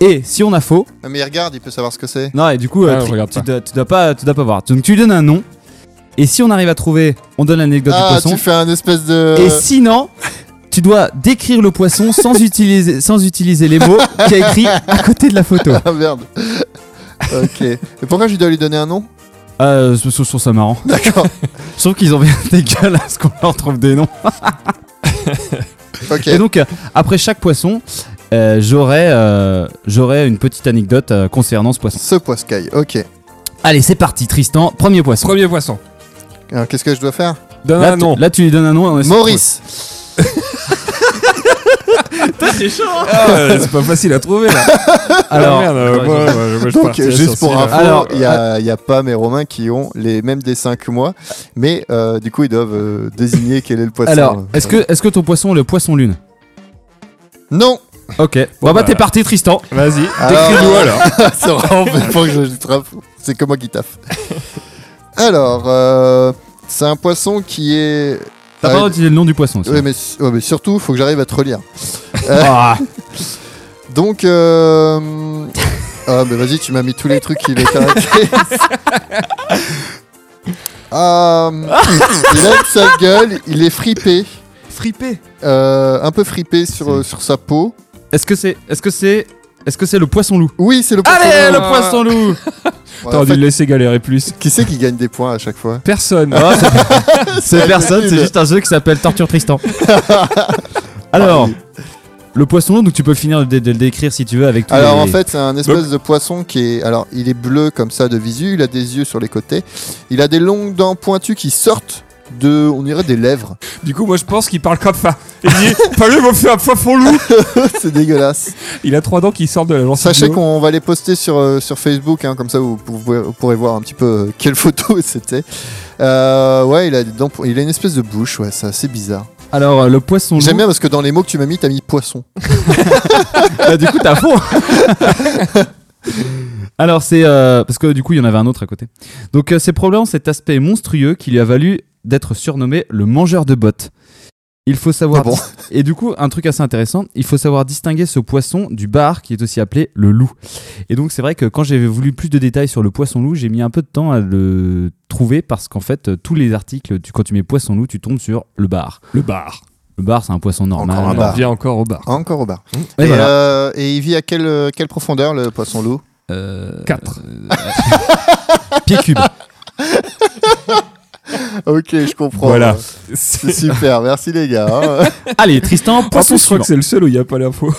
Speaker 3: Et si on a faux,
Speaker 1: Ah, Mais regarde, il peut savoir ce que c'est.
Speaker 3: Non, et du coup, euh,
Speaker 2: Ah,
Speaker 3: tri-
Speaker 2: je regarde
Speaker 3: tu,
Speaker 2: pas.
Speaker 3: dois, tu dois pas, tu dois pas voir. Donc tu lui donnes un nom. Et si on arrive à trouver, on donne l'anecdote
Speaker 1: Ah,
Speaker 3: du poisson. euh,
Speaker 1: tu fais un espèce de.
Speaker 3: Et sinon, tu dois décrire le poisson [laughs] sans utiliser, sans utiliser les mots qu'il y a écrit à côté de la [laughs] photo.
Speaker 1: [laughs] Ah merde. [laughs] ok. Et pourquoi je dois lui donner un nom
Speaker 3: Euh, je, je trouve ça marrant.
Speaker 2: [laughs]
Speaker 1: D'accord.
Speaker 3: Je trouve qu'ils ont bien dégueulasse qu'on leur trouve des noms.
Speaker 1: Ok.
Speaker 3: Et donc, euh, après chaque poisson, euh, j'aurai euh, j'aurai une petite anecdote euh, concernant ce poisson.
Speaker 1: Ce poiscaille. Ok.
Speaker 3: Allez, c'est parti, Tristan. Premier poisson.
Speaker 2: Premier poisson.
Speaker 1: Alors, qu'est-ce que je dois faire
Speaker 2: Donne un
Speaker 3: là, tu-
Speaker 2: nom.
Speaker 3: là, tu lui donnes un nom. et on essaie de
Speaker 1: Maurice.
Speaker 2: Ah, c'est pas facile à trouver là.
Speaker 3: trouver.
Speaker 2: [laughs]
Speaker 3: Alors,
Speaker 2: Ah, merde, euh, moi, moi, moi, je
Speaker 1: Donc,
Speaker 2: partirais sur
Speaker 1: juste pour
Speaker 2: celui-là.
Speaker 1: info,
Speaker 3: Alors, euh,
Speaker 1: il n'y a, Pam et Romain qui ont les mêmes dessins que moi, mais euh, du coup, ils doivent euh, désigner quel est le poisson.
Speaker 3: alors est-ce que, est que ton poisson est le poisson lune
Speaker 1: Non
Speaker 3: Ok. Bon, bah,
Speaker 2: bah,
Speaker 3: t'es parti, Tristan.
Speaker 2: Vas-y,
Speaker 1: Alors-
Speaker 2: décris-nous alors.
Speaker 1: [laughs] C'est vraiment fait pour que je je trappe. C'est que moi qui taffe. Alors, euh, c'est un poisson qui est.
Speaker 3: T'as
Speaker 1: Ah,
Speaker 3: pas utilisé le nom du poisson aussi.
Speaker 1: ouais, mais, ouais, mais surtout, faut que j'arrive à te relire. Euh,
Speaker 3: Ah.
Speaker 1: [laughs] Donc, euh... ah, mais vas-y, tu m'as mis tous les trucs qu'il est [laughs] arrêté. Ah, il a de sa gueule, il est fripé,
Speaker 2: Fripper.
Speaker 1: euh, un peu fripé sur, euh, sur sa peau.
Speaker 3: Est-ce que c'est est-ce que c'est est-ce que c'est le poisson loup
Speaker 1: Oui, c'est le poisson.
Speaker 3: Allez,
Speaker 1: loup.
Speaker 3: le poisson loup
Speaker 1: Ouais,
Speaker 2: T'aurais
Speaker 1: en
Speaker 2: dû
Speaker 1: fait,
Speaker 2: le laisser galérer
Speaker 1: [laughs]
Speaker 2: plus.
Speaker 1: Qui c'est qui gagne des points à chaque fois
Speaker 2: Personne.
Speaker 3: [laughs] C'est personne, c'est juste un jeu qui s'appelle Torture
Speaker 1: [laughs]
Speaker 3: Tristan. Alors, le poisson loup, donc tu peux finir de, de le décrire si tu veux avec tous
Speaker 1: Alors
Speaker 3: les-
Speaker 1: en fait, c'est un espèce de poisson qui est. Alors, il est bleu comme ça de visu, il a des yeux sur les côtés, il a des longues dents pointues qui sortent de. On dirait des lèvres.
Speaker 2: Du coup, moi je pense qu'il parle comme ça. Il dit [laughs] Fallait me faire un poisson loup
Speaker 1: [laughs] c'est dégueulasse.
Speaker 2: Il a trois dents qui sortent de la gencive.
Speaker 1: Sachez qu'on va les poster sur, euh, sur Facebook, hein, comme ça vous, pouvez- vous pourrez voir un petit peu euh, quelle photo [laughs] c'était. Euh, ouais, il a, des dents- il a une espèce de bouche, ouais, c'est assez bizarre.
Speaker 3: Alors, euh, le poisson loup.
Speaker 1: J'aime bien parce que dans les mots que tu m'as mis, t'as mis poisson.
Speaker 3: Bah, du coup, t'as faux. [laughs] Alors, c'est. euh, parce que du coup, il y en avait un autre à côté. Donc, euh, c'est probablement cet aspect monstrueux qui lui a valu d'être surnommé le mangeur de bottes. Il faut savoir.
Speaker 1: Ah bon
Speaker 3: Et du coup, un truc assez intéressant, il faut savoir distinguer ce poisson du bar qui est aussi appelé le loup. Et donc, c'est vrai que quand j'avais voulu plus de détails sur le poisson loup, j'ai mis un peu de temps à le trouver parce qu'en fait, euh, tous les articles, tu- quand tu mets poisson loup, tu tombes sur le bar.
Speaker 2: Le bar.
Speaker 3: Le bar, c'est un poisson normal.
Speaker 1: Encore
Speaker 2: On
Speaker 1: un
Speaker 2: en
Speaker 1: bar.
Speaker 2: vient encore au bar.
Speaker 1: hein, Encore au bar.
Speaker 3: Et
Speaker 1: Et,
Speaker 3: voilà.
Speaker 1: euh, et il vit à quelle, euh, quelle profondeur le poisson loup
Speaker 3: Euh,
Speaker 2: 4.
Speaker 3: pied cube.
Speaker 1: Ok, je comprends.
Speaker 2: Voilà.
Speaker 1: C'est super, merci les gars. [laughs] hein.
Speaker 3: [laughs] Allez, Tristan,
Speaker 2: En
Speaker 3: poisson
Speaker 2: plus, je crois
Speaker 3: suivant.
Speaker 2: que c'est le seul où il n'y a pas l'info.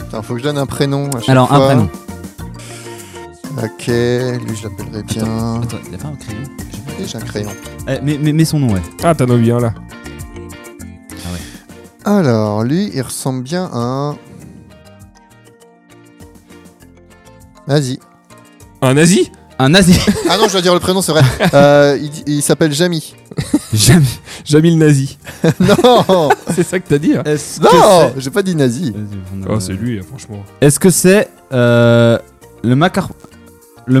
Speaker 1: Attends, faut que je donne un prénom. à chaque
Speaker 3: Alors, un
Speaker 1: fois.
Speaker 3: prénom.
Speaker 1: Ok, lui je l'appellerai bien.
Speaker 3: Attends, il a pas un crayon
Speaker 1: Et J'ai un crayon.
Speaker 3: Eh, mais, mais, mais son nom, ouais.
Speaker 2: Ah, t'en as bien là.
Speaker 1: Alors, lui, il ressemble bien à un. Vas-y.
Speaker 2: Un nazi
Speaker 3: Un [laughs] nazi.
Speaker 1: Ah non, je dois dire le prénom, c'est vrai. Euh, il il s'appelle Jamie.
Speaker 3: Jamais.
Speaker 2: Jamil Nazi.
Speaker 1: Non
Speaker 2: C'est ça que t'as dit hein
Speaker 3: Est-ce
Speaker 1: Non J'ai pas dit nazi.
Speaker 2: Oh, c'est lui, franchement.
Speaker 3: Est-ce que c'est euh, le macar... Le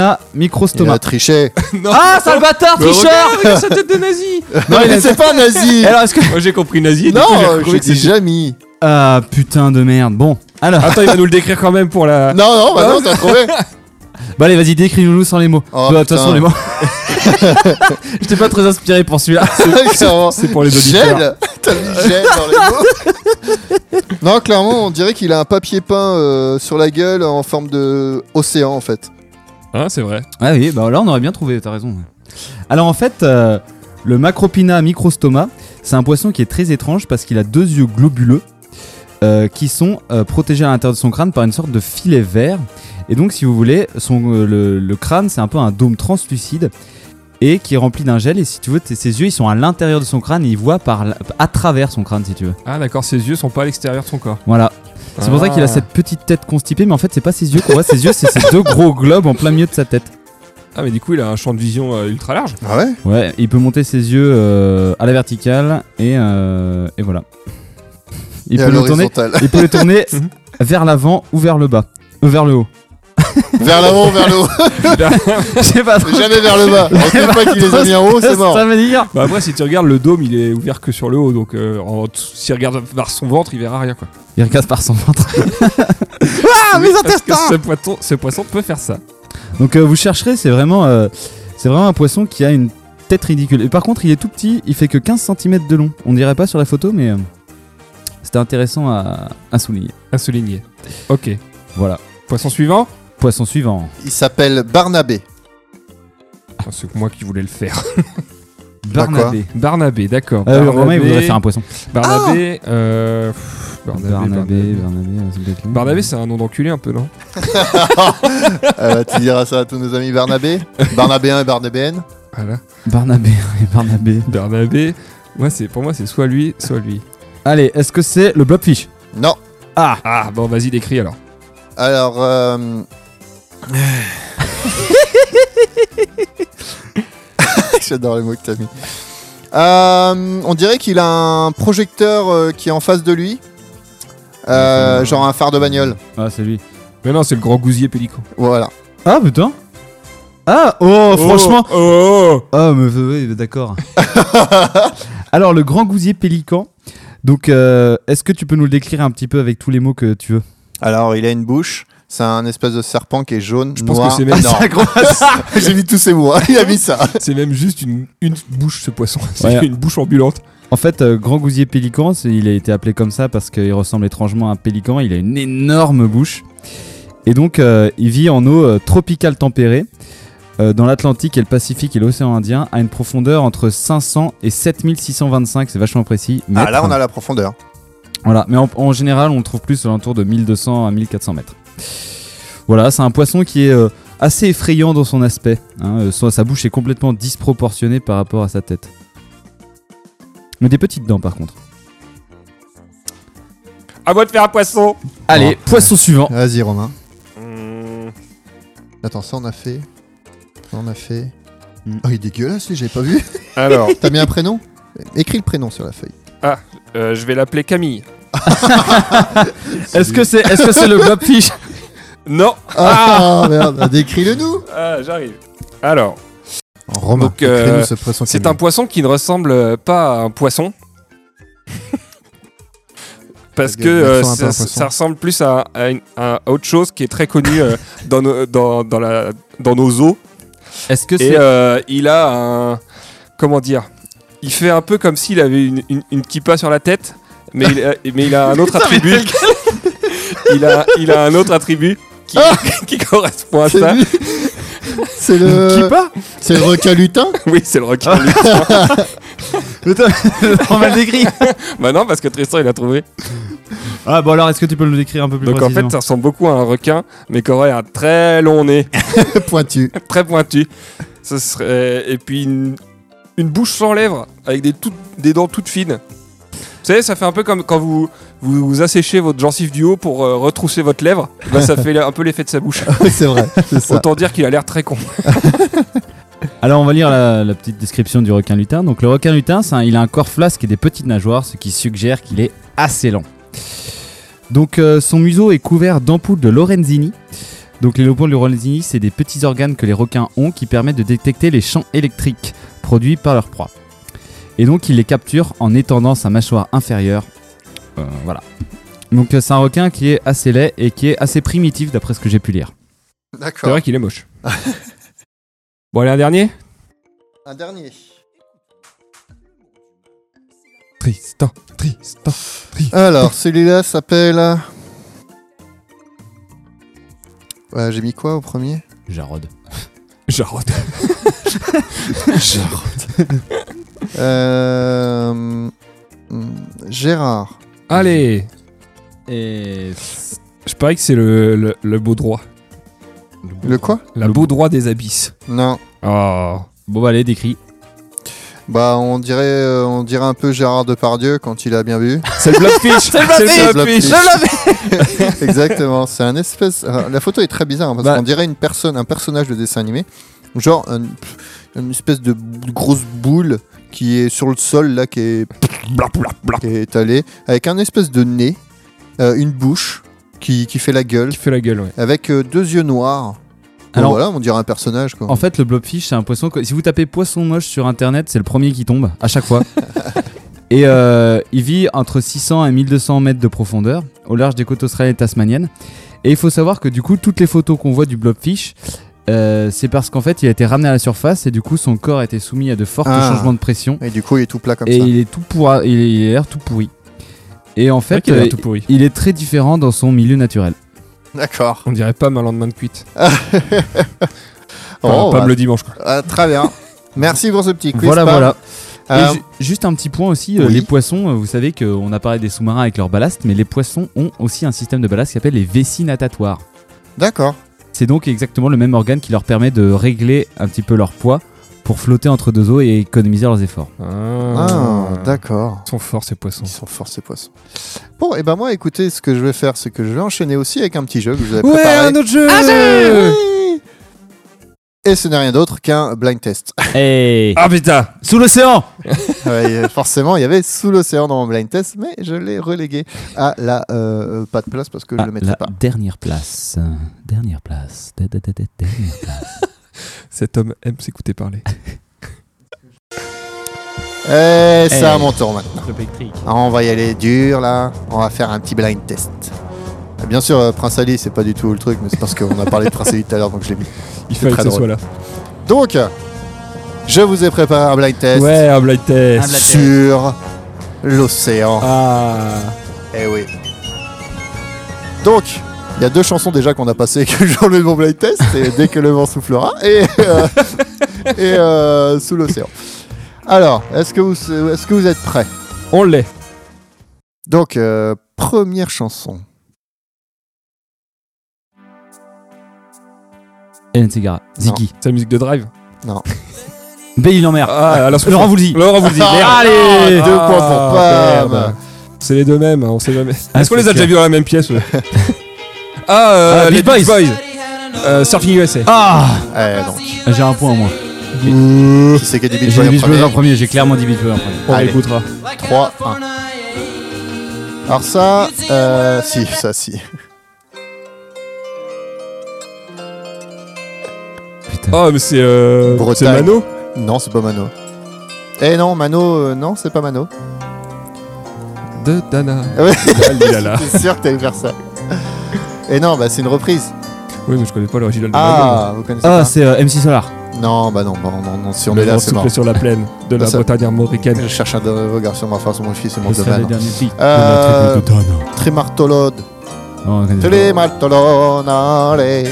Speaker 1: Il a
Speaker 3: microstomate
Speaker 1: triché.
Speaker 3: Ah, sale bâtard,
Speaker 2: Mais
Speaker 3: tricheur
Speaker 2: regarde sa tête de
Speaker 3: [laughs]
Speaker 2: nazi
Speaker 1: Non,
Speaker 3: il a-
Speaker 1: mais c'est pas nazi
Speaker 3: Alors, est-ce que...
Speaker 2: Moi j'ai compris nazi. et du coup, j'ai
Speaker 1: Non,
Speaker 2: retrouvé
Speaker 1: j'ai
Speaker 2: que c'est-
Speaker 1: dit Jamie.
Speaker 3: Ah, putain de merde. Bon, alors...
Speaker 2: Attends, il va nous le décrire quand même pour la.
Speaker 1: Non, non, bah non, t'as trouvé.
Speaker 3: Bah allez, vas-y, décris-nous sans les mots.
Speaker 1: Oh,
Speaker 3: Bah, de toute façon,
Speaker 1: putain.
Speaker 3: les mots... [laughs] J'étais pas très inspiré pour celui-là.
Speaker 1: [laughs] Clairement.
Speaker 2: C'est pour les auditeurs.
Speaker 1: Gel [laughs] T'as mis gel dans les mots [laughs] Non, clairement, on dirait qu'il a un papier peint euh, sur la gueule en forme de océan en fait.
Speaker 2: Hein, c'est vrai.
Speaker 3: Ah oui, bah là on aurait bien trouvé, t'as raison. Alors en fait, euh, le Macropina microstoma, c'est un poisson qui est très étrange parce qu'il a deux yeux globuleux euh, qui sont euh, protégés à l'intérieur de son crâne par une sorte de filet vert. Et donc si vous voulez, son, euh, le, le crâne c'est un peu un dôme translucide et qui est rempli d'un gel. Et si tu veux, t- ses yeux ils sont à l'intérieur de son crâne et il voit par, la- à travers son crâne si tu veux.
Speaker 2: Ah, d'accord, ses yeux sont pas à l'extérieur de son corps.
Speaker 3: Voilà. C'est pour ça qu'il a
Speaker 2: Ah.
Speaker 3: cette petite tête constipée, mais en fait c'est pas ses yeux qu'on voit, ses yeux c'est ces deux gros globes en plein milieu de sa tête.
Speaker 2: Ah, mais du coup, il a un champ de vision euh, ultra large.
Speaker 1: Ah ouais
Speaker 3: Ouais, il peut monter ses yeux euh, à la verticale et, euh, et voilà. Il
Speaker 1: Et à
Speaker 3: peut, le tourner,
Speaker 1: l'horizontale. [laughs] Mhm.
Speaker 3: il peut le tourner vers l'avant ou vers le bas. Euh,
Speaker 1: [laughs]
Speaker 3: vers le haut.
Speaker 1: Vers l'avant, vers le haut.
Speaker 3: Je sais pas trop.
Speaker 1: [laughs] Jamais vers le [laughs] bas. Une fois qu'il les a mis en haut, c'est mort.
Speaker 3: [laughs] Ça veut dire.
Speaker 2: Bah après, si tu regardes le dôme, il est ouvert que sur le haut, donc euh, en t- s'il regarde vers son ventre, il verra rien quoi.
Speaker 3: Il regarde par son ventre. ah, mes
Speaker 2: Parce que
Speaker 3: intestins
Speaker 2: ce poisson, ce poisson peut faire ça.
Speaker 3: Donc euh, vous chercherez, c'est vraiment, euh, c'est vraiment un poisson qui a une peut-être ridicule. Et par contre, il est tout petit, il fait que 15 cm de long. On dirait pas sur la photo, mais euh, c'était intéressant à, à souligner.
Speaker 2: à souligner. Ok.
Speaker 3: Voilà.
Speaker 2: Poisson suivant
Speaker 3: Poisson suivant.
Speaker 1: Il s'appelle Barnabé.
Speaker 2: Ah, C'est moi qui voulais le faire.
Speaker 1: Bah quoi
Speaker 3: Barnabé.
Speaker 2: Barnabé, d'accord.
Speaker 3: Euh,
Speaker 2: Barnabé,
Speaker 3: Romain, il voudrait faire un poisson.
Speaker 2: Barnabé, euh, pff, Barnabé, Barnabé.
Speaker 3: Barnabé, euh, c'est peut-être lui.
Speaker 2: Barnabé, c'est un nom d'enculé un peu, non
Speaker 1: Euh, tu diras ça à tous nos amis Barnabé Barnabéen et Barnabéenne
Speaker 2: Voilà.
Speaker 3: Barnabé [laughs] et Barnabé.
Speaker 2: Barnabé, moi, c'est- pour moi, c'est soit lui, soit lui.
Speaker 3: Allez, est-ce que c'est le blobfish
Speaker 1: Non.
Speaker 3: Ah
Speaker 2: Ah, bon, vas-y, décris alors.
Speaker 1: Alors. [laughs] euh, J'adore les mots que t'as mis. Euh, on dirait qu'il a un projecteur euh, qui est en face de lui. Euh,
Speaker 3: Ouais.
Speaker 1: genre un phare de bagnole.
Speaker 3: Ah, c'est lui.
Speaker 2: Mais non, c'est le grand gousier pélican.
Speaker 1: Voilà.
Speaker 3: Ah, putain Ah, oh, franchement
Speaker 2: Oh,
Speaker 3: Ah, mais euh, oui,
Speaker 2: [laughs]
Speaker 3: d'accord. Alors, le grand gousier pélican. Donc, euh, est-ce que tu peux nous le décrire un petit peu avec tous les mots que tu veux
Speaker 1: Alors, il a une bouche. C'est un espèce de serpent qui est jaune.
Speaker 2: Je pense
Speaker 1: noir,
Speaker 2: que c'est même-
Speaker 1: énorme.
Speaker 3: Ah, gros-
Speaker 1: [laughs] J'ai mis tous ces mots. hein. Il a mis ça.
Speaker 2: C'est même juste une, une bouche, ce poisson. [laughs] C'est
Speaker 3: Ouais.
Speaker 2: une bouche ambulante.
Speaker 3: En fait, euh, grand gousier pélican, c'est- il a été appelé comme ça parce qu'il ressemble étrangement à un pélican. Il a une énorme bouche. Et donc, euh, il vit en eau euh, tropicale tempérée, euh, dans l'Atlantique et le Pacifique et l'océan Indien, à une profondeur entre 500 et 7625, c'est vachement précis.
Speaker 1: Ah, là,
Speaker 3: mètres.
Speaker 1: on a la profondeur.
Speaker 3: Voilà, mais en, en général, on le trouve plus alentour de 1200 à 1400 mètres. Voilà, c'est un poisson qui est euh, assez effrayant dans son aspect. hein, euh, sa, sa bouche est complètement disproportionnée par rapport à sa tête. Mais des petites dents, par contre.
Speaker 2: À moi de faire un poisson
Speaker 3: Allez, poisson suivant.
Speaker 1: Vas-y, Romain.
Speaker 2: Hmm.
Speaker 1: Attends, ça on a fait. Ça on a fait.
Speaker 3: Mm.
Speaker 1: Oh, il est dégueulasse, lui, j'avais pas vu.
Speaker 2: Alors,
Speaker 1: T'as mis un prénom Écris le prénom sur la feuille.
Speaker 2: [laughs] euh, je vais l'appeler Camille.
Speaker 3: Est-ce que c'est est -ce c'est le blobfish
Speaker 2: Non
Speaker 1: Ah, merde, décris-le nous
Speaker 2: Ah, j'arrive. Alors,
Speaker 1: Romain,
Speaker 2: Donc, euh,
Speaker 1: décris-nous ce poisson
Speaker 2: c'est un
Speaker 1: Camille.
Speaker 2: poisson qui ne ressemble euh, pas à un poisson. [laughs] Parce
Speaker 1: Ok,
Speaker 2: que euh,
Speaker 1: l'accent un peu
Speaker 2: ça,
Speaker 1: un poisson.
Speaker 2: ça ressemble plus à, à une- à autre chose qui est très connue [laughs] euh, dans, nos, dans, dans la, dans nos eaux.
Speaker 3: Est-ce que
Speaker 2: Et
Speaker 3: c'est.
Speaker 2: euh, il a un. Comment dire Il fait un peu comme s'il avait une, une, une kippa sur la tête, mais il a, mais il a un autre attribut. [laughs] il, a, il a un autre attribut qui, [laughs] qui correspond à
Speaker 1: Ah C'est
Speaker 2: ça.
Speaker 1: lui. euh, C'est
Speaker 2: [laughs]
Speaker 1: le. C'est le requin lutin
Speaker 2: Oui, c'est le requin. lui.
Speaker 3: On va [laughs] le décrit
Speaker 1: Ah.
Speaker 2: bah non, parce que Tristan, il a trouvé.
Speaker 3: Ah, bon alors, est-ce que tu peux le décrire un peu plus
Speaker 2: Donc en fait, [laughs] ça ressemble beaucoup à un requin, mais qui aurait un très long nez, [laughs]
Speaker 1: pointu.
Speaker 2: très pointu. Ce serait... Et puis une, une bouche sans lèvres, avec des, toutes- des dents toutes fines. Vous savez, ça fait un peu comme quand vous vous, vous asséchez votre gencive du haut pour euh, retrousser votre lèvre.
Speaker 1: [laughs]
Speaker 2: Bah, ça fait un peu l'effet de sa bouche.
Speaker 1: c'est vrai, c'est ça.
Speaker 2: Autant dire qu'il a l'air très con.
Speaker 3: Alors on va lire la, la petite description du requin lutin. Donc le requin lutin, c'est un- il a un corps flasque et des petites nageoires, ce qui suggère qu'il est assez lent. Donc euh, son museau est couvert d'ampoules de Lorenzini. Donc les ampoules de Lorenzini, c'est des petits organes que les requins ont qui permettent de détecter les champs électriques produits par leur proie. Et donc il les capture en étendant sa mâchoire inférieure. Euh, voilà. Donc euh, c'est un requin qui est assez laid et qui est assez primitif d'après ce que j'ai pu lire.
Speaker 2: C'est
Speaker 1: D'accord.
Speaker 2: vrai qu'il est moche. [laughs] bon, allez, un dernier
Speaker 1: Un dernier.
Speaker 2: Tristan, Tristan.
Speaker 1: Alors, celui-là s'appelle. euh, Ouais, J'ai mis quoi au premier
Speaker 3: Jarod.
Speaker 2: Jarod. Jarod.
Speaker 1: euh... hmm, Gérard.
Speaker 2: Allez,
Speaker 3: Et
Speaker 2: je parie que c'est le, le, le beau droit.
Speaker 1: Le quoi
Speaker 2: La beau droit des abysses.
Speaker 1: Non.
Speaker 2: Oh.
Speaker 3: bon bah allez décrit.
Speaker 1: Bah, on dirait, euh, on dirait un peu Gérard Depardieu quand il a bien bu.
Speaker 2: C'est le Blackfish [laughs] C'est le
Speaker 1: Blackfish. [laughs]
Speaker 2: Blackfish
Speaker 1: Exactement, c'est un espèce. alors, la photo est très bizarre hein, parce
Speaker 3: Bah.
Speaker 1: qu'on dirait une personne, un personnage de dessin animé, genre un- pff, une espèce de b- grosse boule qui est sur le sol là, qui est,
Speaker 2: Blap, blap, blap.
Speaker 1: qui est étalée, avec un espèce de nez, euh, une bouche qui, qui fait la gueule,
Speaker 2: Qui fait la gueule, ouais.
Speaker 1: avec euh, deux yeux noirs. Bon,
Speaker 3: Alors-
Speaker 1: voilà, on dirait un personnage quoi.
Speaker 3: En fait, le blobfish, c'est un poisson. que- Si vous tapez poisson moche sur internet, c'est le premier qui tombe à
Speaker 1: [laughs]
Speaker 3: chaque fois. et euh, il vit entre 600 et 1200 mètres de profondeur au large des côtes australiennes et tasmaniennes. Et il faut savoir que du coup, toutes les photos qu'on voit du blobfish, euh, c'est parce qu'en fait, il a été ramené à la surface et du coup, son corps a été soumis à de forts
Speaker 1: Ah.
Speaker 3: changements de pression
Speaker 1: Et du coup, il est tout plat comme
Speaker 3: et
Speaker 1: ça.
Speaker 3: il est tout pourra- il, est- il a l'air tout pourri. Et en
Speaker 2: C'est vrai
Speaker 3: fait,
Speaker 2: qu'il a l'air
Speaker 3: euh,
Speaker 2: tout pourri.
Speaker 3: il est très différent dans son milieu naturel.
Speaker 1: D'accord.
Speaker 2: On dirait pas un lendemain de cuite. Enfin,
Speaker 1: Oh,
Speaker 2: Pam
Speaker 1: bah,
Speaker 2: le dimanche, quoi.
Speaker 1: ah, très bien. Merci pour ce petit quiz.
Speaker 3: voilà,
Speaker 1: Pam.
Speaker 3: voilà. Et
Speaker 1: Euh,
Speaker 3: ju- juste un petit point aussi, euh,
Speaker 1: oui.
Speaker 3: les poissons, euh, vous savez qu'on a parlé des sous-marins avec leur ballast, mais les poissons ont aussi un système de ballast qui s'appelle les vessies natatoires.
Speaker 1: D'accord.
Speaker 3: C'est donc exactement le même organe qui leur permet de régler un petit peu leur poids pour flotter entre deux eaux et économiser leurs efforts. Euh,
Speaker 1: Ah,
Speaker 2: Ah,
Speaker 1: d'accord.
Speaker 2: Ils sont forts, ces poissons.
Speaker 1: Ils sont forts ces poissons. Bon, et ben moi, écoutez, ce que je vais faire, c'est que je vais enchaîner aussi avec un petit jeu que je vous avais
Speaker 2: Ouais,
Speaker 1: préparé.
Speaker 2: un autre jeu
Speaker 3: Ah,
Speaker 1: Et ce n'est rien d'autre qu'un blind test. [laughs]
Speaker 3: Hey
Speaker 2: Ah putain
Speaker 3: Sous l'océan
Speaker 1: Ouais, euh, forcément, il y avait sous l'océan dans mon blind test, mais je l'ai relégué à la euh, pas de place parce que je
Speaker 3: Ah,
Speaker 1: le mettrai
Speaker 3: La
Speaker 1: pas.
Speaker 3: dernière place. Dernière place. Da- da- da- da- Dernière place.
Speaker 2: Cet homme aime s'écouter parler.
Speaker 1: Et c'est
Speaker 3: Eh.
Speaker 1: à mon tour maintenant. Ah, on va y aller dur là. On va faire un petit blind test. Bien sûr, euh, Prince Ali, c'est pas du tout le truc, mais c'est parce qu'on a parlé de Prince Ali tout à l'heure, donc je l'ai mis.
Speaker 2: Il
Speaker 1: C'est
Speaker 2: fallait
Speaker 1: très
Speaker 2: que ça soit
Speaker 1: drôle.
Speaker 2: là.
Speaker 1: Donc, je vous ai préparé un blind test
Speaker 2: Ouais, un blind test.
Speaker 1: sur l'océan.
Speaker 2: Ah.
Speaker 1: Eh oui. Donc, il y a deux chansons déjà qu'on a passées [laughs] que j'enlève mon blind test, et dès que le vent soufflera, et, euh, et euh, sous l'océan. Alors, est-ce que, est que vous êtes prêts
Speaker 2: On l'est.
Speaker 1: Donc, euh, première chanson.
Speaker 3: Hélène Segara. Ziggy.
Speaker 2: C'est la musique de Drive.
Speaker 3: Béli en mer.
Speaker 2: Ah, alors
Speaker 3: Laurent Voulzy.
Speaker 2: Laurent vous dit.
Speaker 1: Ah,
Speaker 2: [laughs] Allez
Speaker 1: deux points pour Pam.
Speaker 2: merde. C'est les deux mêmes, hein, on sait jamais.
Speaker 3: Ah,
Speaker 2: Est-ce qu'on les a
Speaker 3: c'est
Speaker 2: déjà
Speaker 3: sûr.
Speaker 2: vus dans la même pièce ouais Ah, euh,
Speaker 3: [laughs] Ah,
Speaker 2: les
Speaker 3: Beach
Speaker 2: Beach
Speaker 3: Boys.
Speaker 2: Boys. Euh, Surfing USA.
Speaker 3: Ah
Speaker 1: Eh, donc,
Speaker 3: J'ai un point moi.
Speaker 1: qui c'est qui a dit Beach
Speaker 3: J'ai
Speaker 1: Boy
Speaker 3: dit Beach
Speaker 1: en
Speaker 3: Boys en
Speaker 1: premier
Speaker 3: premier, j'ai clairement dit Beach Boys en premier.
Speaker 2: on
Speaker 1: Allez.
Speaker 2: l'écoutera.
Speaker 1: 3, 1. Alors ça, euh, si, ça, si.
Speaker 3: Putain.
Speaker 2: Ah, mais c'est. Euh, c'est
Speaker 1: Bretagne.
Speaker 2: Mano
Speaker 1: Non, c'est pas Mano. Eh non, Mano, euh, non, c'est pas Mano.
Speaker 2: De Dana.
Speaker 1: Ah
Speaker 2: [laughs]
Speaker 1: ouais.
Speaker 2: Ah, lui, là, là.
Speaker 1: [laughs] C'est sûr que t'allais faire ça. Et non, bah c'est une reprise.
Speaker 2: Oui, mais je connais pas l'original de Mano.
Speaker 1: Ah, vous connaissez
Speaker 3: Ah,
Speaker 1: pas
Speaker 3: c'est euh, MC Solar.
Speaker 1: Non, bah non, bah, non, non, si on
Speaker 2: Le
Speaker 1: est là,
Speaker 2: vent
Speaker 1: c'est mort.
Speaker 2: soufflait sur la plaine de la
Speaker 1: Ça-
Speaker 2: Bretagne armoricaine.
Speaker 1: Je cherche un regard sur ma face, mon fils, c'est mon
Speaker 3: Ce serait le
Speaker 1: domaine.
Speaker 3: dernier flic.
Speaker 1: Euh,
Speaker 3: de notre époque.
Speaker 1: Trimartolode.
Speaker 3: Non, on connaît pas.
Speaker 1: Trimartolone, allez.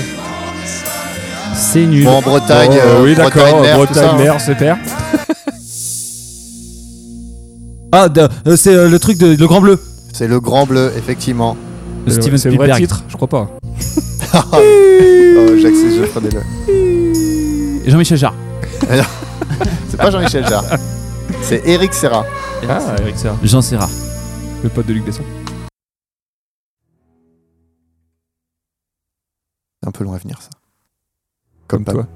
Speaker 3: C'est nul.
Speaker 1: Bon, Bretagne,
Speaker 2: Bon,
Speaker 1: euh,
Speaker 2: Oh, oui,
Speaker 1: Bretagne,
Speaker 2: d'accord.
Speaker 1: mer, tout ça,
Speaker 2: Bretagne,
Speaker 1: hein.
Speaker 2: mer, c'est père.
Speaker 3: Ah, de- euh, c'est euh, le truc de le Grand Bleu.
Speaker 1: C'est le grand bleu, effectivement.
Speaker 3: De Steven
Speaker 2: C'est le vrai
Speaker 3: Spielberg.
Speaker 2: titre Je crois pas.
Speaker 1: Oh, j'accède, je ferai des le.
Speaker 3: Jean-Michel Jarre.
Speaker 1: C'est pas Jean-Michel
Speaker 2: [laughs]
Speaker 1: Jarre. C'est Eric Serra.
Speaker 2: Ah, Eric Serra.
Speaker 3: Jean Serra.
Speaker 2: Le pote de Luc Besson.
Speaker 1: C'est un peu long à venir, ça.
Speaker 2: Comme
Speaker 1: Pam.
Speaker 2: toi.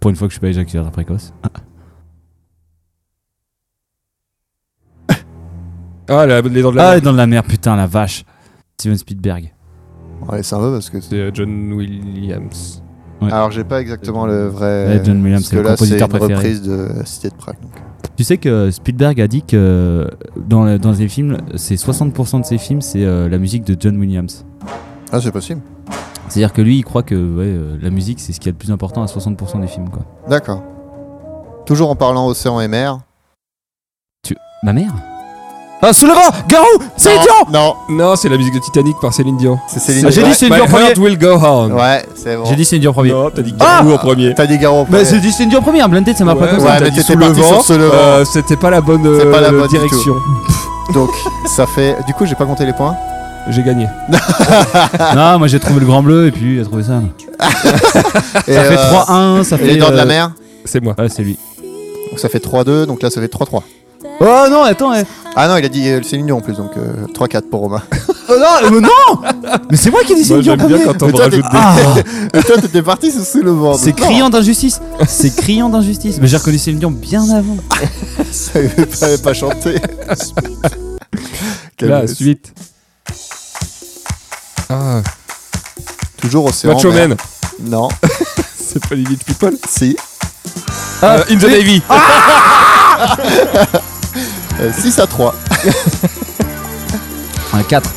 Speaker 3: Pour une fois que je suis pas éjaculateur précoce.
Speaker 2: Ah, la- les dents de la
Speaker 3: Ah,
Speaker 2: mer.
Speaker 3: dans la mer, putain, la vache. Steven Spielberg.
Speaker 1: Allez, c'est un peu parce que. c'est-
Speaker 2: C'est euh, John Williams.
Speaker 1: Alors, j'ai pas exactement le vrai.
Speaker 3: Ouais, John Williams,
Speaker 1: parce
Speaker 3: c'est
Speaker 1: que
Speaker 3: le
Speaker 1: là, c'est une
Speaker 3: compositeur préféré.
Speaker 1: reprise de euh, Cité de Prague. donc.
Speaker 3: Tu sais que Spielberg a dit que euh, dans, le- dans ses films, c'est 60% de ses films, c'est euh, la musique de John Williams.
Speaker 1: Ah, c'est possible.
Speaker 3: C'est-à-dire que lui, il croit que ouais, euh, la musique, c'est ce qui est le plus important à 60% des films, quoi.
Speaker 1: D'accord. Toujours en parlant océan et mer.
Speaker 3: Ma mère Ah, sous le vent Garou C'est
Speaker 1: Non,
Speaker 3: idiot
Speaker 1: Non,
Speaker 2: Non, c'est la musique de Titanic par Céline Dion.
Speaker 1: c'est Céline.
Speaker 3: Ah, j'ai
Speaker 1: Dion.
Speaker 3: dit Céline
Speaker 2: My
Speaker 3: Dion en premier.
Speaker 2: heart will go on.
Speaker 1: Ouais, c'est bon.
Speaker 3: J'ai dit c'est dur premier.
Speaker 2: Non, t'as dit
Speaker 3: Ah
Speaker 2: Garou en premier.
Speaker 1: T'as dit Garo.
Speaker 3: Bah, c'est dit c'est dur premier, un blindé, ça m'a pas comme
Speaker 1: ouais,
Speaker 3: ça.
Speaker 1: mais
Speaker 2: t'as dit
Speaker 1: t'étais
Speaker 2: sous le
Speaker 1: parti
Speaker 2: vent.
Speaker 1: sur le vent.
Speaker 2: Euh, C'était pas la bonne
Speaker 1: C'est pas la
Speaker 2: euh,
Speaker 1: bonne du tout.
Speaker 2: direction.
Speaker 1: Donc, ça fait. Du coup, j'ai pas compté les points.
Speaker 2: J'ai gagné.
Speaker 3: Non, moi j'ai trouvé le grand bleu et puis lui, il a trouvé ça.
Speaker 1: Et,
Speaker 3: Ça fait
Speaker 1: euh,
Speaker 3: 3-1, ça
Speaker 1: et
Speaker 3: fait.
Speaker 1: les dents de la
Speaker 3: euh,
Speaker 1: mer.
Speaker 2: C'est moi.
Speaker 1: Ah,
Speaker 3: Ouais, c'est lui.
Speaker 1: Donc, ça fait 3-2. Donc là, ça fait 3-3.
Speaker 3: Oh non, attends, eh.
Speaker 1: Ah non, il a dit euh, Céline Dion en plus. Donc, euh, 3-4 pour Romain.
Speaker 3: Oh non, mais non Mais c'est moi qui ai dit
Speaker 2: Moi
Speaker 3: Céline Dion
Speaker 2: j'aime
Speaker 3: en
Speaker 2: bien
Speaker 3: premier
Speaker 2: quand
Speaker 1: Mais
Speaker 2: on
Speaker 1: toi,
Speaker 2: rajoute
Speaker 1: t'es-
Speaker 2: des.
Speaker 3: Ah,
Speaker 1: [laughs] Et toi, t'étais parti sous, sous le vent.
Speaker 3: c'est
Speaker 1: donc non,
Speaker 3: criant d'injustice C'est criant d'injustice Mais j'ai reconnu Céline Dion bien avant
Speaker 1: [laughs] Ça avait pas, avait pas chanté. Quel-
Speaker 2: Là, suite. Ah,
Speaker 1: Toujours océan.
Speaker 2: Macho
Speaker 1: mer.
Speaker 2: Man.
Speaker 1: Non,
Speaker 2: C'est pas les Village People.
Speaker 1: si. Ah,
Speaker 2: Euh, In the Navy.
Speaker 1: 6 Euh, à 3.
Speaker 3: Un 4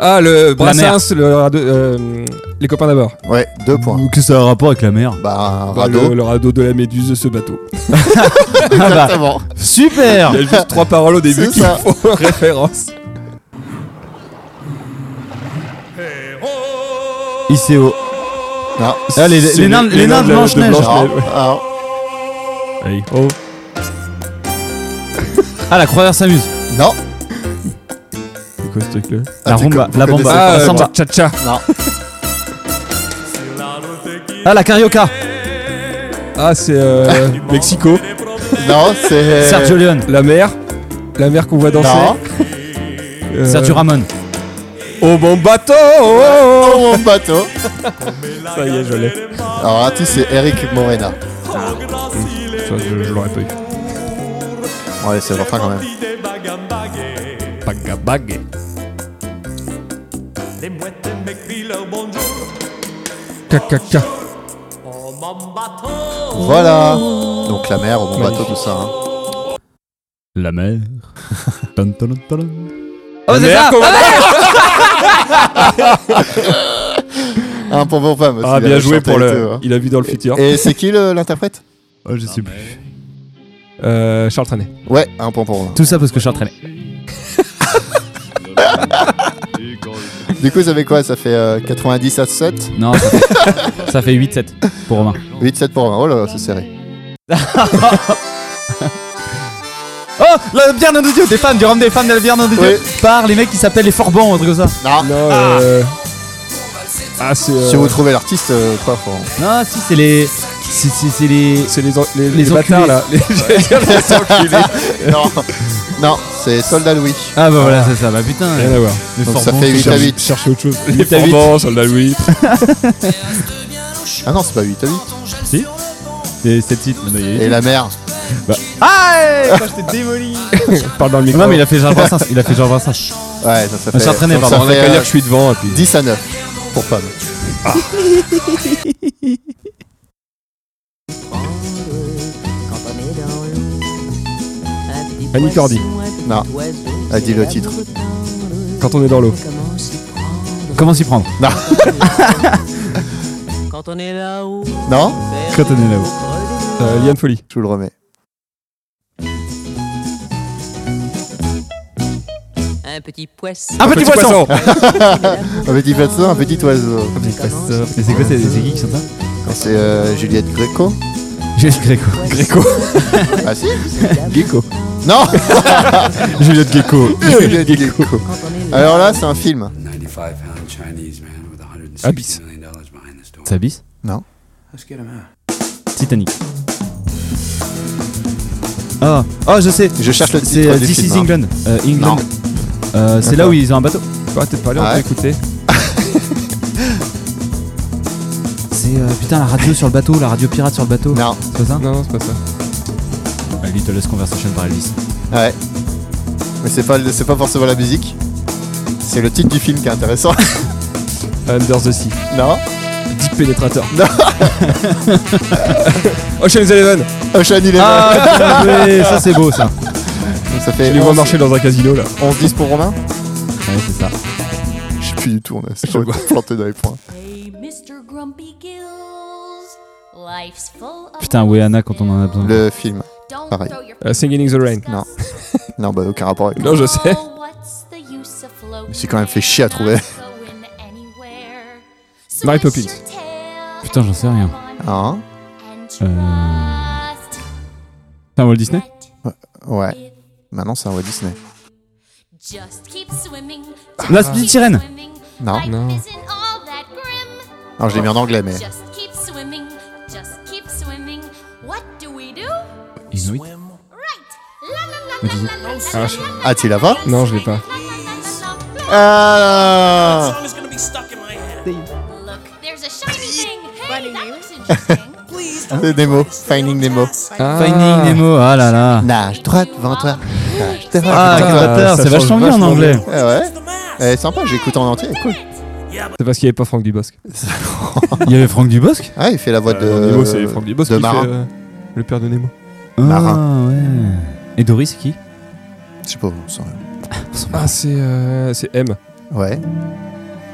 Speaker 2: Ah, le
Speaker 3: mer.
Speaker 2: Brassens, le, radeau- euh, les copains d'abord.
Speaker 1: Ouais, deux points.
Speaker 3: Ou que ça a un rapport avec la mer.
Speaker 1: Bah, un
Speaker 2: Bah, Le,
Speaker 1: radeau.
Speaker 2: le radeau de la méduse de ce bateau.
Speaker 1: Exactement.
Speaker 3: Super
Speaker 2: Il y
Speaker 1: [laughs]
Speaker 2: a juste trois paroles au début
Speaker 1: C'est
Speaker 2: qui
Speaker 1: ça.
Speaker 2: font [laughs] référence.
Speaker 3: ICO.
Speaker 1: Non.
Speaker 3: Ah, les, les,
Speaker 2: C'est
Speaker 3: nains,
Speaker 2: les-
Speaker 3: les
Speaker 2: les
Speaker 3: nains
Speaker 2: nains
Speaker 3: de
Speaker 2: de-
Speaker 3: Blanche-Neige.
Speaker 2: de
Speaker 1: Non,
Speaker 2: Blanche-Neige. ouais.
Speaker 1: non.
Speaker 3: Oh. Ah, la croisière s'amuse.
Speaker 1: Non.
Speaker 2: C'est quoi ce truc-là
Speaker 3: La
Speaker 1: Ah, t'es
Speaker 3: rumba,
Speaker 1: con-
Speaker 3: la
Speaker 1: vous
Speaker 3: bomba.
Speaker 1: connaissez
Speaker 3: Ah,
Speaker 1: pas
Speaker 3: euh,
Speaker 1: ça, moi.
Speaker 2: Tcha-tcha.
Speaker 3: Ah, la carioca.
Speaker 2: Ah, c'est euh, Mexico.
Speaker 1: Non, c'est.
Speaker 3: Sergio Leone.
Speaker 2: La mer. La mer qu'on voit danser.
Speaker 1: Non.
Speaker 2: Euh,
Speaker 3: Sergio Ramon.
Speaker 2: Au bon bateau
Speaker 1: Oh mon bateau.
Speaker 2: Ça y est, je l'ai.
Speaker 1: Alors là, tout c'est Eric Morena.
Speaker 2: Ça, je, je l'aurais pas eu.
Speaker 1: Ah, Ouais, c'est le refrain quand même.
Speaker 2: Bagabag.
Speaker 6: Les mouettes m'écrient leur bonjour
Speaker 2: Kakaka.
Speaker 6: en mon bateau.
Speaker 1: Voilà. Donc la mer, au bon bateau, tout ça. hein.
Speaker 3: La mer. Tan, tan, tan, tan.
Speaker 1: bah,
Speaker 2: Oh, c'est ça
Speaker 1: Un pour mon femme.
Speaker 2: Ah, bien joué pour le. Il a vu dans le futur.
Speaker 1: hein. Et c'est qui le- l'interprète
Speaker 3: Oh, je sais plus.
Speaker 2: Euh, Charles Trenet.
Speaker 1: Ouais, un point pour moi.
Speaker 3: Tout ça parce que je suis entraîné.
Speaker 1: Du coup, ça fait quoi Ça fait euh, 90 à 7
Speaker 3: Non, ça fait, [laughs] ça fait 8-7 pour Romain.
Speaker 1: 8, 7 pour 20. Oh là là, c'est serré.
Speaker 3: Oh, la bière non audio, des fans, du rhum des fans de la bière non audio.
Speaker 1: Oui.
Speaker 3: Par les mecs qui s'appellent les Forbans, un truc comme ça.
Speaker 1: Non.
Speaker 2: Non, euh. Ah, c'est. euh,
Speaker 1: Si vous trouvez l'artiste, euh, pas fort.
Speaker 3: [laughs] Non, Ah, si, c'est les. C'est, c'est, c'est les.
Speaker 2: C'est les, en- les,
Speaker 3: Les
Speaker 2: les bâtards
Speaker 3: enculés.
Speaker 2: là. Les, j'allais dire les enculés.
Speaker 1: non, non c'est Soldat Louis.
Speaker 3: [laughs] Ah bah voilà, c'est ça, bah putain.
Speaker 2: Rien à voir.
Speaker 3: les
Speaker 1: Donc ça
Speaker 3: Forbans,
Speaker 1: fait
Speaker 3: c'est
Speaker 1: 8 à
Speaker 3: cher-
Speaker 1: 8.
Speaker 2: Cherchez autre chose.
Speaker 3: Huit à huit.
Speaker 2: Forbans, Soldat Louis.
Speaker 1: Ah non, c'est pas 8 à 8.
Speaker 3: C'est cette petite.
Speaker 1: Et la mer.
Speaker 3: Ah
Speaker 2: Parle dans le micro.
Speaker 3: Non, mais il a fait Georges Brassens. Il a fait Georges Brassens.
Speaker 1: Ouais, ça, ça
Speaker 3: On
Speaker 1: fait.
Speaker 3: s'entraînait,
Speaker 1: donc
Speaker 3: pardon,
Speaker 1: Ça
Speaker 2: on a
Speaker 1: fait
Speaker 2: qu'à dire
Speaker 1: euh,
Speaker 2: que je suis devant. Et puis...
Speaker 1: 10 à 9 pour femme.
Speaker 2: Annie Cordy.
Speaker 1: Non. Elle dit le titre.
Speaker 2: Quand on est dans l'eau.
Speaker 3: [laughs] Comment s'y prendre
Speaker 7: Quand on est là-haut,
Speaker 1: Non
Speaker 3: Quand on est là-haut.
Speaker 2: Euh, Liane [laughs] Folie.
Speaker 1: Je vous le remets.
Speaker 7: un petit poisson.
Speaker 3: Un petit poisson
Speaker 1: Un petit oiseau, un petit oiseau.
Speaker 3: Mais c'est quoi, c'est, c'est qui qui chante ça
Speaker 1: C'est euh, Juliette Gréco.
Speaker 3: Juliette Gréco. Gréco.
Speaker 1: Ah si
Speaker 2: [laughs] Gecko. [laughs]
Speaker 1: Non
Speaker 3: Juliette Gréco.
Speaker 1: Juliette Gréco. Alors là, c'est un film.
Speaker 2: Abyss.
Speaker 3: C'est Abyss
Speaker 1: Non.
Speaker 3: Titanic. Ah, oh, je sais.
Speaker 1: Je cherche le titre
Speaker 3: C'est euh,
Speaker 1: du
Speaker 3: This
Speaker 1: film,
Speaker 3: is
Speaker 1: hein.
Speaker 3: England. Euh,
Speaker 1: Non.
Speaker 3: England. Euh, c'est là où ils ont un bateau.
Speaker 2: Toi, Ah, t'es pas allé, on
Speaker 1: Ouais.
Speaker 2: peut
Speaker 1: [laughs]
Speaker 2: écouter.
Speaker 3: C'est euh, putain la radio sur le bateau, la radio pirate sur le bateau.
Speaker 1: Non.
Speaker 3: C'est pas ça
Speaker 2: Non, non, c'est pas ça.
Speaker 3: A Little Conversation par Elvis.
Speaker 1: Ouais. Mais c'est pas, c'est pas forcément la musique. C'est le titre du film qui est intéressant. [laughs]
Speaker 2: Under the Sea.
Speaker 1: non
Speaker 2: Deep Pénétrateur.
Speaker 1: Non.
Speaker 2: [laughs] Ocean's Eleven.
Speaker 1: Ocean Eleven.
Speaker 3: [laughs] Ah, bien joué, ça c'est beau ça.
Speaker 1: Donc ça
Speaker 2: Je
Speaker 1: fait
Speaker 2: les vois
Speaker 1: 11,
Speaker 2: marcher dans un casino là.
Speaker 1: 11 10 pour Romain
Speaker 3: Ouais, c'est ça.
Speaker 1: Je sais plus du tout, on a c'est planté dans les points.
Speaker 8: Hey, Mr. Grumpy Gills, life's full of
Speaker 3: Ah, Putain, Anna quand on en a besoin.
Speaker 1: Le film.
Speaker 8: Don't
Speaker 1: pareil.
Speaker 8: throw your
Speaker 2: Euh, Singing in the Rain.
Speaker 1: Non. [laughs] Non, bah aucun rapport avec.
Speaker 2: Non, je sais.
Speaker 8: Oh, what's the use of floating?
Speaker 1: Je me suis quand même fait chier à trouver.
Speaker 8: Going anywhere. So
Speaker 2: Mary
Speaker 8: twist
Speaker 2: Poppins.
Speaker 8: your tail
Speaker 3: Putain, j'en sais rien.
Speaker 1: Hein
Speaker 8: and
Speaker 3: Euh.
Speaker 8: trust
Speaker 3: C'est un Walt Disney
Speaker 8: that
Speaker 1: Ouais.
Speaker 8: it
Speaker 1: Maintenant, c'est un Walt Disney.
Speaker 8: Just keep swimming.
Speaker 3: La petite sirène
Speaker 1: Non.
Speaker 2: Non.
Speaker 1: Alors, je l'ai mis en anglais, mais.
Speaker 8: Just keep swimming. Just keep swimming. What do we do?
Speaker 3: Inuit
Speaker 8: Right. La la la la la la la.
Speaker 2: Ah, je-
Speaker 1: Ah, tu l'as pas
Speaker 2: Non, je l'ai pas.
Speaker 8: la, la, la, la, la.
Speaker 1: Ah
Speaker 6: is gonna be stuck in my head.
Speaker 8: Look, there's a shiny thing. Hey, that looks interesting.
Speaker 1: C'est Nemo. Finding Nemo.
Speaker 2: Ah.
Speaker 3: Finding Nemo, ah là là.
Speaker 1: Nage droite devant toi. Nage droite devant
Speaker 3: Ah,
Speaker 1: toi.
Speaker 3: quel
Speaker 2: ça
Speaker 3: bâtard, c'est
Speaker 2: change
Speaker 3: vachement bien en
Speaker 2: vachement
Speaker 3: anglais.
Speaker 2: bien.
Speaker 1: Eh [laughs] ouais. Eh, sympa, j'ai écouté en entier, cool.
Speaker 2: C'est parce qu'il n'y avait pas Franck [laughs] Dubosc.
Speaker 3: Il y avait Franck Dubosc
Speaker 1: Ah, il fait la voix de.
Speaker 2: Euh, Nemo, c'est Franck Dubosc
Speaker 1: de
Speaker 2: qui
Speaker 1: marin.
Speaker 2: fait euh, le père de Nemo.
Speaker 3: Ah
Speaker 1: Marin.
Speaker 3: ouais. Et Doris, c'est qui
Speaker 2: euh,
Speaker 1: Je sais pas, on s'en-
Speaker 2: Ah, c'est euh, c'est M.
Speaker 1: Ouais.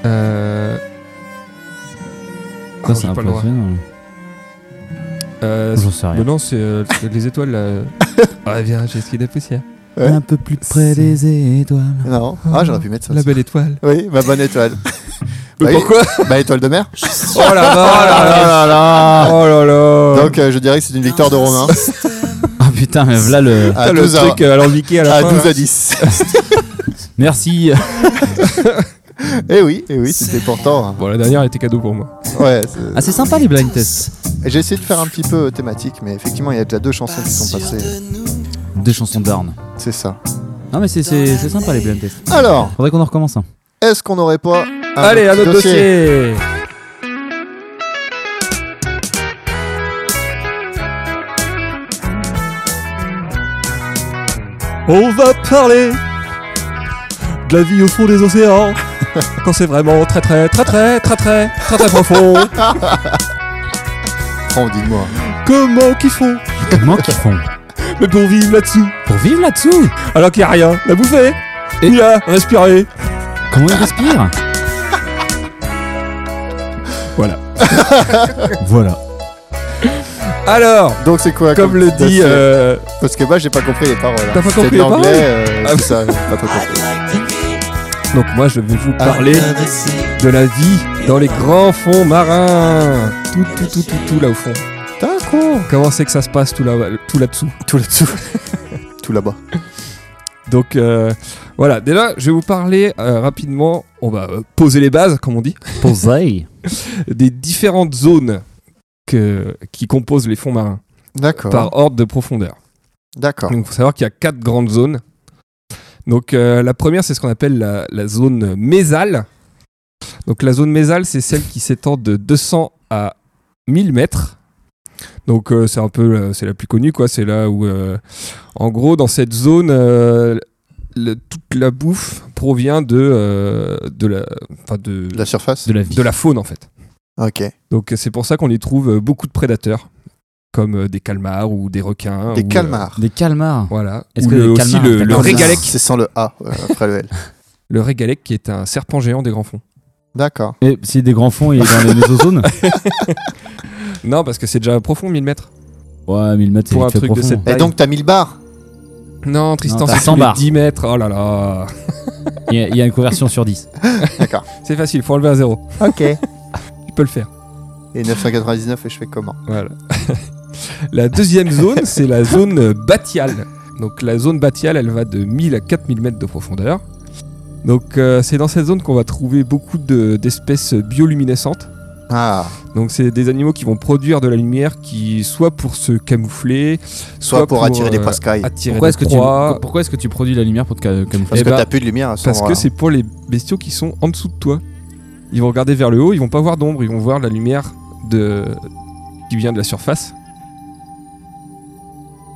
Speaker 2: Euh...
Speaker 3: Ça,
Speaker 2: non,
Speaker 3: c'est
Speaker 2: j'ai
Speaker 3: un
Speaker 2: pas
Speaker 3: peu
Speaker 2: le droit.
Speaker 3: fait, non
Speaker 2: Euh,
Speaker 3: J'en sais
Speaker 2: non,
Speaker 3: rien.
Speaker 2: non, c'est euh, les étoiles
Speaker 3: [laughs]
Speaker 2: là. ah, viens, j'ai essayé de la poussière.
Speaker 1: Ouais.
Speaker 3: Un peu plus
Speaker 2: C'est-
Speaker 3: près des étoiles.
Speaker 1: Non. Ah, j'aurais pu mettre ça.
Speaker 2: La
Speaker 1: aussi.
Speaker 2: belle étoile.
Speaker 1: Oui, ma bonne étoile. Bah oui. [laughs] Bah, étoile de mer.
Speaker 2: Oh là là
Speaker 1: là là
Speaker 2: Oh là là
Speaker 1: Donc, euh, je dirais que c'est une victoire de
Speaker 2: [laughs]
Speaker 1: Romain.
Speaker 3: [laughs] Ah putain, mais voilà le.
Speaker 1: À
Speaker 2: Putain, le
Speaker 1: 12 à,
Speaker 2: truc euh, alambiqué à la
Speaker 1: à
Speaker 2: fin.
Speaker 1: 12
Speaker 2: là.
Speaker 1: à 10.
Speaker 3: Merci.
Speaker 1: [laughs] Eh oui, eh oui, c'était pourtant. euh,
Speaker 2: Bon, la dernière elle était cadeau pour moi.
Speaker 1: Ouais. c'est-
Speaker 3: Ah, c'est sympa les blind tests.
Speaker 1: J'ai essayé de faire un petit peu thématique, mais effectivement, il y a déjà deux chansons qui sont passées.
Speaker 3: Deux chansons d'Arne.
Speaker 1: C'est ça.
Speaker 3: Non, mais c'est c'est- c'est sympa les blind tests.
Speaker 1: Alors,
Speaker 3: Faudrait qu'on en recommence un.
Speaker 1: est-ce qu'on n'aurait pas. un
Speaker 3: Ah,
Speaker 2: Allez, à
Speaker 1: autre
Speaker 2: notre dossier, On va parler de la vie au fond des océans
Speaker 3: [laughs]
Speaker 2: quand c'est vraiment très très très très très très très très
Speaker 3: [laughs]
Speaker 2: profond.
Speaker 1: Franck, dis-moi.
Speaker 2: Comment qu'ils font
Speaker 3: Comment qu'ils font
Speaker 2: Mais pour vivre là-dessous,
Speaker 3: Pour vivre là-dessous
Speaker 2: alors qu'il n'y a rien à bouffer, ni à respirer.
Speaker 3: Comment ils respirent
Speaker 2: Voilà.
Speaker 3: [laughs] Voilà.
Speaker 2: Alors,
Speaker 1: Donc, c'est quoi
Speaker 2: comme le dit.
Speaker 1: dossier
Speaker 2: euh,
Speaker 1: Parce que moi, j'ai pas compris les paroles. hein.
Speaker 2: T'as pas
Speaker 1: C'était
Speaker 2: compris
Speaker 1: de
Speaker 2: les paroles
Speaker 1: l'anglais, euh,
Speaker 2: Ah
Speaker 1: c'est
Speaker 2: oui.
Speaker 1: ça, j'ai pas trop compris.
Speaker 2: Donc moi je vais vous parler de la vie dans les grands fonds marins. Tout, tout, tout, tout, tout là au fond. D'accord. Comment c'est que ça se passe tout là, tout là-dessous Tout là-dessous.
Speaker 1: Tout là-bas.
Speaker 2: Donc euh, voilà, dès là je vais vous parler euh, rapidement, on va euh, poser les bases comme on dit,
Speaker 3: Posey.
Speaker 2: des différentes zones que, qui composent les fonds marins
Speaker 1: D'accord.
Speaker 2: par ordre de profondeur.
Speaker 1: D'accord.
Speaker 2: Donc il faut savoir qu'il y a quatre grandes zones. Donc euh, la première, c'est ce qu'on appelle la, la zone mésale. Donc la zone mésale, c'est celle qui s'étend de 200 à 1000 mètres. Donc euh, c'est un peu, euh, c'est la plus connue, quoi. C'est là où, euh, en gros, dans cette zone, euh, le- toute la bouffe provient de, euh, de, la, enfin, de,
Speaker 1: La surface
Speaker 3: De la vie.
Speaker 2: de la faune, en fait.
Speaker 1: Ok.
Speaker 2: Donc euh, c'est pour ça qu'on y trouve euh, beaucoup de prédateurs, comme euh, des calmars ou des requins.
Speaker 1: Des
Speaker 2: ou, euh,
Speaker 1: calmars.
Speaker 3: Des calmars.
Speaker 2: voilà.
Speaker 3: Est-ce
Speaker 2: Ou
Speaker 3: que
Speaker 2: le-
Speaker 3: les
Speaker 2: aussi
Speaker 3: calmars
Speaker 2: le,
Speaker 3: attaquent
Speaker 2: le
Speaker 1: Non, c'est-
Speaker 2: régalec,
Speaker 1: C'est sans le A euh, après le L.
Speaker 2: le régalec qui est un serpent géant des grands fonds.
Speaker 1: D'accord.
Speaker 3: Et si des grands fonds, il est dans
Speaker 2: [laughs]
Speaker 3: les mésozones
Speaker 2: Non, parce que c'est déjà profond 1000 mètres.
Speaker 3: Ouais, 1000 mètres, c'est
Speaker 2: Pour un
Speaker 3: vite fait
Speaker 2: truc de
Speaker 3: profond.
Speaker 2: cette-
Speaker 1: Et donc, t'as mis le bar
Speaker 2: Non, Tristan,
Speaker 3: Non, t'as
Speaker 2: c'est
Speaker 3: 100
Speaker 2: tous les
Speaker 3: barres.
Speaker 2: 10 mètres. Oh là là,
Speaker 3: Il y, a- il y a une conversion sur 10.
Speaker 1: D'accord.
Speaker 2: c'est facile. Faut enlever un zéro.
Speaker 1: Ok. Et
Speaker 2: [laughs] Tu peux le faire.
Speaker 1: 999, et je fais comment
Speaker 2: Voilà. [laughs] la deuxième zone, c'est la zone euh, batiale. Donc la zone batiale, elle va de 1000 à 4000 mètres de profondeur. Donc euh, c'est dans cette zone qu'on va trouver beaucoup de- d'espèces bioluminescentes.
Speaker 1: Ah,
Speaker 2: Donc c'est des animaux qui vont produire de la lumière qui soit pour se camoufler, soit,
Speaker 1: soit pour attirer des
Speaker 2: euh,
Speaker 1: pascailles.
Speaker 2: attirer
Speaker 3: Pourquoi
Speaker 2: des
Speaker 3: est-ce que,
Speaker 2: proies,
Speaker 3: tu, pourquoi est-ce que tu produis la lumière pour te ca- camoufler
Speaker 1: Parce
Speaker 2: eh
Speaker 1: que
Speaker 2: ben,
Speaker 1: t'as plus de lumière à ce
Speaker 2: parce que
Speaker 1: moment-là.
Speaker 2: c'est pour les bestiaux qui sont en dessous de toi. Ils vont regarder vers le haut, ils vont pas voir d'ombre, ils vont voir la lumière de qui vient de la surface.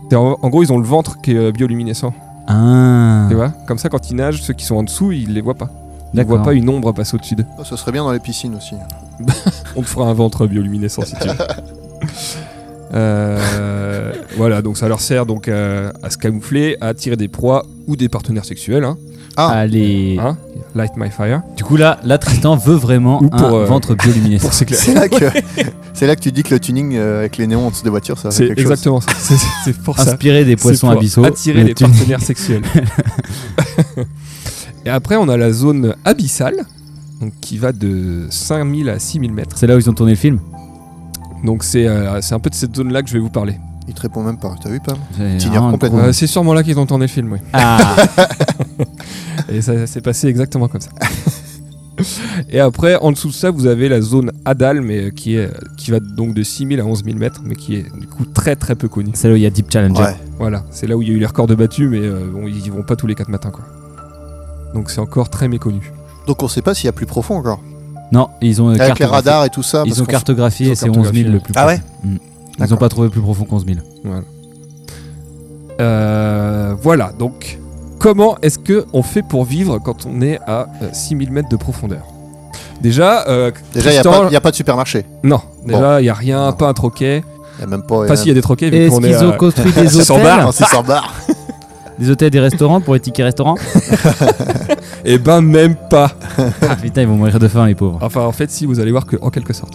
Speaker 2: C'est En, en gros, ils ont le ventre qui est euh, bioluminescent,
Speaker 3: Ah,
Speaker 2: tu vois. Comme ça, quand ils nagent, ceux qui sont en dessous, ils les voient pas. Ils
Speaker 3: d'accord.
Speaker 2: voient pas une ombre passer au-dessus d'eux.
Speaker 1: Oh, ça serait bien dans les piscines aussi.
Speaker 2: On te fera un ventre bioluminescent si tu veux. Euh, voilà, donc ça leur sert donc euh, à se camoufler, à attirer des proies ou des partenaires sexuels. Hein,
Speaker 3: Allez.
Speaker 2: Hein Light my fire.
Speaker 3: Du coup, là, là, Tristan veut vraiment
Speaker 2: Ou pour,
Speaker 3: un
Speaker 2: euh,
Speaker 3: ventre bioluminescent.
Speaker 2: Pour s'éclairer.
Speaker 1: [laughs] C'est là que [laughs] c'est là que tu dis que le tuning euh, avec les néons en dessous des voitures, ça
Speaker 2: C'est
Speaker 1: fait quelque chose.
Speaker 2: exactement ça. C'est- c'est- C'est pour ça.
Speaker 3: Inspirer des
Speaker 2: C'est
Speaker 3: poissons
Speaker 2: pour
Speaker 3: abyssaux.
Speaker 2: Attirer
Speaker 3: le
Speaker 2: les
Speaker 3: tu-
Speaker 2: partenaires
Speaker 3: [laughs]
Speaker 2: sexuels. Et après, on a la zone abyssale, donc qui va de 5000 à 6000 mètres.
Speaker 3: C'est là où ils ont tourné le film
Speaker 2: Donc c'est euh, c'est un peu de cette zone-là que je vais vous parler.
Speaker 1: Il te répond même pas. T'as vu, Pam
Speaker 3: C'est
Speaker 1: T'ignores
Speaker 3: vraiment
Speaker 1: complètement.
Speaker 3: gros.
Speaker 2: Euh, c'est sûrement là qu'ils ont tourné le film, oui.
Speaker 3: [laughs] Ah,
Speaker 2: Et ça, s'est passé exactement comme ça. [laughs] Et après, en dessous de ça, vous avez la zone Adal, mais euh, qui, est, qui va donc de 6000 à 11 000 mètres, mais qui est du coup très très peu connue.
Speaker 3: c'est là où il y a Deep Challenger.
Speaker 1: Ouais.
Speaker 2: Voilà, c'est là où il y a eu les records de battus, mais euh, bon, ils y vont pas tous les 4 matins quoi. Donc c'est encore très méconnu.
Speaker 1: Donc on sait pas s'il y a plus profond encore.
Speaker 3: Non, ils ont euh,
Speaker 1: Avec les
Speaker 3: cartographié-
Speaker 1: radars et tout ça. parce
Speaker 3: Ils ont
Speaker 1: qu'on-
Speaker 3: cartographié
Speaker 2: ils ont
Speaker 3: et c'est 11 000 le plus
Speaker 1: Ah ouais
Speaker 3: profond. Mm. Ils ont
Speaker 1: D'accord.
Speaker 3: pas trouvé plus profond qu'11 000.
Speaker 2: Euh, voilà, donc comment est-ce que on fait pour vivre quand on est à euh, 6000 mètres de profondeur Déjà, euh,
Speaker 1: Déjà, il n'y a,
Speaker 2: Tristan-
Speaker 1: pas- y a pas de supermarché.
Speaker 2: non, déjà il y a rien, pas un troquet.
Speaker 1: Il y a même pas.
Speaker 2: Enfin, s'il y a Ah. des troquets, vu
Speaker 3: Est-ce
Speaker 2: qu'on est
Speaker 3: qu'ils ont
Speaker 2: [laughs] à-
Speaker 3: construit des
Speaker 2: Sans
Speaker 3: hôtels
Speaker 2: barre,
Speaker 1: Non, c'est sans bar.
Speaker 3: des hôtels, des restaurants pour les tickets restaurants.
Speaker 2: [laughs] Eh ben, même pas.
Speaker 3: Ah, putain, ils vont mourir de faim, les pauvres.
Speaker 2: Enfin, en fait, si, vous allez voir que, en
Speaker 1: [laughs]
Speaker 2: quelque sorte.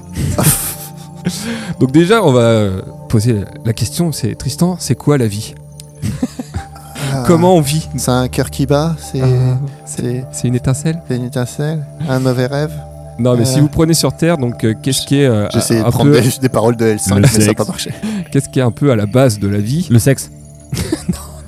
Speaker 2: Donc, déjà, on va euh, poser la question c'est Tristan, c'est quoi la vie
Speaker 1: Ah,
Speaker 2: Comment on vit
Speaker 1: C'est un cœur qui bat, c'est
Speaker 2: Ah,
Speaker 1: c'est-
Speaker 2: C'est une étincelle
Speaker 1: c'est une étincelle, un mauvais rêve.
Speaker 2: Non, mais
Speaker 1: Euh.
Speaker 2: si vous prenez sur Terre, donc, euh, qu'est-ce qui est. euh,
Speaker 1: J'essayais
Speaker 2: un
Speaker 1: de prendre
Speaker 2: peu-
Speaker 1: des, des paroles de L5,
Speaker 3: Le
Speaker 1: mais ça n'a
Speaker 3: sexe.
Speaker 1: pas marché.
Speaker 2: Qu'est-ce qui est un peu à la base de la vie [laughs]
Speaker 3: Le sexe.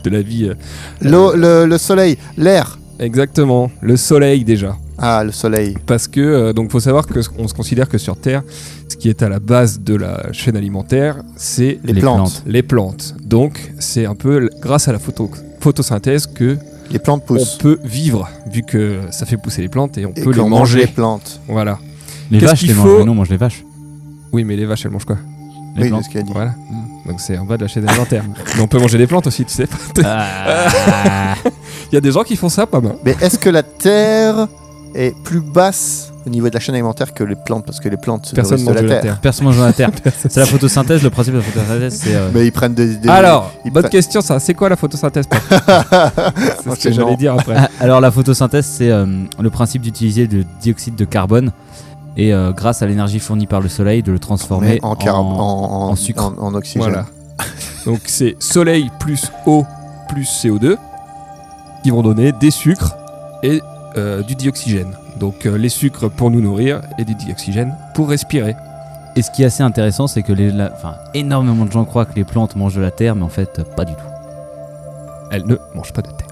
Speaker 2: De la vie. euh,
Speaker 1: L'eau, le, le soleil, l'air.
Speaker 2: exactement. Le soleil, déjà.
Speaker 1: Ah, le soleil.
Speaker 2: Parce que, euh, donc, faut savoir que ce- on se considère que sur Terre, ce qui est à la base de la chaîne alimentaire, c'est
Speaker 1: Les,
Speaker 3: Les
Speaker 1: plantes.
Speaker 3: plantes.
Speaker 2: les plantes. Donc, c'est un peu l- grâce à la photo- photosynthèse que
Speaker 1: Les plantes
Speaker 2: on
Speaker 1: poussent.
Speaker 2: peut vivre, vu que ça fait pousser les plantes et on
Speaker 1: Et
Speaker 2: peut
Speaker 1: qu'on mange
Speaker 2: les manger.
Speaker 1: les plantes.
Speaker 2: Voilà.
Speaker 3: Les
Speaker 2: Qu'est-ce
Speaker 3: vaches,
Speaker 2: qu'il
Speaker 3: les
Speaker 2: faut
Speaker 3: mange. Mais non, on mange les vaches.
Speaker 2: Oui, mais les vaches, elles mangent quoi
Speaker 3: Les
Speaker 1: oui, c'est
Speaker 3: plantes.
Speaker 1: ce qu'il a dit. Mm.
Speaker 2: Voilà. Donc c'est en bas de la chaîne alimentaire. mais on peut manger des plantes aussi, tu sais.
Speaker 3: Ah.
Speaker 2: [laughs] Il y a des gens qui font ça, pas mal.
Speaker 1: Mais est-ce que la terre est plus basse au niveau de la chaîne alimentaire que les plantes Parce que les plantes se
Speaker 2: Personne
Speaker 1: nourrissent de
Speaker 2: mange
Speaker 1: la, terre.
Speaker 3: Personne mange dans
Speaker 2: [laughs]
Speaker 3: la terre. C'est la photosynthèse, le principe de la photosynthèse, c'est. euh,
Speaker 1: Mais ils prennent des. des-
Speaker 2: Alors,
Speaker 1: ils
Speaker 2: bonne
Speaker 1: prennent-
Speaker 2: question ça. C'est quoi la photosynthèse Paul C'est
Speaker 1: [laughs] Oh,
Speaker 2: ce
Speaker 1: c'est
Speaker 2: que j'allais
Speaker 1: gênant.
Speaker 2: dire
Speaker 1: [laughs]
Speaker 2: après.
Speaker 3: Ah, Alors la photosynthèse, c'est euh, le principe d'utiliser le dioxyde de carbone et euh, grâce à l'énergie fournie par le soleil de le transformer
Speaker 1: Mais en, car- en, en-
Speaker 3: en sucre.
Speaker 1: en- en oxygène.
Speaker 2: Voilà.
Speaker 1: [laughs]
Speaker 2: Donc c'est soleil plus eau plus CO2 qui vont donner des sucres et euh, du dioxygène. Donc euh, les sucres pour nous nourrir et du dioxygène pour respirer.
Speaker 3: Et ce qui est assez intéressant, c'est que les, la- enfin, énormément de gens croient que les plantes mangent de la terre, mais en fait, euh, pas du tout.
Speaker 2: Elles ne mangent pas de
Speaker 1: [laughs]
Speaker 2: terre.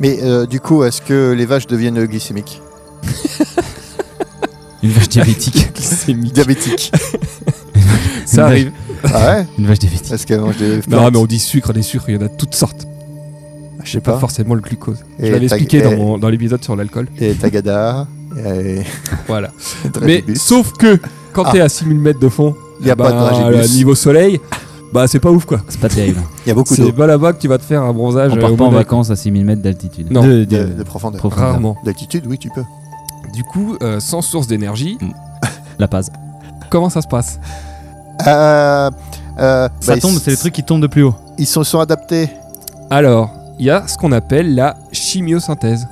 Speaker 1: Mais euh, du coup, est-ce que les vaches deviennent glycémiques
Speaker 3: Une
Speaker 1: [laughs]
Speaker 3: vache diabétique.
Speaker 2: Glycémique.
Speaker 1: Diabétiques.
Speaker 2: [laughs]
Speaker 1: [laughs]
Speaker 2: Ça arrive.
Speaker 1: ah ouais
Speaker 3: Une vache diabétique.
Speaker 1: Est-ce qu'elles mangent des plantes
Speaker 2: Non mais on dit sucre, les sucres, il y en a toutes sortes.
Speaker 1: Je sais
Speaker 2: Pas
Speaker 1: pas.
Speaker 2: forcément le glucose.
Speaker 1: Et
Speaker 2: Je l'avais
Speaker 1: t'as- eh.
Speaker 2: expliqué dans,
Speaker 1: et-
Speaker 2: mon- dans l'épisode
Speaker 1: [laughs]
Speaker 2: sur l'alcool.
Speaker 1: Et Tagada. Et...
Speaker 2: Voilà. Mais
Speaker 1: Dragibus.
Speaker 2: sauf que quand
Speaker 1: Ah.
Speaker 2: t'es à 6000 mètres de fond,
Speaker 1: Il y a
Speaker 2: bah,
Speaker 1: pas de dragibus.
Speaker 2: le niveau soleil, bah c'est pas ouf quoi.
Speaker 3: C'est pas terrible.
Speaker 1: Il y a beaucoup
Speaker 2: C'est
Speaker 1: d'eau.
Speaker 2: pas là-bas que tu vas te faire un bronzage.
Speaker 3: On
Speaker 2: euh,
Speaker 3: part
Speaker 2: au
Speaker 3: pas en
Speaker 2: Monaco.
Speaker 3: vacances à 6000 mètres d'altitude.
Speaker 2: Non.
Speaker 1: De,
Speaker 3: De- de-
Speaker 1: de profondeur.
Speaker 3: profondeur.
Speaker 2: Rarement.
Speaker 1: D'altitude, oui, tu peux.
Speaker 2: Du coup, euh, sans source d'énergie,
Speaker 3: La Paz.
Speaker 2: comment ça se passe
Speaker 1: Euh, euh,
Speaker 3: Ça
Speaker 1: bah,
Speaker 3: tombe,
Speaker 1: ils-
Speaker 3: c'est le truc qui tombe de plus haut.
Speaker 1: Ils se sont adaptés.
Speaker 2: Alors, il y a ce qu'on appelle la chimiosynthèse.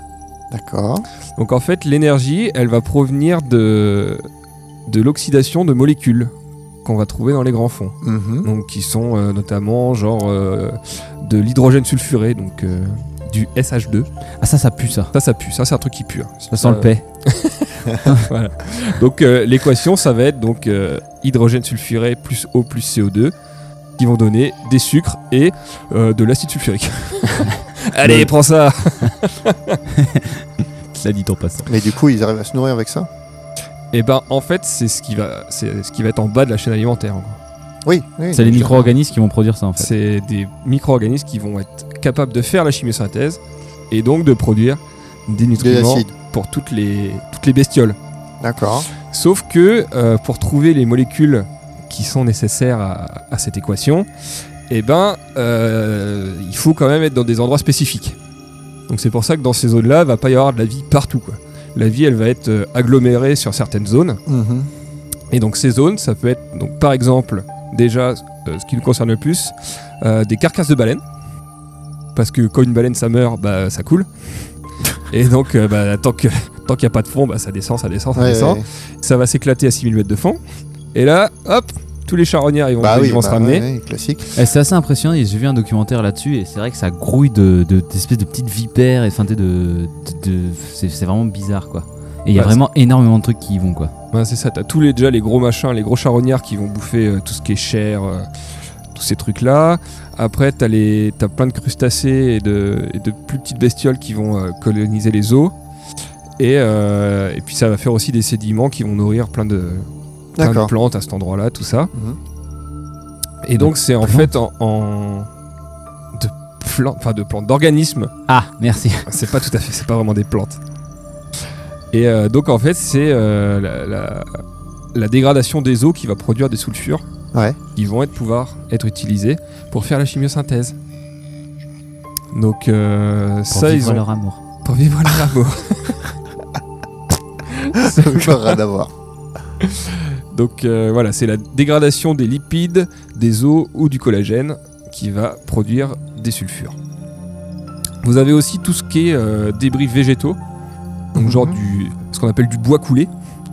Speaker 1: D'accord.
Speaker 2: Donc en fait, l'énergie, elle va provenir de, de l'oxydation de molécules qu'on va trouver dans les grands fonds.
Speaker 1: Mhm.
Speaker 2: Donc qui sont euh, notamment genre euh, de l'hydrogène sulfuré, donc euh, du SH2.
Speaker 3: Ah ça, ça pue ça.
Speaker 2: Ça, ça pue. Ça, c'est un truc qui pue. hein.
Speaker 3: Ça sent
Speaker 2: Euh,
Speaker 3: le paix.
Speaker 2: Donc euh, l'équation, ça va être donc euh, hydrogène sulfuré plus eau plus CO2 qui vont donner des sucres et euh, de l'acide sulfurique. [laughs] Allez,
Speaker 3: Le-
Speaker 2: prends ça
Speaker 3: Cela dit en passant.
Speaker 1: Mais du coup, ils arrivent à se nourrir avec ça
Speaker 2: Et ben en fait, c'est ce qui va c'est ce qui va être en bas de la chaîne alimentaire. en gros.
Speaker 1: Oui. oui
Speaker 3: C'est les
Speaker 1: je-
Speaker 3: micro-organismes qui vont produire ça en fait.
Speaker 2: C'est des micro-organismes qui vont être capables de faire la chimiosynthèse et donc de produire des
Speaker 1: De
Speaker 2: nutriments
Speaker 1: l'acide.
Speaker 2: pour toutes les toutes les bestioles.
Speaker 1: D'accord.
Speaker 2: Sauf que euh, pour trouver les molécules qui sont nécessaires à, à cette équation, eh ben, euh, il faut quand même être dans des endroits spécifiques. Donc c'est pour ça que dans ces zones-là, va pas y avoir de la vie partout. Quoi. La vie, elle va être euh, agglomérée sur certaines zones.
Speaker 1: Mhm.
Speaker 2: Et donc ces zones, ça peut être, donc, par exemple, déjà, euh, ce qui nous concerne le plus, euh, des carcasses de baleines. Parce que quand une baleine, ça meurt, bah, ça coule. Et donc, euh, bah, tant que- tant qu'il n'y a pas de fond, bah, ça descend, ça descend, ça
Speaker 1: Ouais,
Speaker 2: descend
Speaker 1: ouais, ouais.
Speaker 2: ça va s'éclater à 6000 mètres de fond. Et là, hop, tous les charognards ils vont,
Speaker 1: Bah
Speaker 2: ils
Speaker 1: oui,
Speaker 2: vont se
Speaker 1: bah
Speaker 2: ramener.
Speaker 1: ouais, ouais, classique.
Speaker 3: Eh, c'est assez impressionnant, et j'ai vu un documentaire là-dessus et c'est vrai que ça grouille de, de- d'espèces de petites vipères et enfin, de, de, de- c'est, c'est vraiment bizarre quoi. Et il y a
Speaker 2: Ouais,
Speaker 3: vraiment énormément de trucs qui y vont quoi.
Speaker 2: Ouais, Ben, c'est ça, t'as tous les déjà les gros machins, les gros charognards qui vont bouffer euh, tout ce qui est chair, euh, tous ces trucs là. Après, t'as les, t'as plein de crustacés et de, et de plus petites bestioles qui vont euh, coloniser les eaux. Et, euh, et puis ça va faire aussi des sédiments qui vont nourrir plein de, plein de
Speaker 1: D'accord.
Speaker 2: plantes à cet endroit-là, tout ça.
Speaker 1: Mhm.
Speaker 2: Et donc c'est en
Speaker 3: plantes.
Speaker 2: fait en, en- de plantes, enfin de plantes, d'organismes
Speaker 3: Ah, merci.
Speaker 2: C'est pas tout à fait, c'est pas vraiment des plantes. Et euh, donc en fait, c'est euh, la, la- la dégradation des eaux qui va produire des sulfures
Speaker 1: [laughs] Ouais.
Speaker 2: qui vont être, pouvoir être utilisés pour faire la chimiosynthèse. Donc euh,
Speaker 3: Pour
Speaker 2: ça,
Speaker 3: vivre
Speaker 2: ils ont
Speaker 3: leur amour.
Speaker 2: pour vivre [laughs] leur amour.
Speaker 1: [laughs] Encore rien à voir.
Speaker 2: donc euh, voilà, c'est la dégradation des lipides, des eaux ou du collagène qui va produire des sulfures. Vous avez aussi tout ce qui est euh, débris végétaux, donc genre
Speaker 1: Mhm.
Speaker 2: du ce qu'on appelle du bois coulé.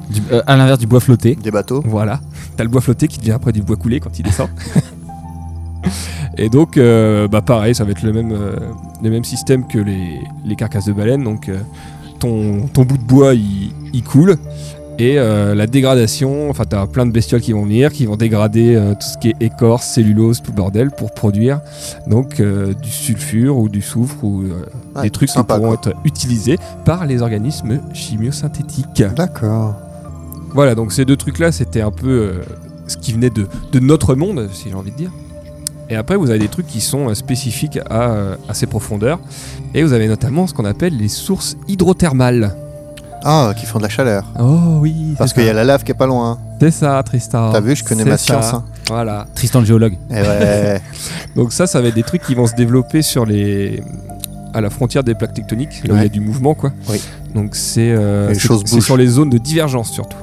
Speaker 3: Du- euh, à l'inverse du bois flotté.
Speaker 1: Des bateaux.
Speaker 2: Voilà, t'as le bois flotté qui devient après du bois coulé quand il descend. [laughs] Et donc, euh, bah pareil, ça va être le même, euh, le même système que les, les carcasses de baleines. Donc, euh, ton, ton bout de bois, il, il coule. Et euh, la dégradation, enfin, t'as plein de bestioles qui vont venir, qui vont dégrader euh, tout ce qui est écorce, cellulose, tout le bordel pour produire donc euh, du sulfure ou du soufre ou euh,
Speaker 1: Ouais,
Speaker 2: des trucs qui
Speaker 1: sympa,
Speaker 2: pourront
Speaker 1: quoi.
Speaker 2: être utilisés par les organismes chimiosynthétiques.
Speaker 1: D'accord.
Speaker 2: Voilà, donc ces deux trucs-là, c'était un peu euh, ce qui venait de, de notre monde, si j'ai envie de dire. Et après, vous avez des trucs qui sont euh, spécifiques à, euh, à ces profondeurs. Et vous avez notamment ce qu'on appelle les sources hydrothermales.
Speaker 1: Ah, qui font de la chaleur.
Speaker 2: Oh oui
Speaker 1: Parce qu'il y a la lave qui est pas loin. hein.
Speaker 2: C'est ça, Tristan.
Speaker 1: T'as vu, je connais
Speaker 2: Ah, C'est
Speaker 1: ma
Speaker 2: ça.
Speaker 1: science. hein.
Speaker 2: Voilà.
Speaker 3: Tristan le géologue.
Speaker 1: Eh ouais.
Speaker 2: Donc ça, ça va être des trucs qui vont se développer sur les à la frontière des plaques tectoniques, là où il y a
Speaker 1: Ouais.
Speaker 2: du mouvement, quoi.
Speaker 1: Oui.
Speaker 2: Donc c'est euh,
Speaker 1: Les
Speaker 2: c'est-
Speaker 1: choses
Speaker 2: c'est
Speaker 1: bougent.
Speaker 2: sur les zones de divergence surtout.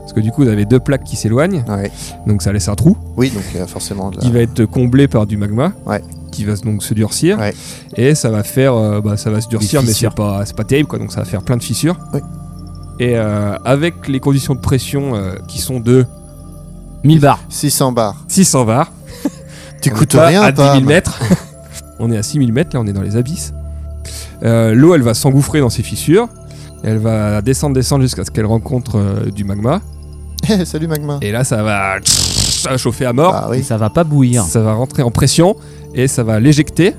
Speaker 2: Parce que du coup, vous avez deux plaques qui s'éloignent,
Speaker 1: Ouais.
Speaker 2: donc ça laisse un trou.
Speaker 1: Oui, donc euh, forcément. de la-
Speaker 2: qui va être comblé par du magma,
Speaker 1: Ouais.
Speaker 2: qui va donc se durcir,
Speaker 1: Ouais.
Speaker 2: et ça va faire, euh, bah, ça va se durcir,
Speaker 3: Des
Speaker 2: mais c'est
Speaker 3: fissures.
Speaker 2: pas, c'est pas terrible, quoi. Donc ça va faire plein de fissures.
Speaker 1: Oui.
Speaker 2: Et euh, avec les conditions de pression euh, qui sont de
Speaker 3: 1000 bars.
Speaker 1: 600 bars.
Speaker 2: 600 bars,
Speaker 1: Tu
Speaker 2: on
Speaker 1: coûtes
Speaker 2: est pas
Speaker 1: rien,
Speaker 2: à 10 000
Speaker 1: Pam. [laughs]
Speaker 2: mètres. on est à 6000 mètres, là, on est dans les abysses. Euh, L'eau, elle va s'engouffrer dans ces fissures. Elle va descendre, descendre jusqu'à ce qu'elle rencontre euh, du magma.
Speaker 1: Eh, [laughs] Salut Magma.
Speaker 2: Et là, ça va, ça va chauffer à mort.
Speaker 1: Ah
Speaker 3: Et
Speaker 1: oui.
Speaker 3: ça va pas bouillir.
Speaker 2: Ça va rentrer en pression et ça va l'éjecter.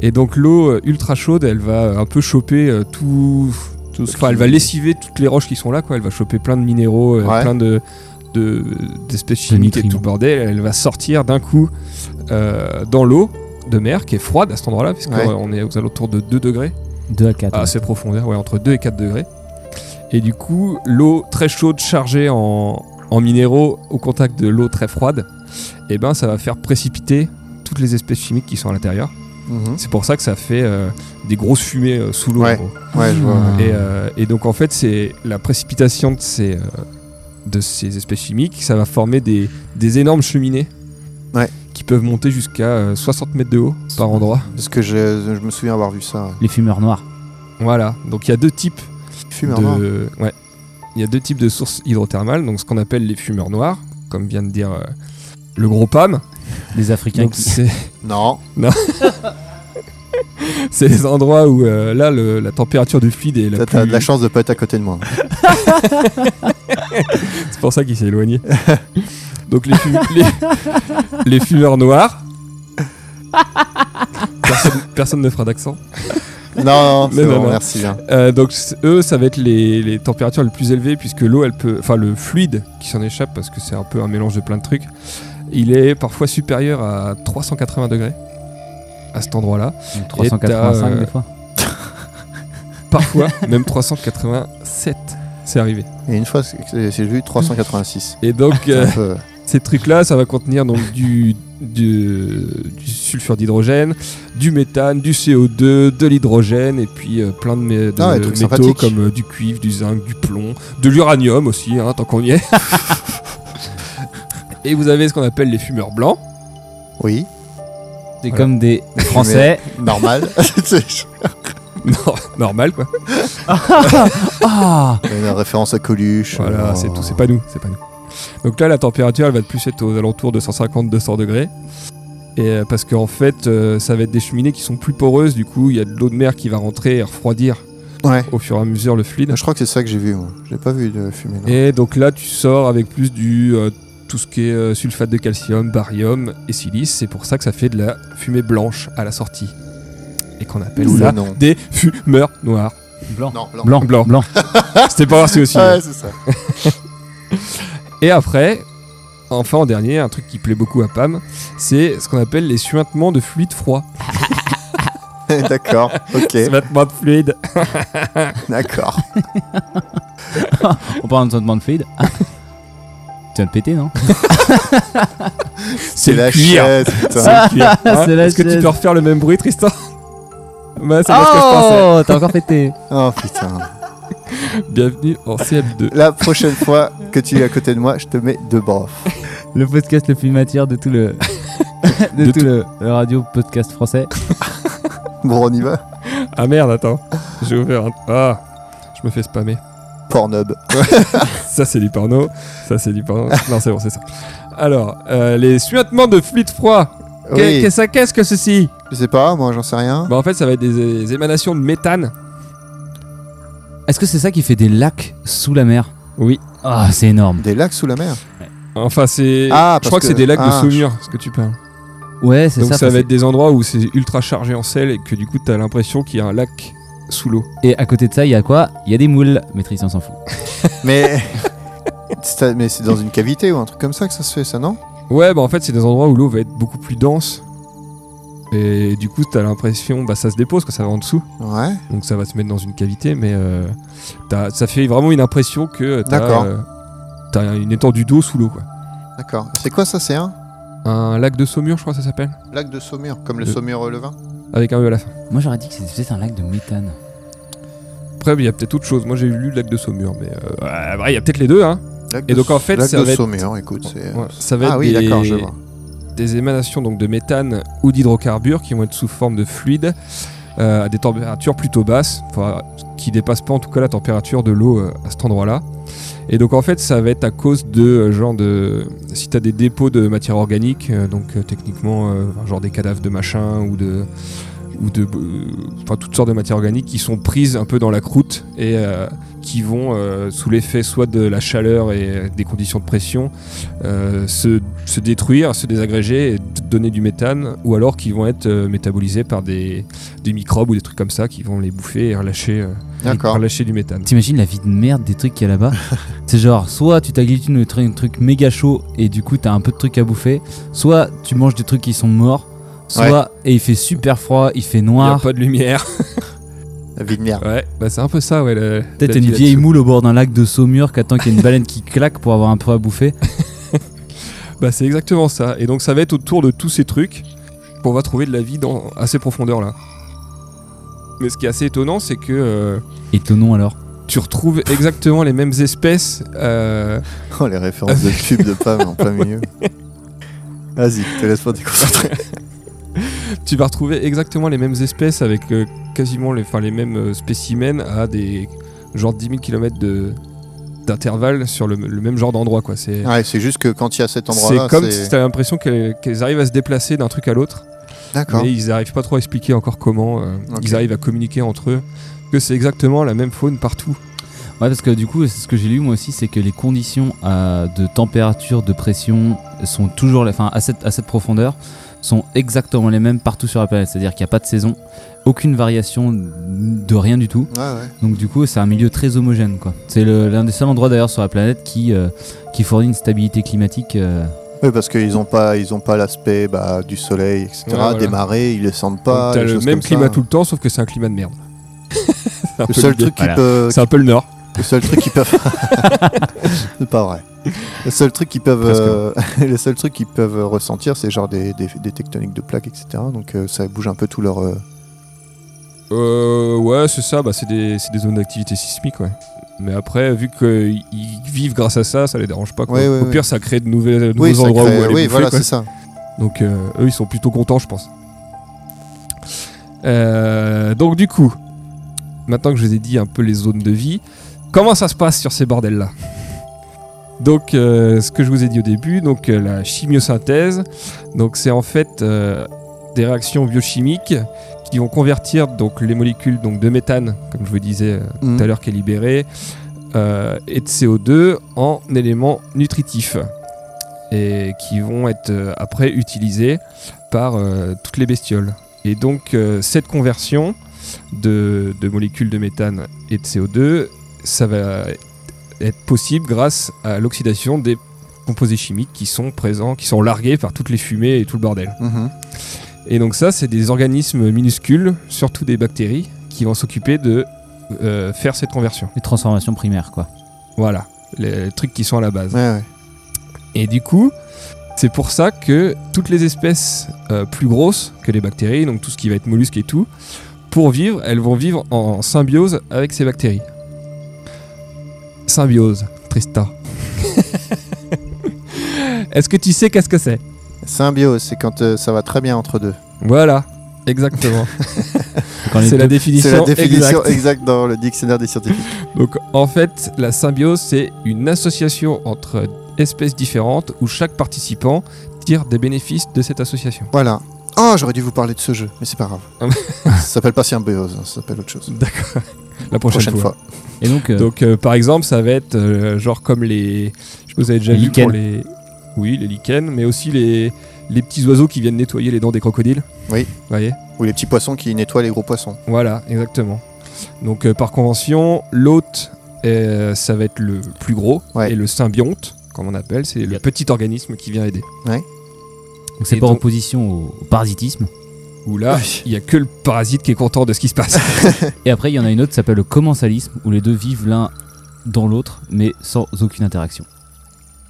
Speaker 2: Et donc l'eau euh, ultra chaude, elle va euh, un peu choper euh, tout. tout ce- Enfin, elle va lessiver toutes les roches qui sont là, quoi. Elle va choper plein de minéraux, euh,
Speaker 1: Ouais.
Speaker 2: plein de de- d'espèces chimiques et tout
Speaker 3: nutriments.
Speaker 2: le bordel. Elle va sortir d'un coup euh, dans l'eau de mer qui est froide à cet endroit-là, puisque
Speaker 1: Ouais.
Speaker 2: euh, on est aux alentours de 2 degrés
Speaker 3: 2 à hein. 4.
Speaker 2: à assez profondeur, ouais, entre 2 et 4 degrés. Et du coup, l'eau très chaude chargée en, en minéraux au contact de l'eau très froide, et ben ça va faire précipiter toutes les espèces chimiques qui sont à l'intérieur.
Speaker 1: Mhm.
Speaker 2: C'est pour ça que ça fait euh, des grosses fumées euh, sous l'eau.
Speaker 1: Ouais.
Speaker 2: en gros.
Speaker 1: Ouais, je vois. ouais.
Speaker 2: Et, euh, et donc en fait, c'est la précipitation de ces, euh, de ces espèces chimiques, ça va former des, des énormes cheminées.
Speaker 1: Ouais.
Speaker 2: Qui peuvent monter jusqu'à euh, 60 mètres de haut par endroit.
Speaker 1: Parce que je, je me souviens avoir vu ça.
Speaker 3: Les fumeurs noirs.
Speaker 2: Voilà. Donc il y a deux types
Speaker 1: Fumeur
Speaker 2: de-
Speaker 1: noir.
Speaker 2: ouais. Il y a deux types de sources hydrothermales, donc ce qu'on appelle les fumeurs noirs, comme vient de dire euh, le gros PAM.
Speaker 3: Les Africains
Speaker 2: Donc
Speaker 3: qui.
Speaker 2: c'est [laughs]
Speaker 1: Non.
Speaker 2: c'est les endroits où euh, là le- la température du fluide est la
Speaker 1: T'as
Speaker 2: plus.
Speaker 1: t'as de la chance de pas être à côté de
Speaker 2: [laughs]
Speaker 1: moi.
Speaker 2: C'est pour ça qu'il
Speaker 1: [laughs]
Speaker 2: s'est éloigné. donc les, fu- les- les
Speaker 1: [laughs]
Speaker 2: fumeurs noirs. Personne, personne ne fera d'accent.
Speaker 1: Non,
Speaker 2: Mais
Speaker 1: c'est
Speaker 2: non,
Speaker 1: bon,
Speaker 2: non.
Speaker 1: merci hein. bien.
Speaker 2: Euh, donc c- eux, ça va être les, les températures les plus élevées puisque l'eau, elle peut, enfin le fluide qui s'en échappe parce que c'est un peu un mélange de plein de trucs, il est parfois supérieur à 380 degrés à cet endroit-là.
Speaker 3: Donc 385
Speaker 2: euh,
Speaker 3: des fois.
Speaker 2: Parfois [laughs] même 387, c'est arrivé.
Speaker 1: Et une fois, c'est- c'est- j'ai vu 386.
Speaker 2: Et donc
Speaker 1: C'est
Speaker 2: euh,
Speaker 1: un peu-
Speaker 2: ces trucs-là, ça va contenir donc du, du, du sulfure d'hydrogène, du méthane, du CO2, de l'hydrogène et puis euh, plein de, mé- de
Speaker 1: Ah, des trucs
Speaker 2: métaux
Speaker 1: sympathiques.
Speaker 2: comme euh, du cuivre, du zinc, du plomb, de l'uranium aussi, hein, tant qu'on
Speaker 1: [laughs]
Speaker 2: y est. et vous avez ce qu'on appelle les fumeurs blancs. [laughs]
Speaker 1: Oui,
Speaker 3: C'est
Speaker 2: voilà.
Speaker 3: comme euh, des [laughs] Français.
Speaker 2: [laughs]
Speaker 1: normal. [laughs] C'est
Speaker 2: Non, Normal quoi.
Speaker 3: Ah
Speaker 1: une référence à Coluche.
Speaker 2: Voilà,
Speaker 1: euh,
Speaker 2: c'est tout, c'est pas nous, c'est pas nous. Donc là, la température, elle va de plus être aux alentours de 150-200 degrés. Et euh, parce qu'en fait, euh, ça va être des cheminées qui sont plus poreuses, du coup, il y a de l'eau de mer qui va rentrer et refroidir
Speaker 1: Ouais.
Speaker 2: au fur et à mesure le fluide.
Speaker 1: Je crois que c'est ça que j'ai vu. Moi. J'ai pas vu de fumée. non.
Speaker 2: Et donc là, tu sors avec plus du euh, tout ce qui est euh, sulfate de calcium, barium et silice. C'est pour ça que ça fait de la fumée blanche à la sortie. Et qu'on appelle
Speaker 1: D'où le
Speaker 2: ça
Speaker 1: nom.
Speaker 2: des fumeurs noirs.
Speaker 3: Blanc.
Speaker 1: Non, blanc.
Speaker 3: Blanc.
Speaker 2: Blanc. [laughs] C'était pas aussi aussi.
Speaker 1: Ouais, c'est ça.
Speaker 2: Et après, enfin en dernier, un truc qui plaît beaucoup à Pam, c'est ce qu'on appelle les suintements de fluide froid.
Speaker 1: [laughs] D'accord, ok,
Speaker 2: Suintements de fluide.
Speaker 1: d'accord.
Speaker 3: On parle de sentiment de fluide. [laughs] Tu viens de péter, non
Speaker 1: C'est
Speaker 2: le
Speaker 1: la
Speaker 2: cuir.
Speaker 1: chaise,
Speaker 2: C'est
Speaker 1: putain.
Speaker 2: le cuir. Hein
Speaker 3: C'est la
Speaker 2: Est-ce que tu
Speaker 3: chaise.
Speaker 2: peux refaire le même bruit, Tristan [laughs] Bah, c'est pas ce que je pensais.
Speaker 3: Oh T'as encore pété.
Speaker 1: Oh putain.
Speaker 2: Bienvenue en CM2.
Speaker 1: La prochaine fois que tu es à côté de moi, je te mets deux brofs.
Speaker 3: [laughs] Le podcast le plus matière de tout le. [laughs] de,
Speaker 2: De
Speaker 3: tout,
Speaker 2: tout.
Speaker 3: le, le radio podcast français.
Speaker 1: Bon, on y va
Speaker 2: Ah merde, attends. J'ai ouvert un. Ah Je me fais spammer.
Speaker 1: Pornhub.
Speaker 2: Ça, c'est du porno. Ça, c'est du porno. Non, c'est bon, c'est ça. Alors, euh, les suintements de fluide froid. Qu'est-
Speaker 1: oui.
Speaker 2: Qu'est-ce que- qu'est-ce que ceci
Speaker 1: Je sais pas, moi j'en sais rien.
Speaker 2: Bah, en fait, ça va être des, des émanations de méthane.
Speaker 3: Est-ce que c'est ça qui fait des lacs sous la mer
Speaker 2: Oui.
Speaker 3: Ah, c'est énorme.
Speaker 1: Des lacs sous la mer.
Speaker 2: Enfin, c'est.
Speaker 1: Ah,
Speaker 2: je
Speaker 1: parce
Speaker 2: crois que, c'est
Speaker 1: que-
Speaker 2: des lacs
Speaker 1: ah.
Speaker 2: de saumure, ce que tu parles.
Speaker 3: Ouais, c'est
Speaker 2: Donc, ça,
Speaker 3: ça. parce
Speaker 2: va être des endroits où c'est ultra chargé en sel et que du coup, t'as l'impression qu'il y a un lac sous l'eau.
Speaker 3: que- Et à côté de ça, il y a quoi Il y a des moules. Mais Tristan s'en fout.
Speaker 1: Mais. [laughs] c'est- Mais c'est dans une cavité ou un truc comme ça que ça se fait, ça non
Speaker 2: Ouais, bah en fait, c'est des endroits où l'eau va être beaucoup plus dense. Et du coup, t'as l'impression, bah ça se dépose quand ça va en dessous.
Speaker 1: Ouais.
Speaker 2: Donc ça va se mettre dans une cavité, mais euh, t'as- ça fait vraiment une impression que t'as
Speaker 1: D'accord.
Speaker 2: euh, t'as une étendue d'eau sous l'eau, quoi.
Speaker 1: D'accord. C'est quoi ça C'est un
Speaker 2: Un lac de Saumur, je crois que ça s'appelle.
Speaker 1: lac de saumure, comme le
Speaker 2: Le-
Speaker 1: saumure euh, le vin
Speaker 2: Avec un E à la fin.
Speaker 3: Moi, j'aurais dit que c'était peut-être un lac de méthane.
Speaker 2: Après, il y a peut-être autre chose. Moi, j'ai lu le lac de Saumur, mais euh, ouais, bah, il y a peut-être les deux, hein.
Speaker 1: Lac
Speaker 2: Et
Speaker 1: de
Speaker 2: donc, en fait,
Speaker 1: lac
Speaker 2: ça
Speaker 1: de
Speaker 2: va être-
Speaker 1: saumure, écoute. c'est-
Speaker 2: Ouais, ça va être
Speaker 1: Ah oui,
Speaker 2: des-
Speaker 1: d'accord, je
Speaker 2: [laughs]
Speaker 1: vois.
Speaker 2: des émanations donc de méthane ou d'hydrocarbures qui vont être sous forme de fluide euh, à des températures plutôt basses, enfin, qui dépassent pas en tout cas la température de l'eau euh, à cet endroit-là. Et donc en fait, ça va être à cause de euh, genre de si t'as des dépôts de matière organique, euh, donc euh, techniquement euh, enfin, genre des cadavres de machin ou de ou de euh, enfin toutes sortes de matières organiques qui sont prises un peu dans la croûte et euh, qui vont euh, sous l'effet soit de la chaleur et euh, des conditions de pression euh, se, se détruire, se désagréger et d- donner du méthane, ou alors qui vont être euh, métabolisés par des, des microbes ou des trucs comme ça qui vont les bouffer et relâcher, euh,
Speaker 1: D'accord.
Speaker 2: relâcher du méthane.
Speaker 3: T'imagines la vie de merde des trucs qu'il y a
Speaker 2: [laughs]
Speaker 3: là-bas C'est genre, soit tu t'agglutines le truc, truc méga chaud et du coup t'as un peu de trucs à bouffer, soit tu manges des trucs qui sont morts, soit et il fait super froid, il fait
Speaker 2: Il n'y a
Speaker 3: noir,
Speaker 2: pas de lumière. [laughs]
Speaker 1: La vie de merde.
Speaker 2: Ouais, bah c'est un peu ça, ouais. le- la
Speaker 3: peut-être
Speaker 2: vie
Speaker 3: une
Speaker 2: là-dessous.
Speaker 3: vieille moule au bord d'un lac de Saumur qui attend qu'il y ait une baleine qui claque pour avoir un peu à bouffer.
Speaker 2: [laughs] Bah c'est exactement ça. Et donc ça va être autour de tous ces trucs qu'on va trouver de la vie dans, à ces profondeurs-là. Mais ce qui est assez étonnant, c'est que euh,
Speaker 3: Et ton nom alors
Speaker 2: tu retrouves exactement les mêmes espèces euh,
Speaker 1: Oh, les références de cube de Pam en plein milieu. Vas-y, te laisse pas déconcentrer.
Speaker 2: tu vas retrouver exactement les mêmes espèces avec euh, quasiment les, enfin, les mêmes euh, spécimens à des genre 10 000 km de d'intervalle sur le, le même genre d'endroit quoi. C'est
Speaker 1: Ouais, c'est juste que quand il y a Ah, cet
Speaker 2: c'est
Speaker 1: endroit-là,
Speaker 2: comme si
Speaker 1: c'est.
Speaker 2: t'as l'impression que- qu'elles arrivent à se déplacer d'un truc à l'autre,
Speaker 1: D'accord.
Speaker 2: mais ils arrivent pas trop à expliquer encore comment. euh,
Speaker 1: Ok.
Speaker 2: Ils arrivent à communiquer entre eux que c'est exactement la même faune partout.
Speaker 3: Ouais, parce que du coup, c'est ce que j'ai lu moi aussi, c'est que les conditions euh, de température, de pression sont toujours, les- enfin à cette, à cette profondeur, sont exactement les mêmes partout sur la planète. C'est-à-dire qu'il n'y a pas de saison, aucune variation de rien du tout.
Speaker 1: Ouais, ouais.
Speaker 3: Donc du coup, c'est un milieu très homogène. quoi. C'est le- l'un des seuls endroits d'ailleurs sur la planète qui, euh, qui fournit une stabilité climatique. euh.
Speaker 1: Oui, parce qu'ils n'ont pas, ils ont pas l'aspect bah, du soleil, etc.
Speaker 2: Ouais, voilà.
Speaker 1: Des marées, ils les sentent
Speaker 2: Donc
Speaker 1: pas.
Speaker 2: t'as
Speaker 1: des
Speaker 2: le
Speaker 1: choses
Speaker 2: même
Speaker 1: comme
Speaker 2: climat
Speaker 1: ça.
Speaker 2: tout le temps, sauf que c'est un climat de merde. [laughs] C'est un peu
Speaker 1: Le seul
Speaker 2: l'idée.
Speaker 1: truc qui
Speaker 3: Voilà.
Speaker 1: peut,
Speaker 2: C'est un peu le nord.
Speaker 1: le seul truc qu'ils peuvent. [laughs] c'est pas vrai. Le seul truc qu'ils peuvent, euh, [laughs] le seul truc qu'ils peuvent ressentir, c'est genre des, des- des tectoniques de plaques, etc. Donc euh, ça bouge un peu tout leur. euh,
Speaker 2: Euh, ouais, c'est ça, bah, c'est des, c'est des zones d'activité sismique, ouais. Mais après, vu qu'ils vivent grâce à ça, ça les dérange pas. Quoi.
Speaker 1: Ouais, ouais,
Speaker 2: Au
Speaker 1: ouais.
Speaker 2: pire, ça crée de nouvelles, de nouveaux
Speaker 1: Oui, ça
Speaker 2: endroits
Speaker 1: crée-
Speaker 2: où aller
Speaker 1: oui,
Speaker 2: bouffer,
Speaker 1: voilà,
Speaker 2: quoi.
Speaker 1: c'est ça.
Speaker 2: Donc euh, eux, ils sont plutôt contents, je pense. Euh, donc du coup, maintenant que je vous ai dit un peu les zones de vie, comment ça se passe sur ces bordels-là Donc euh, ce que je vous ai dit au début, donc euh, la chimiosynthèse, donc c'est en fait euh, des réactions biochimiques qui vont convertir donc les molécules donc de méthane, comme je vous disais euh,
Speaker 1: Mhm.
Speaker 2: tout à l'heure qui est libéré, euh, et de CO2 en éléments nutritifs et qui vont être euh, après utilisés par euh, toutes les bestioles. Et donc euh, cette conversion de, de molécules de méthane et de CO2, ça va être possible grâce à l'oxydation des composés chimiques qui sont présents, qui sont largués par toutes les fumées et tout le bordel.
Speaker 1: Mhm.
Speaker 2: Et donc ça, c'est des organismes minuscules, surtout des bactéries, qui vont s'occuper de euh, faire cette conversion.
Speaker 3: Les transformations primaires, quoi.
Speaker 2: Voilà, les trucs qui sont à la base.
Speaker 1: Ouais, ouais.
Speaker 2: Et du coup, c'est pour ça que toutes les espèces euh, plus grosses que les bactéries, donc tout ce qui va être mollusque et tout, pour vivre, elles vont vivre en symbiose avec ces bactéries. Symbiose, Trista. Est-ce que tu sais qu'est-ce que c'est
Speaker 1: Symbiose, c'est quand euh, ça va très bien entre deux.
Speaker 2: Voilà. Exactement.
Speaker 3: Quand les
Speaker 2: C'est la
Speaker 3: deux-
Speaker 2: définition.
Speaker 1: C'est la définition
Speaker 2: exacte.
Speaker 1: exacte dans le dictionnaire des scientifiques.
Speaker 2: Donc en fait, la symbiose, c'est une association entre espèces différentes où chaque participant tire des bénéfices de cette association.
Speaker 1: Voilà. Oh, j'aurais dû vous parler de ce jeu, Ah, mais c'est pas grave. ça s'appelle pas symbiose, hein, ça s'appelle autre chose.
Speaker 2: D'accord. La prochaine,
Speaker 1: Prochaine fois.
Speaker 3: Et donc, euh,
Speaker 2: Donc euh, par exemple, ça va être euh, genre comme les... Je sais pas, vous avez déjà
Speaker 3: Les
Speaker 2: vu
Speaker 3: lichens.
Speaker 2: pour les... Oui, les lichens, mais aussi les, les petits oiseaux qui viennent nettoyer les dents des crocodiles.
Speaker 1: Oui.
Speaker 2: Vous voyez
Speaker 1: Ou les petits poissons qui nettoient les gros poissons.
Speaker 2: Voilà, exactement. Donc euh, par convention, l'hôte, euh, ça va être le plus gros,
Speaker 1: Ouais.
Speaker 2: et le symbionte, comme on appelle, c'est le petit organisme qui vient aider.
Speaker 3: donc c'est
Speaker 2: et
Speaker 3: pas en
Speaker 2: donc-
Speaker 3: opposition au, au parasitisme.
Speaker 2: Où là, il n'y a que le parasite qui est content de ce qui se [laughs] passe.
Speaker 3: Et après, il y en a une autre qui s'appelle le commensalisme, où les deux vivent l'un dans l'autre, mais sans aucune interaction,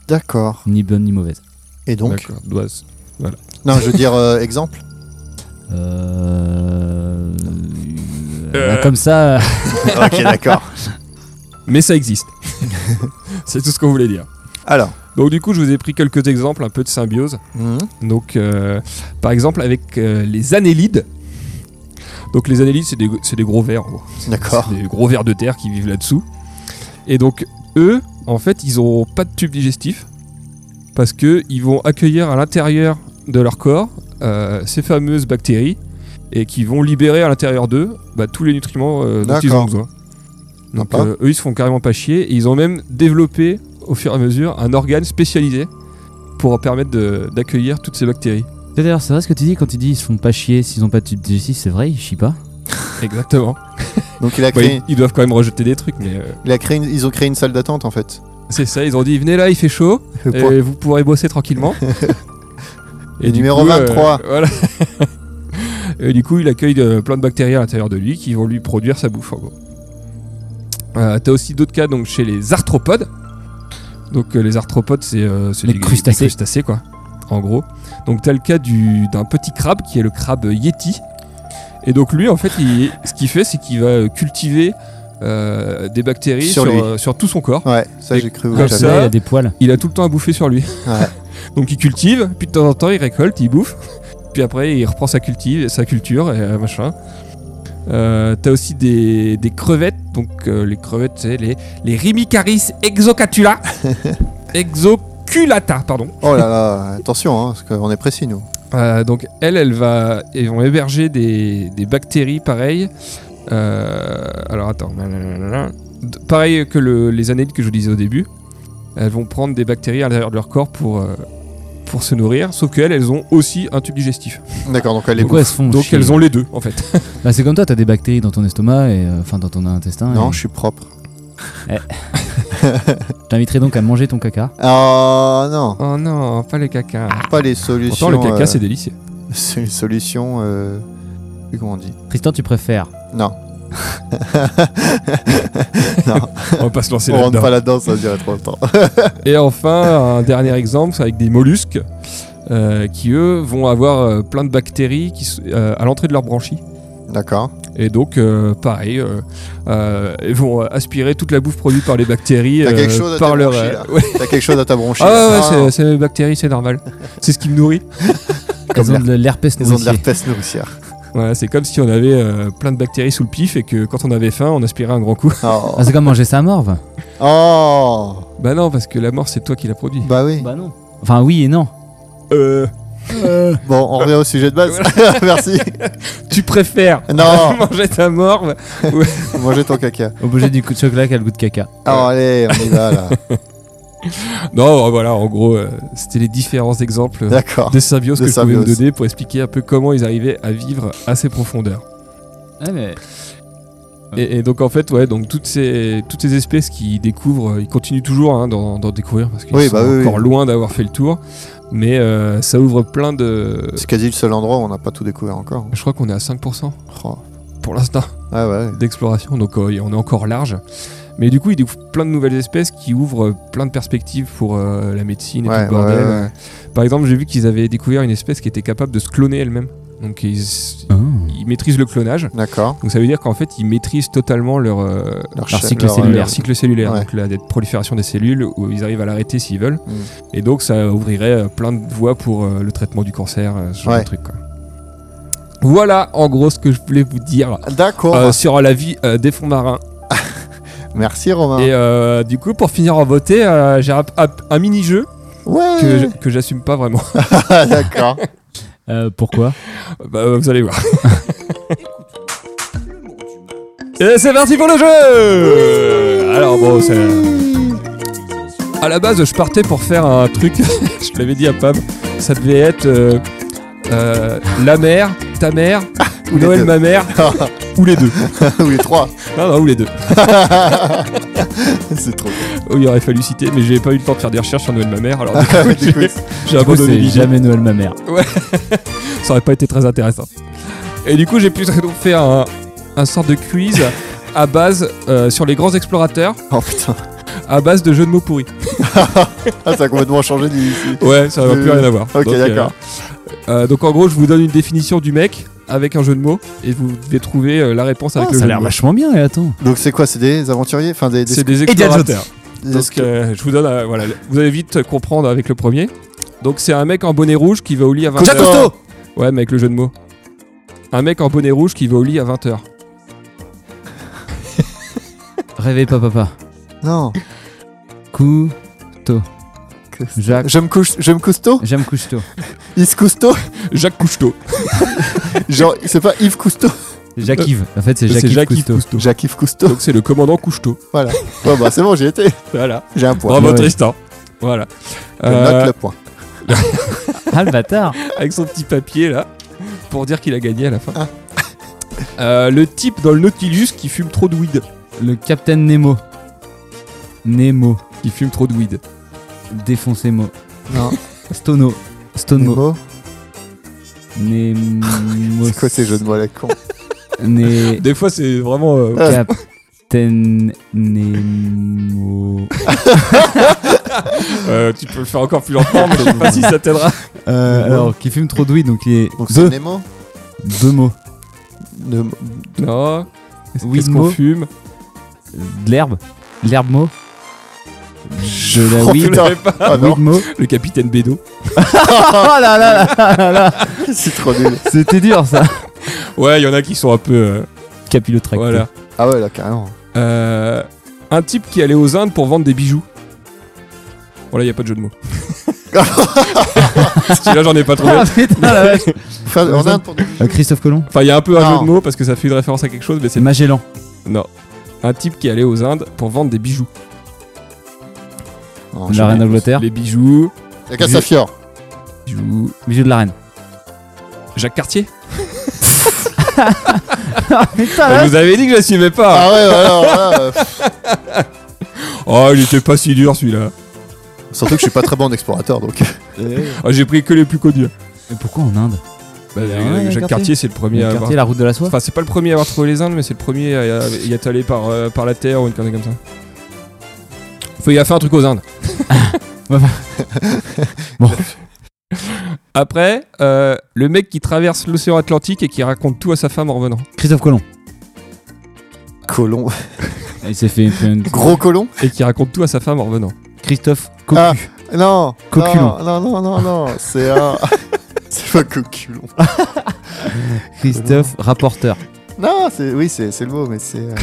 Speaker 1: D'accord.
Speaker 3: ni bonne ni mauvaise.
Speaker 1: Et donc
Speaker 2: D'accord, doit se-
Speaker 1: Non, je veux dire, euh, exemple
Speaker 3: Euh... là, comme
Speaker 1: [laughs]
Speaker 3: ça, euh.
Speaker 1: Ok, d'accord.
Speaker 2: Mais ça existe. [laughs] c'est tout ce qu'on voulait dire.
Speaker 1: Alors.
Speaker 2: Donc du coup, je vous ai pris quelques exemples un peu de symbiose.
Speaker 1: Mhm.
Speaker 2: Donc, euh, par exemple, avec euh, les annélides. Donc les annélides, c'est des, c'est des gros vers. en gros.
Speaker 1: D'accord.
Speaker 2: C'est Des gros vers de terre qui vivent là-dessous. Et donc, eux, en fait, ils n'ont pas de tube digestif. Parce que ils vont accueillir à l'intérieur de leur corps euh, ces fameuses bactéries. Et qui vont libérer à l'intérieur d'eux bah, tous les nutriments euh, dont ils
Speaker 1: D'accord.
Speaker 2: ont besoin. Donc,
Speaker 1: Sympa.
Speaker 2: euh, eux, ils se font carrément pas chier. Et ils ont même développé, au fur et à mesure, un organe spécialisé pour permettre de- d'accueillir toutes
Speaker 1: [laughs]
Speaker 2: ces bactéries.
Speaker 3: D'ailleurs, [laughs] c'est vrai ce que tu dis quand tu dis ils se font pas chier s'ils ont pas de tube digestif, c'est vrai, ils chient pas.
Speaker 2: Exactement.
Speaker 1: Donc il a
Speaker 2: Bah,
Speaker 1: créé,
Speaker 2: ils, ils doivent quand même rejeter des trucs, mais euh,
Speaker 1: il a créé une- ils ont créé une salle d'attente en
Speaker 2: [laughs]
Speaker 1: fait.
Speaker 2: c'est ça. Ils ont dit venez là, il fait chaud,
Speaker 1: Le
Speaker 2: et
Speaker 1: point.
Speaker 2: vous pourrez
Speaker 1: [laughs]
Speaker 2: bosser tranquillement.
Speaker 1: Le
Speaker 2: du
Speaker 1: numéro
Speaker 2: coup, euh,
Speaker 1: 23.
Speaker 2: [laughs] voilà. et du coup, il accueille euh, plein de bactéries à l'intérieur de lui qui vont lui produire sa bouffe. En gros. Euh, T'as aussi d'autres cas donc chez les arthropodes. Donc euh, les arthropodes, c'est euh, c'est
Speaker 3: Les
Speaker 2: des- des
Speaker 3: crustacés.
Speaker 2: crustacés quoi. En gros. Donc t'as le cas du- d'un petit crabe qui est le crabe yeti. Et donc lui, en fait, il- ce qu'il fait, c'est qu'il va cultiver euh, des bactéries
Speaker 1: Sur
Speaker 2: sur,
Speaker 1: lui.
Speaker 2: euh, sur tout son corps.
Speaker 1: Ouais, ça
Speaker 2: Et
Speaker 1: j'ai cru. vous
Speaker 2: comme
Speaker 1: le
Speaker 2: ça,
Speaker 1: savez.
Speaker 3: Celui-là, il a des poils.
Speaker 2: Il a tout le temps à bouffer sur lui.
Speaker 1: Ouais.
Speaker 2: [laughs] Donc il cultive, puis de temps en temps il récolte, il bouffe, puis après il reprend sa, cultive, sa culture et euh, machin. Euh, T'as aussi des, des crevettes, donc euh, les crevettes, c'est les, les Rimicaris exocatula. exoculata, pardon.
Speaker 1: Oh là là, attention, hein, parce qu'on est précis nous.
Speaker 2: Euh, donc elles, elles, va, elles vont héberger des, des bactéries pareilles. Euh, alors attends. Blablabla. D- Pareil que le- les annélides que je vous disais au début. Elles vont prendre des bactéries à l'intérieur de leur corps pour, euh, pour se nourrir. Sauf qu'elles, elles ont aussi un tube digestif.
Speaker 1: D'accord, donc elle est
Speaker 3: Pourquoi elles se font
Speaker 2: Donc
Speaker 3: chier
Speaker 2: elles ont les deux en fait.
Speaker 3: Bah, c'est comme toi, t'as des bactéries dans ton estomac et euh, enfin dans ton intestin.
Speaker 1: Non,
Speaker 3: et-
Speaker 1: je suis propre.
Speaker 3: Je t'inviterai donc à manger ton caca.
Speaker 1: Oh non,
Speaker 2: Oh non, pas les caca.
Speaker 1: pas les solutions.
Speaker 2: Pourtant le caca
Speaker 1: Ah, euh,
Speaker 2: c'est délicieux.
Speaker 1: [laughs] c'est une solution. Euh... je sais Comment on dit
Speaker 3: Tristan, tu préfères
Speaker 1: Non.
Speaker 2: On va pas se lancer
Speaker 1: [laughs] On rentre
Speaker 2: là-dedans.
Speaker 1: pas là-dedans, ça durait trop
Speaker 2: [laughs]
Speaker 1: longtemps.
Speaker 2: Et enfin, un dernier exemple, c'est avec des mollusques euh, qui eux vont avoir euh, plein de bactéries qui, s- euh, à l'entrée de leurs branchies.
Speaker 1: D'accord.
Speaker 2: Et donc, euh, pareil, euh, euh, ils vont euh, aspirer toute la bouffe produite par les bactéries.
Speaker 1: T'as quelque
Speaker 2: euh,
Speaker 1: chose à
Speaker 2: par
Speaker 1: te
Speaker 2: leur,
Speaker 1: brancher,
Speaker 2: euh,
Speaker 1: là.
Speaker 2: ouais.
Speaker 1: T'as quelque chose à ta bronchie.
Speaker 2: Ah ouais, ouais,
Speaker 1: là.
Speaker 2: c'est- c'est les bactéries, c'est normal. [laughs] C'est ce qui me nourrit.
Speaker 3: Elles ont de l'herpès
Speaker 1: Ils ont de
Speaker 3: nourricier.
Speaker 1: l'herpès
Speaker 2: [laughs]
Speaker 1: nourricière.
Speaker 2: Voilà, c'est comme si on avait euh, plein de bactéries sous le pif et que quand on avait faim, on aspirait un grand coup. [laughs]
Speaker 1: Oh.
Speaker 3: Ah, c'est comme manger sa morve.
Speaker 1: Oh.
Speaker 2: Bah non, parce que la mort, c'est toi qui l'as produit.
Speaker 1: Bah oui.
Speaker 3: Bah non. Enfin oui et non.
Speaker 2: Euh,
Speaker 1: Bon, on revient au sujet de
Speaker 2: [laughs]
Speaker 1: base. [laughs] Merci.
Speaker 2: tu préfères [laughs]
Speaker 1: Non,
Speaker 2: manger ta morve
Speaker 1: mangez ton caca.
Speaker 3: Obligé du coup de chocolat qui a le goût de caca.
Speaker 1: Alors allez, on y va là.
Speaker 2: Non, voilà, en gros, euh, c'était les différents exemples euh,
Speaker 1: D'accord.
Speaker 2: de symbiose
Speaker 1: De
Speaker 2: que je pouvais vous
Speaker 1: symbiose.
Speaker 2: donner pour expliquer un peu comment ils arrivaient à vivre à ces profondeurs.
Speaker 3: Ouais, mais
Speaker 2: Et, et donc en fait, ouais, donc toutes ces, toutes ces espèces qui découvrent, euh, ils continuent toujours hein, d'en d'en découvrir parce qu'ils
Speaker 1: Oui,
Speaker 2: sont
Speaker 1: bah oui,
Speaker 2: encore
Speaker 1: oui.
Speaker 2: loin d'avoir fait le tour. Mais euh, ça ouvre plein de.
Speaker 1: C'est quasi le seul endroit où on n'a pas tout découvert encore.
Speaker 2: Je crois qu'on est à 5%
Speaker 1: Oh.
Speaker 2: pour l'instant [laughs]
Speaker 1: Ah ouais.
Speaker 2: d'exploration, donc euh, on est encore large. Mais du coup, ils découvrent plein de nouvelles espèces qui ouvrent euh, plein de perspectives pour euh, la médecine et
Speaker 1: Ouais,
Speaker 2: tout le bordel.
Speaker 1: ouais, ouais.
Speaker 2: Par exemple, j'ai vu qu'ils avaient découvert une espèce qui était capable de se cloner elle-même. Donc ils,
Speaker 3: Ah.
Speaker 2: ils maîtrisent le clonage.
Speaker 1: D'accord.
Speaker 2: Donc ça veut dire qu'en fait, ils maîtrisent totalement leur, euh,
Speaker 3: Leur
Speaker 1: cha-
Speaker 3: cycle
Speaker 1: leur- euh,
Speaker 3: cellulaire.
Speaker 2: leur cycle cellulaire,
Speaker 1: Ouais.
Speaker 2: donc la la prolifération des cellules, où ils arrivent à l'arrêter s'ils veulent.
Speaker 1: Mm.
Speaker 2: Et donc ça ouvrirait euh, plein de voies pour euh, le traitement du cancer, euh, ce genre
Speaker 1: Ouais.
Speaker 2: de truc. Quoi. Voilà en gros ce que je voulais vous dire
Speaker 1: D'accord.
Speaker 2: euh, sur la vie euh, des fonds marins.
Speaker 1: Merci Romain.
Speaker 2: Et euh, du coup, pour finir en beauté, euh, j'ai un, un- un mini-jeu
Speaker 1: Ouais.
Speaker 2: que je- que j'assume pas vraiment.
Speaker 1: Ah, D'accord.
Speaker 3: Euh, pourquoi
Speaker 2: Bah, vous allez voir. [laughs] Et c'est parti pour le jeu Alors bon, c'est... À la base, je partais pour faire un truc, [laughs] je l'avais dit à Pam, ça devait être euh, euh, la mère, ta mère, ou
Speaker 1: les
Speaker 2: Noël
Speaker 1: deux.
Speaker 2: ma mère, ou les deux.
Speaker 1: Ou les trois.
Speaker 2: Non, non, ou les deux.
Speaker 1: [laughs] C'est trop.
Speaker 2: Oh, il aurait fallu citer, mais j'ai pas eu le temps de faire des recherches sur Noël ma mère, alors du coup,
Speaker 1: Du coup,
Speaker 2: [laughs] j'ai- j'ai
Speaker 3: Du coup,
Speaker 2: abandonné
Speaker 3: c'est
Speaker 2: l'idée.
Speaker 3: jamais Noël ma mère.
Speaker 2: ça aurait pas été très intéressant. Et du coup, j'ai pu donc faire un, un sort de quiz à base euh, sur les grands explorateurs,
Speaker 1: Oh putain.
Speaker 2: à base de jeux de mots pourris.
Speaker 1: Ah, ça a complètement changé d'ici.
Speaker 2: Ouais, ça n'a plus rien à voir.
Speaker 1: Ok,
Speaker 2: Donc, euh,
Speaker 1: d'accord.
Speaker 2: euh, donc en gros, je vous donne une définition du mec avec un jeu de mots et vous devez trouver euh, la réponse avec
Speaker 3: Ah,
Speaker 2: le
Speaker 3: ça a
Speaker 2: jeu de
Speaker 3: l'air
Speaker 2: mots.
Speaker 3: vachement bien, et attends.
Speaker 1: Donc c'est quoi C'est des aventuriers Enfin des. des
Speaker 2: C'est des
Speaker 3: Indiana Jones.
Speaker 2: explorateurs.
Speaker 1: des-
Speaker 2: Donc euh, je vous donne, euh, voilà, vous allez vite comprendre avec le premier. Donc c'est un mec en bonnet rouge qui va au lit à 20h.
Speaker 1: Jacques Cousteau
Speaker 2: Ouais, mais avec le jeu de mots. Un mec en bonnet rouge qui va au lit à 20h.
Speaker 3: Réveille pas papa.
Speaker 1: Non.
Speaker 3: Cou. Jacques.
Speaker 1: Je me couche. Je me cousteau.
Speaker 3: J'aime couche-tôt.
Speaker 1: Is cousteau.
Speaker 2: Jacques Cousteau.
Speaker 1: Genre c'est pas Yves Cousteau.
Speaker 3: Jacques Yves. En fait, c'est Jacques
Speaker 2: C'est
Speaker 3: Yves
Speaker 2: Jacques Yves
Speaker 3: Cousteau.
Speaker 2: Cousteau.
Speaker 1: Jacques Yves Cousteau.
Speaker 2: Donc c'est le commandant Cousteau.
Speaker 1: Voilà. Ouais, bah c'est bon, j'y étais.
Speaker 2: Voilà.
Speaker 1: J'ai un point.
Speaker 2: Bravo
Speaker 3: ouais.
Speaker 2: Tristan. Voilà.
Speaker 1: Je
Speaker 2: Euh, [laughs]
Speaker 1: note le point.
Speaker 3: Ah, le bâtard.
Speaker 2: avec son petit papier là, pour dire qu'il a gagné à la fin. [laughs] Euh, le type dans le Nautilus qui fume trop de weed.
Speaker 3: Le Capitaine Nemo. Nemo.
Speaker 2: Qui fume trop de weed.
Speaker 3: Défoncez Mo.
Speaker 1: Non.
Speaker 3: Stono. Stonemo.
Speaker 1: Nemo.
Speaker 3: Nemo.
Speaker 1: C'est quoi ces jeux de mots à la con
Speaker 2: [laughs]
Speaker 3: Né.
Speaker 2: Des fois c'est vraiment... euh,
Speaker 3: Capitaine Nemo.
Speaker 2: euh, tu peux le faire encore plus lentement, mais je sais pas si ça t'aidera.
Speaker 3: Euh, alors, qui fume trop de weed, donc il est.
Speaker 1: Donc c'est
Speaker 3: deux,
Speaker 1: Nemo.
Speaker 3: deux mots.
Speaker 1: Nemo.
Speaker 2: Non. Qu'est-ce qu'on
Speaker 3: Weedmo.
Speaker 2: fume
Speaker 3: De l'herbe. L'herbe mot. De la
Speaker 1: Oh,
Speaker 2: Je
Speaker 3: weed.
Speaker 1: putain.
Speaker 2: l'avais pas.
Speaker 1: Ah non,
Speaker 3: Weed mot.
Speaker 2: Le capitaine Bédo.
Speaker 3: Oh là là là là là
Speaker 1: c'est trop nul.
Speaker 3: [laughs] C'était dur ça
Speaker 2: Ouais, il y en a qui sont un peu... euh,
Speaker 3: Capillotracté.
Speaker 2: voilà.
Speaker 1: Ah ouais, là carrément.
Speaker 2: Euh, un type qui allait aux Indes pour vendre des bijoux. Voilà, il y a pas de jeu de mots. Celui-là, j'en ai pas trouvé.
Speaker 3: Ah putain la vache
Speaker 1: Enfin, on a un pour des-
Speaker 3: Euh, Christophe Colomb
Speaker 2: Enfin, il y a un peu un
Speaker 1: Non.
Speaker 2: jeu de mots parce que ça fait une référence à quelque chose, mais c'est
Speaker 3: C'est Magellan.
Speaker 2: Non. Un type qui allait aux Indes pour vendre des bijoux.
Speaker 1: Non,
Speaker 3: La reine d'Angleterre.
Speaker 2: Les bijoux.
Speaker 1: La Castafiore.
Speaker 2: bijoux.
Speaker 3: Bijou de la reine.
Speaker 2: Jacques [laughs] Cartier
Speaker 3: Putain
Speaker 2: Je vous avais dit que j'assumais pas
Speaker 1: Ah ouais, alors là. euh, pff,
Speaker 2: Oh, il était pas si dur celui-là.
Speaker 1: [laughs] Surtout que je suis pas très bon en explorateur donc.
Speaker 2: Ah, J'ai pris que les plus connus.
Speaker 3: Mais pourquoi en Inde
Speaker 2: Bah, euh,
Speaker 3: Ouais, Jacques
Speaker 2: Jacques
Speaker 3: Cartier.
Speaker 2: Cartier, c'est le premier à
Speaker 3: Le
Speaker 2: avoir.
Speaker 3: quartier, la route de la soie
Speaker 2: Enfin, c'est pas le premier à avoir trouvé les Indes, mais c'est le premier à y à y être allé par, euh, par la terre ou une connerie comme ça. Faut y a fait un truc aux Indes.
Speaker 3: Bon.
Speaker 2: Après, euh, le mec qui traverse l'océan Atlantique et qui raconte tout à sa femme en revenant.
Speaker 3: Christophe Colomb.
Speaker 1: [laughs] Colon.
Speaker 3: Il s'est fait une...
Speaker 1: Gros colon
Speaker 2: Et qui raconte tout à sa femme en revenant.
Speaker 3: Christophe Cocu.
Speaker 1: Ah, Non.
Speaker 3: Coculon.
Speaker 1: Non, non, non, non, non. C'est [laughs] un. c'est pas coculon.
Speaker 3: Christophe rapporteur.
Speaker 1: Non, c'est. Oui, c'est c'est le mot, mais c'est. euh,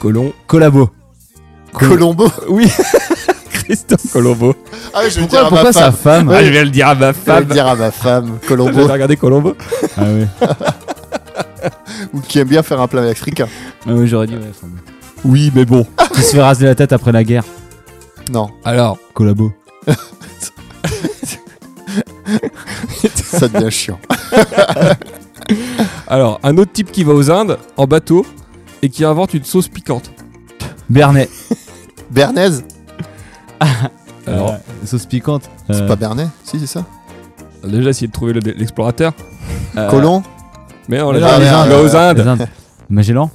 Speaker 2: Colon.
Speaker 3: Collabo.
Speaker 1: Colombo.
Speaker 2: Oui Christophe Colombo.
Speaker 1: Ah, je vais le dire
Speaker 3: Pourquoi,
Speaker 1: à ma
Speaker 3: pourquoi
Speaker 1: femme.
Speaker 3: sa femme
Speaker 1: Ouais.
Speaker 2: Ah, je vais le dire à
Speaker 1: Je vais
Speaker 2: ma femme.
Speaker 1: le dire à ma femme. [laughs] Colombo.
Speaker 2: J'avais regardé Colombo.
Speaker 3: [laughs] Ah ouais.
Speaker 1: ou qui aime bien faire un plat africain.
Speaker 3: Ah ouais, j'aurais dit ouais. enfin, bon.
Speaker 2: Oui, mais bon.
Speaker 3: Qui se fait raser la tête après la guerre.
Speaker 1: Non,
Speaker 2: Alors,
Speaker 3: Collabo.
Speaker 1: ça devient chiant.
Speaker 2: alors, un autre type qui va aux Indes en bateau et qui invente une sauce piquante.
Speaker 3: Bernet.
Speaker 1: Bernaise
Speaker 2: Alors,
Speaker 3: Euh, sauce piquante.
Speaker 1: C'est
Speaker 3: Euh,
Speaker 1: pas Bernet Si, c'est ça.
Speaker 2: déjà essayé de trouver le- l'explorateur.
Speaker 3: euh,
Speaker 1: Colon
Speaker 2: Mais on
Speaker 3: Mais
Speaker 2: l'a
Speaker 1: non,
Speaker 2: dit,
Speaker 1: les Indes,
Speaker 2: il va aux
Speaker 1: euh,
Speaker 3: les
Speaker 2: Indes.
Speaker 3: Indes. Magellan.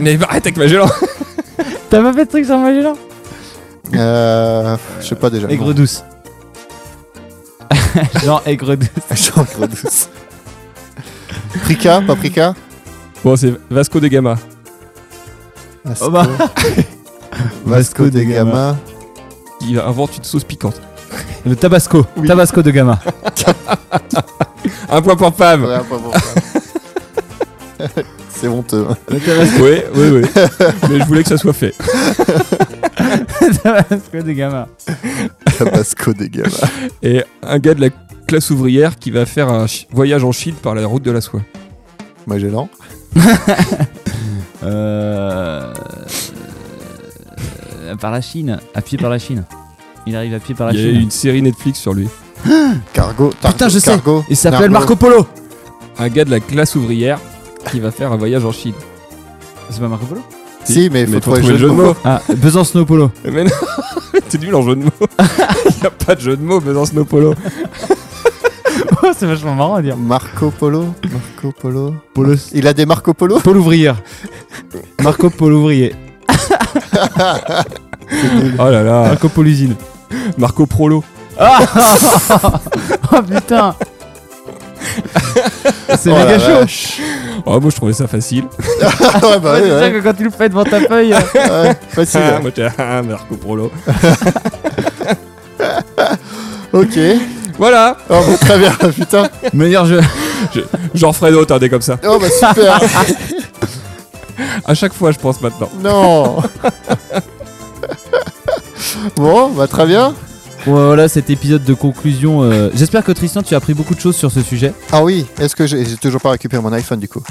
Speaker 2: Mais bah, arrête avec Magellan.
Speaker 3: T'as pas fait de truc sur Magellan
Speaker 1: Euh. Je sais pas déjà.
Speaker 3: Aigre douce. [laughs] Genre aigre douce.
Speaker 1: [laughs] Jean Gredouce. Prica, paprika
Speaker 2: Bon, c'est Vasco de Gama.
Speaker 1: Vasco,
Speaker 3: [laughs] bah.
Speaker 1: Vasco de Gama.
Speaker 2: qui invente une sauce piquante.
Speaker 3: Le tabasco. Tabasco de Gama.
Speaker 2: Un point pour Pam.
Speaker 1: Ouais, un point pour Pam. C'est honteux. hein.
Speaker 3: [laughs]
Speaker 2: Oui, oui,
Speaker 1: [laughs]
Speaker 2: oui. Mais je voulais que ça soit fait.
Speaker 3: [laughs] Tabasco des gamins.
Speaker 1: Tabasco des gars.
Speaker 2: Et un gars de la classe ouvrière qui va faire un chi- voyage en Chine par la route de la soie.
Speaker 1: Magellan.
Speaker 3: Euh... euh, Par la Chine. À pied par la Chine. Il arrive à pied par la
Speaker 2: Il y a eu
Speaker 3: Chine.
Speaker 2: une série Netflix sur lui.
Speaker 1: Cargo.
Speaker 3: Putain, je sais.
Speaker 1: Cargo,
Speaker 3: Il s'appelle
Speaker 1: Nargo.
Speaker 3: Marco Polo.
Speaker 2: Un gars de la classe ouvrière qui va faire un voyage en Chine.
Speaker 3: C'est pas Marco Polo
Speaker 1: Si, mais il faut trouver le jeu de mots.
Speaker 3: Ah, Besançon Polo.
Speaker 2: Mais non, [laughs] t'es nul en jeu de mots. [laughs] Il a pas de jeu de mots, mais dans Snowpolo.
Speaker 3: Oh, [laughs] c'est vachement marrant à dire.
Speaker 1: Marco Polo. Marco Polo.
Speaker 3: Polo,
Speaker 1: Il a des Marco Polo
Speaker 3: Paul Ouvrière. Marco Polo Ouvrier.
Speaker 2: Oh là là.
Speaker 3: Marco Polo Usine.
Speaker 2: Marco Prolo.
Speaker 3: Oh putain [laughs] [laughs] C'est
Speaker 1: Oh la
Speaker 3: méga chaud
Speaker 1: vache.
Speaker 2: Oh, moi je trouvais ça
Speaker 3: [laughs]
Speaker 2: facile.
Speaker 1: Ah ouais, bah oui,
Speaker 3: Ouais, c'est sûr
Speaker 1: ouais.
Speaker 3: que quand tu le fais devant ta feuille. euh,
Speaker 1: Ouais, Facile.
Speaker 2: Ah,
Speaker 1: hein.
Speaker 3: [laughs]
Speaker 2: moi, j'étais, ah, [laughs] Marco Prolo.
Speaker 1: Ok.
Speaker 2: Voilà.
Speaker 1: Oh, bah, très bien, [laughs] putain.
Speaker 3: Meilleur jeu.
Speaker 2: J'en ferai d'autres, hein, des comme ça.
Speaker 1: Oh, bah
Speaker 3: [laughs]
Speaker 1: super.
Speaker 2: À chaque fois, je pense maintenant.
Speaker 1: Non. Bon, bah très bien.
Speaker 3: Bon, bah, voilà cet épisode de conclusion. euh, J'espère que Tristan, tu as appris beaucoup de choses sur ce sujet.
Speaker 1: Ah oui, est-ce que j'ai j'ai toujours pas récupéré mon iPhone du coup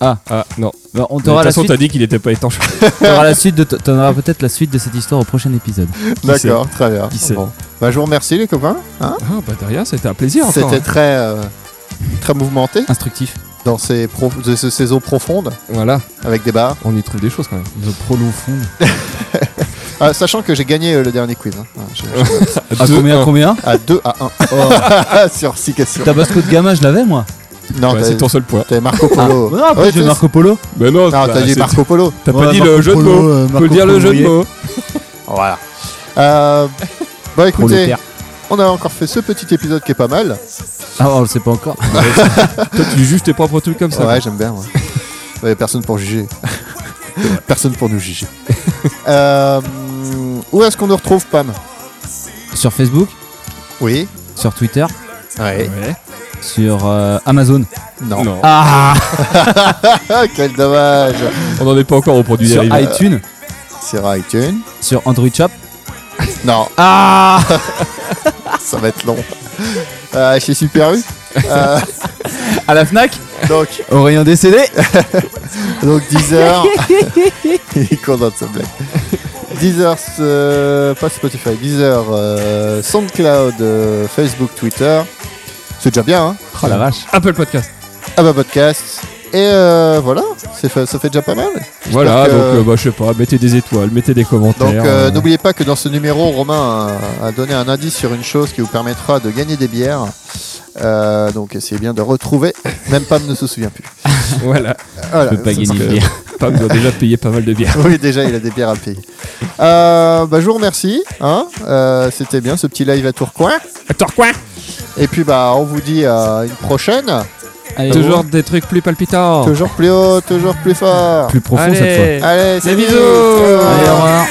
Speaker 2: Ah, non.
Speaker 3: Bah,
Speaker 2: Mais De
Speaker 3: on
Speaker 2: toute
Speaker 3: t'aura la,
Speaker 2: façon,
Speaker 3: suite- Ah.
Speaker 2: t'as dit qu'il était pas étanche.
Speaker 3: t'auras la suite. de- T'en auras peut-être la suite de cette histoire au prochain épisode.
Speaker 1: D'accord, très bien.
Speaker 2: Qui sait
Speaker 1: Bon. Bah je vous remercie les copains. hein.
Speaker 2: Ah, bah de rien, c'était un plaisir encore. hein.
Speaker 1: C'était très euh, très mouvementé
Speaker 3: Instructif.
Speaker 1: dans ces, pro- de ces- ces eaux profondes
Speaker 2: Voilà,
Speaker 1: avec des barres.
Speaker 2: on y trouve des choses quand même.
Speaker 3: Le prolo fond.
Speaker 1: Ah, sachant que j'ai gagné euh, le dernier quiz. hein. Ah, je- je-
Speaker 3: À
Speaker 2: Deux,
Speaker 3: combien
Speaker 2: un.
Speaker 3: combien
Speaker 1: à 2 à 1
Speaker 3: oh,
Speaker 1: [laughs] sur 6 questions.
Speaker 3: Tabasco de gamin, je l'avais moi.
Speaker 1: Non,
Speaker 2: Ouais,
Speaker 1: Ah, t'as-
Speaker 2: c'est ton seul point.
Speaker 1: t'avais Marco
Speaker 2: Oh.
Speaker 3: Ah,
Speaker 1: Polo.
Speaker 3: non, après,
Speaker 1: Ouais,
Speaker 3: j'ai
Speaker 1: t'as-
Speaker 3: Marco Polo.
Speaker 2: Mais non,
Speaker 3: Ah,
Speaker 1: Non,
Speaker 2: bah,
Speaker 1: t'as dit
Speaker 2: c'est-
Speaker 1: Marco Polo.
Speaker 2: t'as pas
Speaker 3: Ouais,
Speaker 2: dit
Speaker 3: Marco
Speaker 2: le jeu de
Speaker 3: Polo,
Speaker 2: mots.
Speaker 3: euh,
Speaker 2: Tu peux
Speaker 3: Marco
Speaker 2: dire le
Speaker 3: Polo
Speaker 2: jeu de
Speaker 3: Ouvrier.
Speaker 2: mots.
Speaker 1: Voilà. Euh, bon, écoutez,
Speaker 3: Prolétaire.
Speaker 1: on a encore fait ce petit épisode qui est pas mal.
Speaker 3: Ah, on le sait pas encore.
Speaker 2: Toi, tu juges tes propres trucs comme ça.
Speaker 1: Ouais, j'aime bien. Moi. Ouais, personne pour juger. personne pour nous juger. Euh, où est-ce qu'on nous retrouve, Pam
Speaker 3: sur Facebook,
Speaker 1: Oui.
Speaker 3: sur Twitter,
Speaker 1: Ouais.
Speaker 3: sur euh, Amazon.
Speaker 1: Non.
Speaker 2: Non.
Speaker 3: Ah
Speaker 1: [laughs] Ah, quel dommage.
Speaker 2: On n'en est pas encore au produit
Speaker 3: Sur
Speaker 2: dérivé.
Speaker 3: iTunes,
Speaker 1: Sur iTunes.
Speaker 3: sur Android Shop.
Speaker 1: Non,
Speaker 3: Ah
Speaker 1: ça va être long. Euh, chez Super U. Euh,
Speaker 3: À la Fnac,
Speaker 1: donc,
Speaker 3: au rayon décédé.
Speaker 1: donc 10 heures. Il est content de sa blague. Deezer, euh, pas Spotify, Deezer, euh, SoundCloud, euh, Facebook, Twitter. C'est déjà bien, hein
Speaker 3: Oh la vache.
Speaker 2: Apple Podcast.
Speaker 1: Ah bah podcast. Et euh, voilà, c'est fa- ça fait déjà pas mal.
Speaker 2: Voilà,
Speaker 1: que-
Speaker 2: donc euh, bah, je sais pas, mettez des étoiles, mettez des commentaires.
Speaker 1: Donc euh,
Speaker 3: [laughs]
Speaker 2: euh,
Speaker 1: n'oubliez pas que dans ce numéro, Romain a, a donné un indice sur une chose qui vous permettra de gagner des bières. Euh, donc essayez bien de retrouver. [laughs] Même Pam ne se souvient plus.
Speaker 2: Voilà.
Speaker 1: Voilà,
Speaker 3: Je peux pas
Speaker 1: ça
Speaker 3: gagner
Speaker 1: sera-
Speaker 3: de bière.
Speaker 2: Pam doit déjà payer euh, pas mal de bières.
Speaker 1: Oui, déjà, il a des bières à payer. Euh, bah, je vous remercie. Hein Euh, C'était bien ce petit live à Tourcoing.
Speaker 2: Torquin
Speaker 1: Et puis, bah, on vous dit à une prochaine.
Speaker 3: Allez,
Speaker 2: Toujours des trucs plus palpitants.
Speaker 1: Toujours plus haut, toujours plus fort.
Speaker 3: plus profond cette fois.
Speaker 2: Allez,
Speaker 1: Allez,
Speaker 2: des
Speaker 1: salut.
Speaker 2: bisous
Speaker 1: Ciao.
Speaker 3: Allez, au revoir.